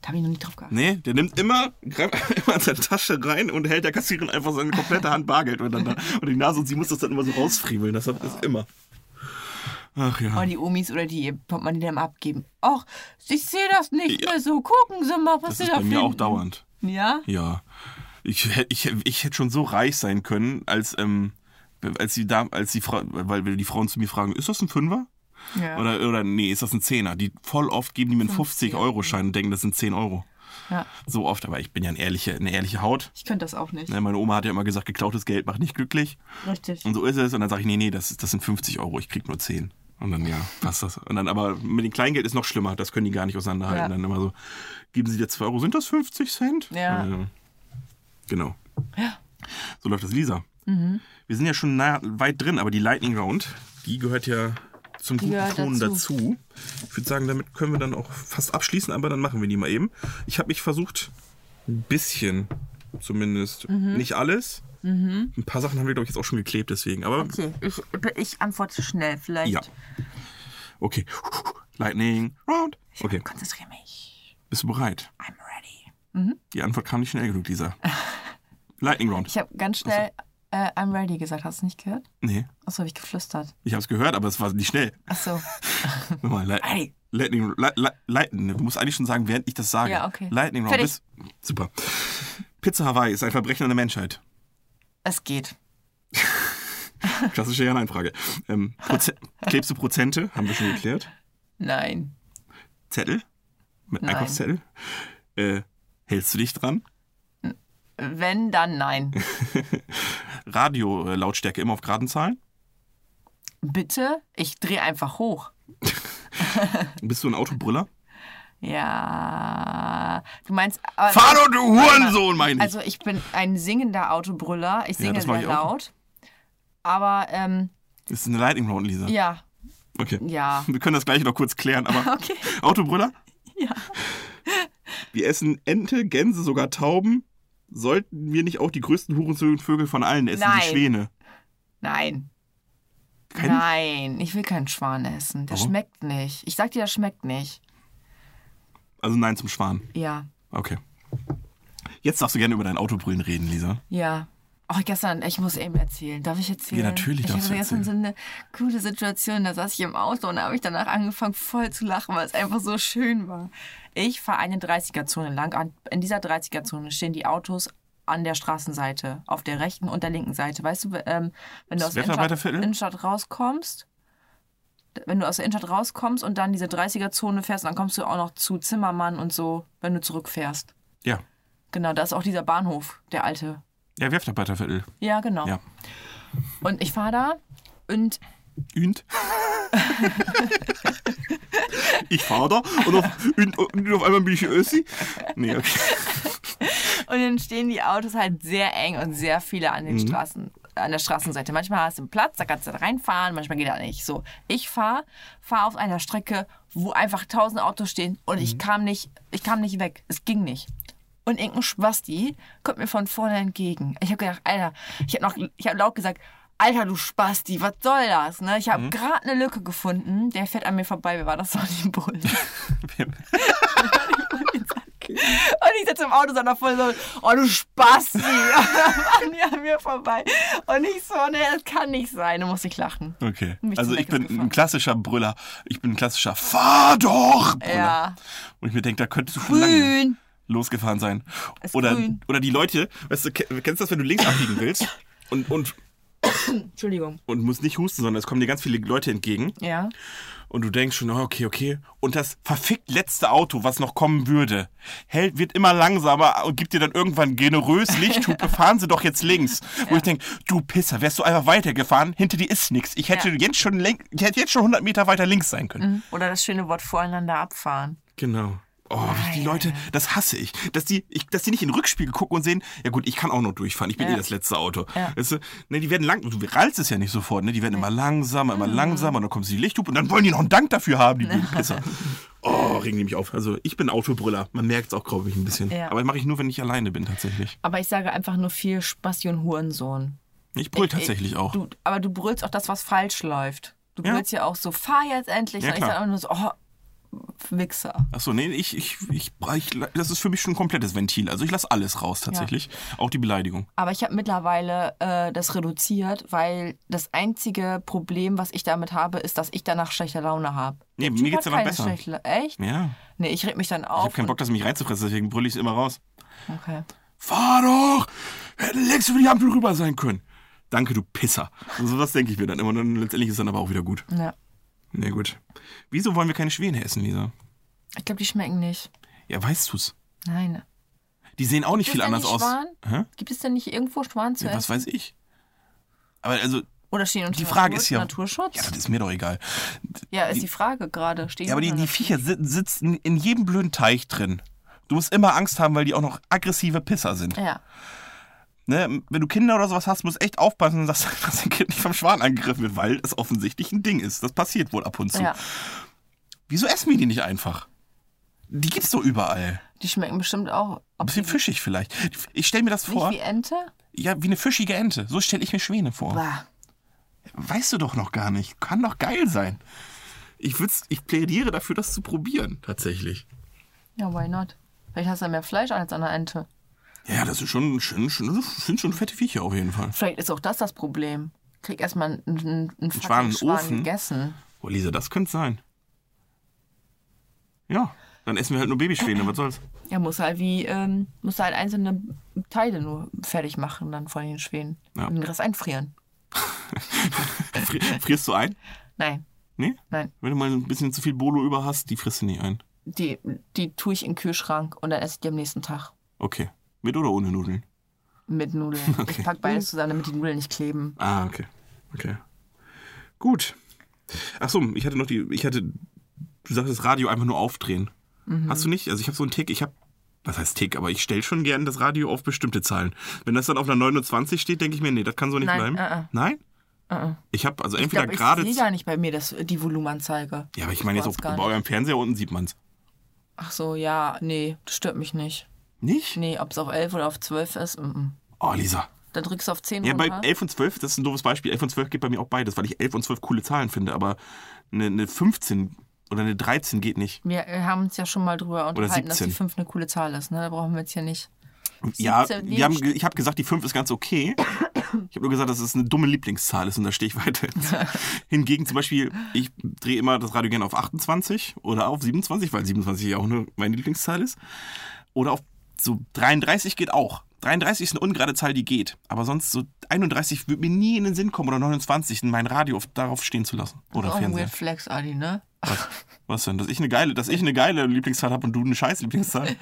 Speaker 3: Da habe ich noch nicht drauf geachtet.
Speaker 4: Nee, der nimmt immer, greift immer in seine Tasche rein und hält der Kassiererin einfach seine komplette Hand Bargeld miteinander. Und die Nase und sie muss das dann immer so rausfriemeln. Das hat das immer. Ach
Speaker 3: Oh,
Speaker 4: ja.
Speaker 3: die Omis oder die Portemonnaie dann abgeben. Och, ich sehe das nicht
Speaker 4: Ja.
Speaker 3: mehr so. Gucken Sie mal, was
Speaker 4: Das
Speaker 3: Sie
Speaker 4: ist
Speaker 3: da
Speaker 4: bei
Speaker 3: finden.
Speaker 4: mir auch dauernd.
Speaker 3: Ja?
Speaker 4: Ja. Ich, hätt- ich, ich hätte schon so reich sein können, als, ähm, als die Dame, als die Frau, weil die Frauen zu mir fragen, ist das ein Fünfer?
Speaker 3: ja.
Speaker 4: Oder, oder nee, ist das ein Zehner? Die voll oft geben die mir einen 50-Euro-Schein und denken, das sind 10 Euro.
Speaker 3: ja.
Speaker 4: So oft, aber ich bin ja eine ehrliche, eine ehrliche Haut.
Speaker 3: Ich könnte das auch nicht.
Speaker 4: Ne, Meine Oma hat ja immer gesagt, geklautes Geld macht nicht glücklich.
Speaker 3: Richtig.
Speaker 4: Und so ist es. Und dann sage ich, nee, nee, das, ist- das sind 50 Euro, ich krieg nur 10. Und dann, ja, passt das. Und dann, aber mit dem Kleingeld ist noch schlimmer, das können die gar nicht auseinanderhalten.
Speaker 3: Ja.
Speaker 4: Dann immer so, geben sie dir 2 Euro, sind das 50 Cent?
Speaker 3: Ja.
Speaker 4: genau.
Speaker 3: Ja.
Speaker 4: So läuft das Lisa. Wir sind ja schon nah, weit drin, aber die Lightning Round, die gehört ja zum guten
Speaker 3: gehört
Speaker 4: Ton
Speaker 3: dazu.
Speaker 4: dazu. Ich würde sagen, damit können wir dann auch fast abschließen, aber dann machen wir die mal eben. Ich habe mich versucht, ein bisschen zumindest,
Speaker 3: Mhm.
Speaker 4: nicht alles. Ein paar Sachen haben wir, glaube ich, jetzt auch schon geklebt, deswegen. Aber
Speaker 3: Okay, ich, ich antworte schnell vielleicht.
Speaker 4: Ja. okay. Lightning Round. Okay,
Speaker 3: Konzentriere mich.
Speaker 4: bist du bereit?
Speaker 3: I'm ready.
Speaker 4: Die Antwort kam nicht schnell genug, Lisa. Lightning Round.
Speaker 3: Ich habe ganz schnell äh, I'm ready gesagt. Hast du nicht gehört?
Speaker 4: Nee,
Speaker 3: Achso, habe ich geflüstert.
Speaker 4: ich habe es gehört, aber es war nicht schnell.
Speaker 3: Achso.
Speaker 4: Nochmal, Light,
Speaker 3: Hey.
Speaker 4: Lightning, Light, Light, Lightning. Du musst eigentlich schon sagen, während ich das sage.
Speaker 3: Ja, okay.
Speaker 4: Lightning Round.
Speaker 3: Fertig.
Speaker 4: Bist, super. Pizza Hawaii ist ein Verbrechen an der Menschheit.
Speaker 3: es geht.
Speaker 4: Klassische Ja-Nein-Frage. Ähm, Proze klebst du Prozente? Haben wir schon geklärt.
Speaker 3: Nein.
Speaker 4: Zettel? Mit
Speaker 3: Nein.
Speaker 4: Einkaufszettel? Äh, hältst du dich dran?
Speaker 3: Wenn, dann nein.
Speaker 4: Radio-Lautstärke äh, immer auf geraden Zahlen?
Speaker 3: Bitte? Ich drehe einfach hoch.
Speaker 4: Bist du ein Autobrüller?
Speaker 3: Ja. Du meinst. aber-
Speaker 4: Fahr doch, du Hurensohn, meine ich!
Speaker 3: Also ich bin ein singender Autobrüller. Ich singe
Speaker 4: das mach
Speaker 3: sehr
Speaker 4: ich auch.
Speaker 3: laut. Aber ähm,
Speaker 4: das ist eine Lightning Round, Lisa.
Speaker 3: ja,
Speaker 4: Okay.
Speaker 3: ja.
Speaker 4: Wir können das gleich noch kurz klären, aber.
Speaker 3: Okay.
Speaker 4: Autobrüller?
Speaker 3: Ja.
Speaker 4: Wir essen Ente, Gänse, sogar Tauben. Sollten wir nicht auch die größten Hurenvögel von allen essen,
Speaker 3: Nein.
Speaker 4: die Schwäne?
Speaker 3: Nein.
Speaker 4: Kein-
Speaker 3: Nein, ich will keinen Schwan essen. Der
Speaker 4: Warum?
Speaker 3: schmeckt nicht. Ich sag dir, der schmeckt nicht.
Speaker 4: Also nein zum Schwan.
Speaker 3: Ja,
Speaker 4: Okay. Jetzt darfst du gerne über dein Autobrüllen reden, Lisa.
Speaker 3: ja. Auch gestern, ich muss eben erzählen. Darf ich erzählen?
Speaker 4: Ja,
Speaker 3: ich
Speaker 4: natürlich darfst
Speaker 3: hatte
Speaker 4: du
Speaker 3: gestern so eine coole Situation. Da saß ich im Auto und da habe ich danach angefangen, voll zu lachen, weil es einfach so schön war. Ich fahre eine 30er-Zone lang. An- In dieser 30er-Zone stehen die Autos an der Straßenseite, auf der rechten und der linken Seite. Weißt du, ähm, wenn du
Speaker 4: Das
Speaker 3: aus der Innenstadt,
Speaker 4: Wetterarbeiterviertel?
Speaker 3: Innenstadt rauskommst, wenn du aus der Innenstadt rauskommst und dann diese 30er-Zone fährst, dann kommst du auch noch zu Zimmermann und so, wenn du zurückfährst.
Speaker 4: Ja.
Speaker 3: Genau, da ist auch dieser Bahnhof, der alte.
Speaker 4: Ja, Werftarbeiterviertel.
Speaker 3: Ja, genau.
Speaker 4: Ja.
Speaker 3: Und ich fahre da und
Speaker 4: Und? ich fahre da und auf, und, und auf einmal bin ich Ösi. Nee, okay.
Speaker 3: Und dann stehen die Autos halt sehr eng und sehr viele an den Straßen, an der Straßenseite. Manchmal hast du einen Platz, da kannst du reinfahren, manchmal geht das nicht. So, ich fahre, fahre auf einer Strecke, wo einfach tausend Autos stehen und ich kam nicht, ich kam nicht weg. Es ging nicht. Und irgendein Spasti kommt mir von vorne entgegen. Ich habe gedacht, Alter, ich habe noch, ich habe laut gesagt, Alter, du Spasti, was soll das? Ne? Ich habe gerade eine Lücke gefunden. Der fährt an mir vorbei. Wer war das? Sonny Bull. Und ich sitze im Auto, sondern voll so, oh du Spasti, an mir, an mir vorbei. Und ich so, ne, das kann nicht sein. Da muss ich lachen.
Speaker 4: Okay.
Speaker 3: Mich
Speaker 4: also
Speaker 3: zum
Speaker 4: ich bin
Speaker 3: Meckes
Speaker 4: ein
Speaker 3: gefahren.
Speaker 4: klassischer Brüller. Ich bin ein klassischer Fahr doch! Brüller.
Speaker 3: Ja.
Speaker 4: Und ich mir denke, da könntest du schon lange
Speaker 3: Grün.
Speaker 4: losgefahren sein.
Speaker 3: Ist
Speaker 4: Oder,
Speaker 3: grün.
Speaker 4: oder die Leute, weißt du, ke- kennst du das, wenn du links abbiegen willst und, und,
Speaker 3: Entschuldigung.
Speaker 4: und musst nicht husten, sondern es kommen dir ganz viele Leute entgegen
Speaker 3: Ja.
Speaker 4: und du denkst schon, oh, okay, okay. Und das verfickt letzte Auto, was noch kommen würde, hält, wird immer langsamer und gibt dir dann irgendwann generös Lichthupe, fahren sie doch jetzt links. Wo ich denke, du Pisser, wärst du einfach weitergefahren, hinter dir ist nichts. Ich hätte
Speaker 3: Ja.
Speaker 4: jetzt schon lenk, ich hätte jetzt schon 100 Meter weiter links sein können.
Speaker 3: Oder das schöne Wort voreinander abfahren.
Speaker 4: Genau. Oh, wie
Speaker 3: Ah,
Speaker 4: die Leute, das hasse ich. Dass die, ich, dass die nicht in den Rückspiegel gucken und sehen, ja gut, ich kann auch noch durchfahren, ich bin eh das letzte Auto.
Speaker 3: Ja.
Speaker 4: Weißt du? Ne, die werden lang, du rallst es ja nicht sofort, ne? Die werden immer langsamer,
Speaker 3: Mhm.
Speaker 4: immer langsamer, und dann kommen sie die Lichthupe und dann wollen die noch einen Dank dafür haben, die blöden Pisser. Oh, regen die mich auf. Also ich bin Autobrüller. Man merkt es auch, glaube ich, ein bisschen.
Speaker 3: Ja.
Speaker 4: Aber mache ich nur, wenn ich alleine bin, tatsächlich.
Speaker 3: Aber ich sage einfach nur viel Spasti und Hurensohn.
Speaker 4: Ich brüll tatsächlich auch.
Speaker 3: Du, aber du brüllst auch das, was falsch läuft. Du
Speaker 4: Ja.
Speaker 3: brüllst ja auch so, fahr jetzt endlich.
Speaker 4: Ja,
Speaker 3: und ich sage
Speaker 4: klar.
Speaker 3: immer nur so, oh, Wichser.
Speaker 4: Achso, nee, ich, ich, ich, ich, das ist für mich schon ein komplettes Ventil. Also ich lasse alles raus tatsächlich. Auch die Beleidigung.
Speaker 3: Aber ich habe mittlerweile äh, das reduziert, weil das einzige Problem, was ich damit habe, ist, dass ich danach schlechte Laune habe.
Speaker 4: Nee, mir geht's danach besser.
Speaker 3: Echt?
Speaker 4: Ja.
Speaker 3: Nee, ich reg mich dann
Speaker 4: Ich
Speaker 3: auf.
Speaker 4: habe keinen Bock, das mich reinzufressen, deswegen brülle ich es immer raus.
Speaker 3: und- Okay.
Speaker 4: Fahr doch! Hätte längst über die Ampel rüber sein können. Danke, du Pisser. Also was denke ich mir dann immer. Und dann letztendlich ist dann aber auch wieder gut.
Speaker 3: Ja.
Speaker 4: Na gut. Wieso wollen wir keine Schwäne essen, Lisa?
Speaker 3: Ich glaube, die schmecken nicht.
Speaker 4: Ja, weißt du's.
Speaker 3: Nein.
Speaker 4: Die sehen auch nicht
Speaker 3: Ist
Speaker 4: viel
Speaker 3: da
Speaker 4: anders
Speaker 3: nicht
Speaker 4: aus.
Speaker 3: Schwan?
Speaker 4: Hä?
Speaker 3: Gibt es denn nicht irgendwo Schwan zu
Speaker 4: Ja, was
Speaker 3: essen?
Speaker 4: weiß ich. Aber also,
Speaker 3: Oder stehen unter
Speaker 4: Die Frage
Speaker 3: Natur
Speaker 4: ist ja-
Speaker 3: Naturschutz?
Speaker 4: ja, das ist mir doch egal.
Speaker 3: Ja, ist die, Frage gerade. Stehen
Speaker 4: Ja, aber die,
Speaker 3: unter
Speaker 4: die Viecher si- sitzen in jedem blöden Teich drin. Du musst immer Angst haben, weil die auch noch aggressive Pisser sind.
Speaker 3: Nat- Ja.
Speaker 4: Ne? Wenn du Kinder oder sowas hast, musst du echt aufpassen und sagst, dass dein Kind nicht vom Schwan angegriffen wird, weil das offensichtlich ein Ding ist. Das passiert wohl ab und zu.
Speaker 3: ja.
Speaker 4: Wieso essen wir die nicht einfach? Die gibt's doch überall.
Speaker 3: Die schmecken bestimmt auch.
Speaker 4: Ein
Speaker 3: Ob
Speaker 4: bisschen fischig vielleicht. Ich stelle mir das
Speaker 3: nicht
Speaker 4: vor,
Speaker 3: wie Ente?
Speaker 4: ja, wie eine fischige Ente. So stelle ich mir Schwäne vor.
Speaker 3: Bah.
Speaker 4: Weißt du doch noch gar nicht. Kann doch geil sein. Ich, würd's, ich plädiere dafür, das zu probieren, tatsächlich.
Speaker 3: Ja, why not? Vielleicht hast du ja mehr Fleisch als an der Ente.
Speaker 4: Ja, das ist schon, schon, schon, das sind schon fette Viecher auf jeden Fall.
Speaker 3: Vielleicht ist auch das das Problem. Krieg erstmal einen, einen, einen fucking
Speaker 4: Schwan in den Ofen?
Speaker 3: gegessen.
Speaker 4: Oh, Lisa, das könnte sein. Ja, dann essen wir halt nur Babyschwäne, was soll's.
Speaker 3: Ja, muss halt wie, ähm, muss halt einzelne Teile nur fertig machen dann von den Schwänen.
Speaker 4: Ja.
Speaker 3: Und den Rest einfrieren.
Speaker 4: Fri frierst du ein?
Speaker 3: Nein,
Speaker 4: Nee?
Speaker 3: nein.
Speaker 4: Wenn du mal ein bisschen zu viel Bolo über hast, die frisst du nie ein.
Speaker 3: Die, die tue ich in den Kühlschrank und dann esse ich die am nächsten Tag
Speaker 4: Okay. Mit oder ohne Nudeln?
Speaker 3: mit Nudeln. Ich pack beides zusammen, damit die Nudeln nicht kleben.
Speaker 4: Ah, okay. Okay. Gut. Ach so, ich hatte noch die, ich hatte, du sagtest Radio einfach nur aufdrehen.
Speaker 3: Mhm.
Speaker 4: Hast du nicht? Also ich habe so einen Tick, ich habe, was heißt Tick, aber ich stelle schon gern das Radio auf bestimmte Zahlen. Wenn das dann auf einer 29 steht, denke ich mir, nee, das kann so nicht
Speaker 3: Nein,
Speaker 4: bleiben.
Speaker 3: äh, äh.
Speaker 4: Nein?
Speaker 3: Äh, äh.
Speaker 4: Ich habe also
Speaker 3: Ich
Speaker 4: entweder
Speaker 3: glaube, ich
Speaker 4: gerade
Speaker 3: sehe gar nicht bei mir das, die Volumenanzeige.
Speaker 4: Ja, aber ich meine jetzt
Speaker 3: War's
Speaker 4: auch
Speaker 3: gar
Speaker 4: bei eurem Fernseher unten sieht man's.
Speaker 3: Ach so, ja, nee, das stört mich nicht.
Speaker 4: Nicht?
Speaker 3: Nee, ob es auf 11 oder auf 12 ist, mhm.
Speaker 4: Oh, Lisa.
Speaker 3: dann drückst du auf 10
Speaker 4: Ja, bei
Speaker 3: runter.
Speaker 4: 11 und 12, das ist ein doofes Beispiel. 11 und 12 geht bei mir auch beides, weil ich 11 und 12 coole Zahlen finde, aber eine, eine 15 oder eine 13 geht nicht.
Speaker 3: Wir haben uns ja schon mal drüber unterhalten, dass die
Speaker 4: 17.
Speaker 3: 5 eine coole Zahl ist. Ne? Da brauchen wir jetzt hier nicht.
Speaker 4: ja,
Speaker 3: 17
Speaker 4: wir haben, ge- ich habe gesagt, die 5 ist ganz okay. Ich habe nur gesagt, dass es eine dumme Lieblingszahl ist und da stehe ich weiter. Hingegen zum Beispiel, ich drehe immer das Radio gerne auf 28 oder auf 27, weil 27 ja auch nur meine Lieblingszahl ist. Oder auf so 33 geht auch. 33 ist eine ungerade Zahl, die geht. Aber sonst so 31 würde mir nie in den Sinn kommen oder 29 mein Radio auf, darauf stehen zu lassen. Oder
Speaker 3: Auch ein
Speaker 4: Fernseher.
Speaker 3: Weird Flex, Adi, ne?
Speaker 4: Was, was denn? Dass ich eine geile, dass ich eine geile Lieblingszahl habe und du eine scheiß Lieblingszahl.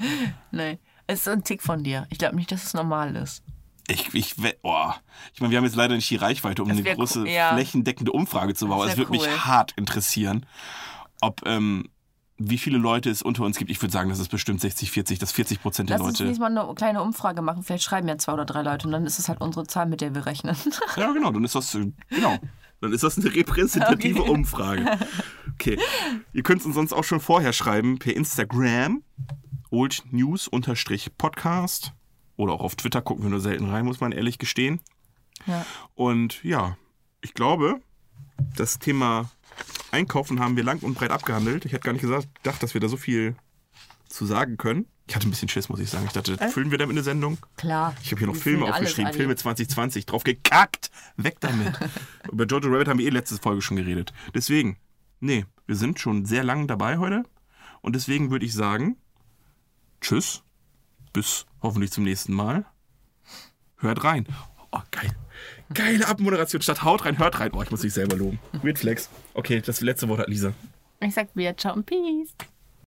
Speaker 3: Nee. Es ist ein Tick von dir. Ich glaube nicht, dass es normal ist.
Speaker 4: Ich, ich, we- oh. ich meine, wir haben jetzt leider nicht die Reichweite, um
Speaker 3: Das
Speaker 4: eine
Speaker 3: wär
Speaker 4: große
Speaker 3: cool, ja.
Speaker 4: flächendeckende Umfrage zu bauen.
Speaker 3: Das
Speaker 4: Es
Speaker 3: wär
Speaker 4: würde mich
Speaker 3: cool.
Speaker 4: hart interessieren, ob ähm, wie viele Leute es unter uns gibt. Ich würde sagen, das ist bestimmt 60, 40, dass 40 Prozent der
Speaker 3: Lass uns
Speaker 4: Leute.
Speaker 3: nächstes Mal eine kleine Umfrage machen. Vielleicht schreiben ja zwei oder drei Leute und dann ist es halt unsere Zahl, mit der wir rechnen.
Speaker 4: Ja, genau, dann ist das äh, genau. Dann ist das eine repräsentative
Speaker 3: Okay.
Speaker 4: Umfrage. Okay. Ihr könnt es uns sonst auch schon vorher schreiben per Instagram, oldnews-podcast oder auch auf Twitter gucken wir nur selten rein, muss man ehrlich gestehen.
Speaker 3: ja.
Speaker 4: Und ja, ich glaube, das Thema Einkaufen haben wir lang und breit abgehandelt. Ich hätte gar nicht gesagt, gedacht, dass wir da so viel zu sagen können. Ich hatte ein bisschen Schiss, muss ich sagen. Ich dachte, füllen wir damit eine Sendung?
Speaker 3: Klar.
Speaker 4: Ich habe hier noch
Speaker 3: Wir
Speaker 4: Filme
Speaker 3: fühlen alles,
Speaker 4: aufgeschrieben,
Speaker 3: Adi.
Speaker 4: Filme 2020, drauf gekackt, weg damit. Über Jojo Rabbit haben wir eh letzte Folge schon geredet. Deswegen, nee, wir sind schon sehr lang dabei heute und deswegen würde ich sagen, tschüss, bis hoffentlich zum nächsten Mal. Hört rein. Oh, geil. Geile Abmoderation statt haut rein, hört rein. Oh, ich muss mich selber loben. Weird Flex. Okay, das letzte Wort hat Lisa.
Speaker 3: Ich sag wieder Ciao und Peace.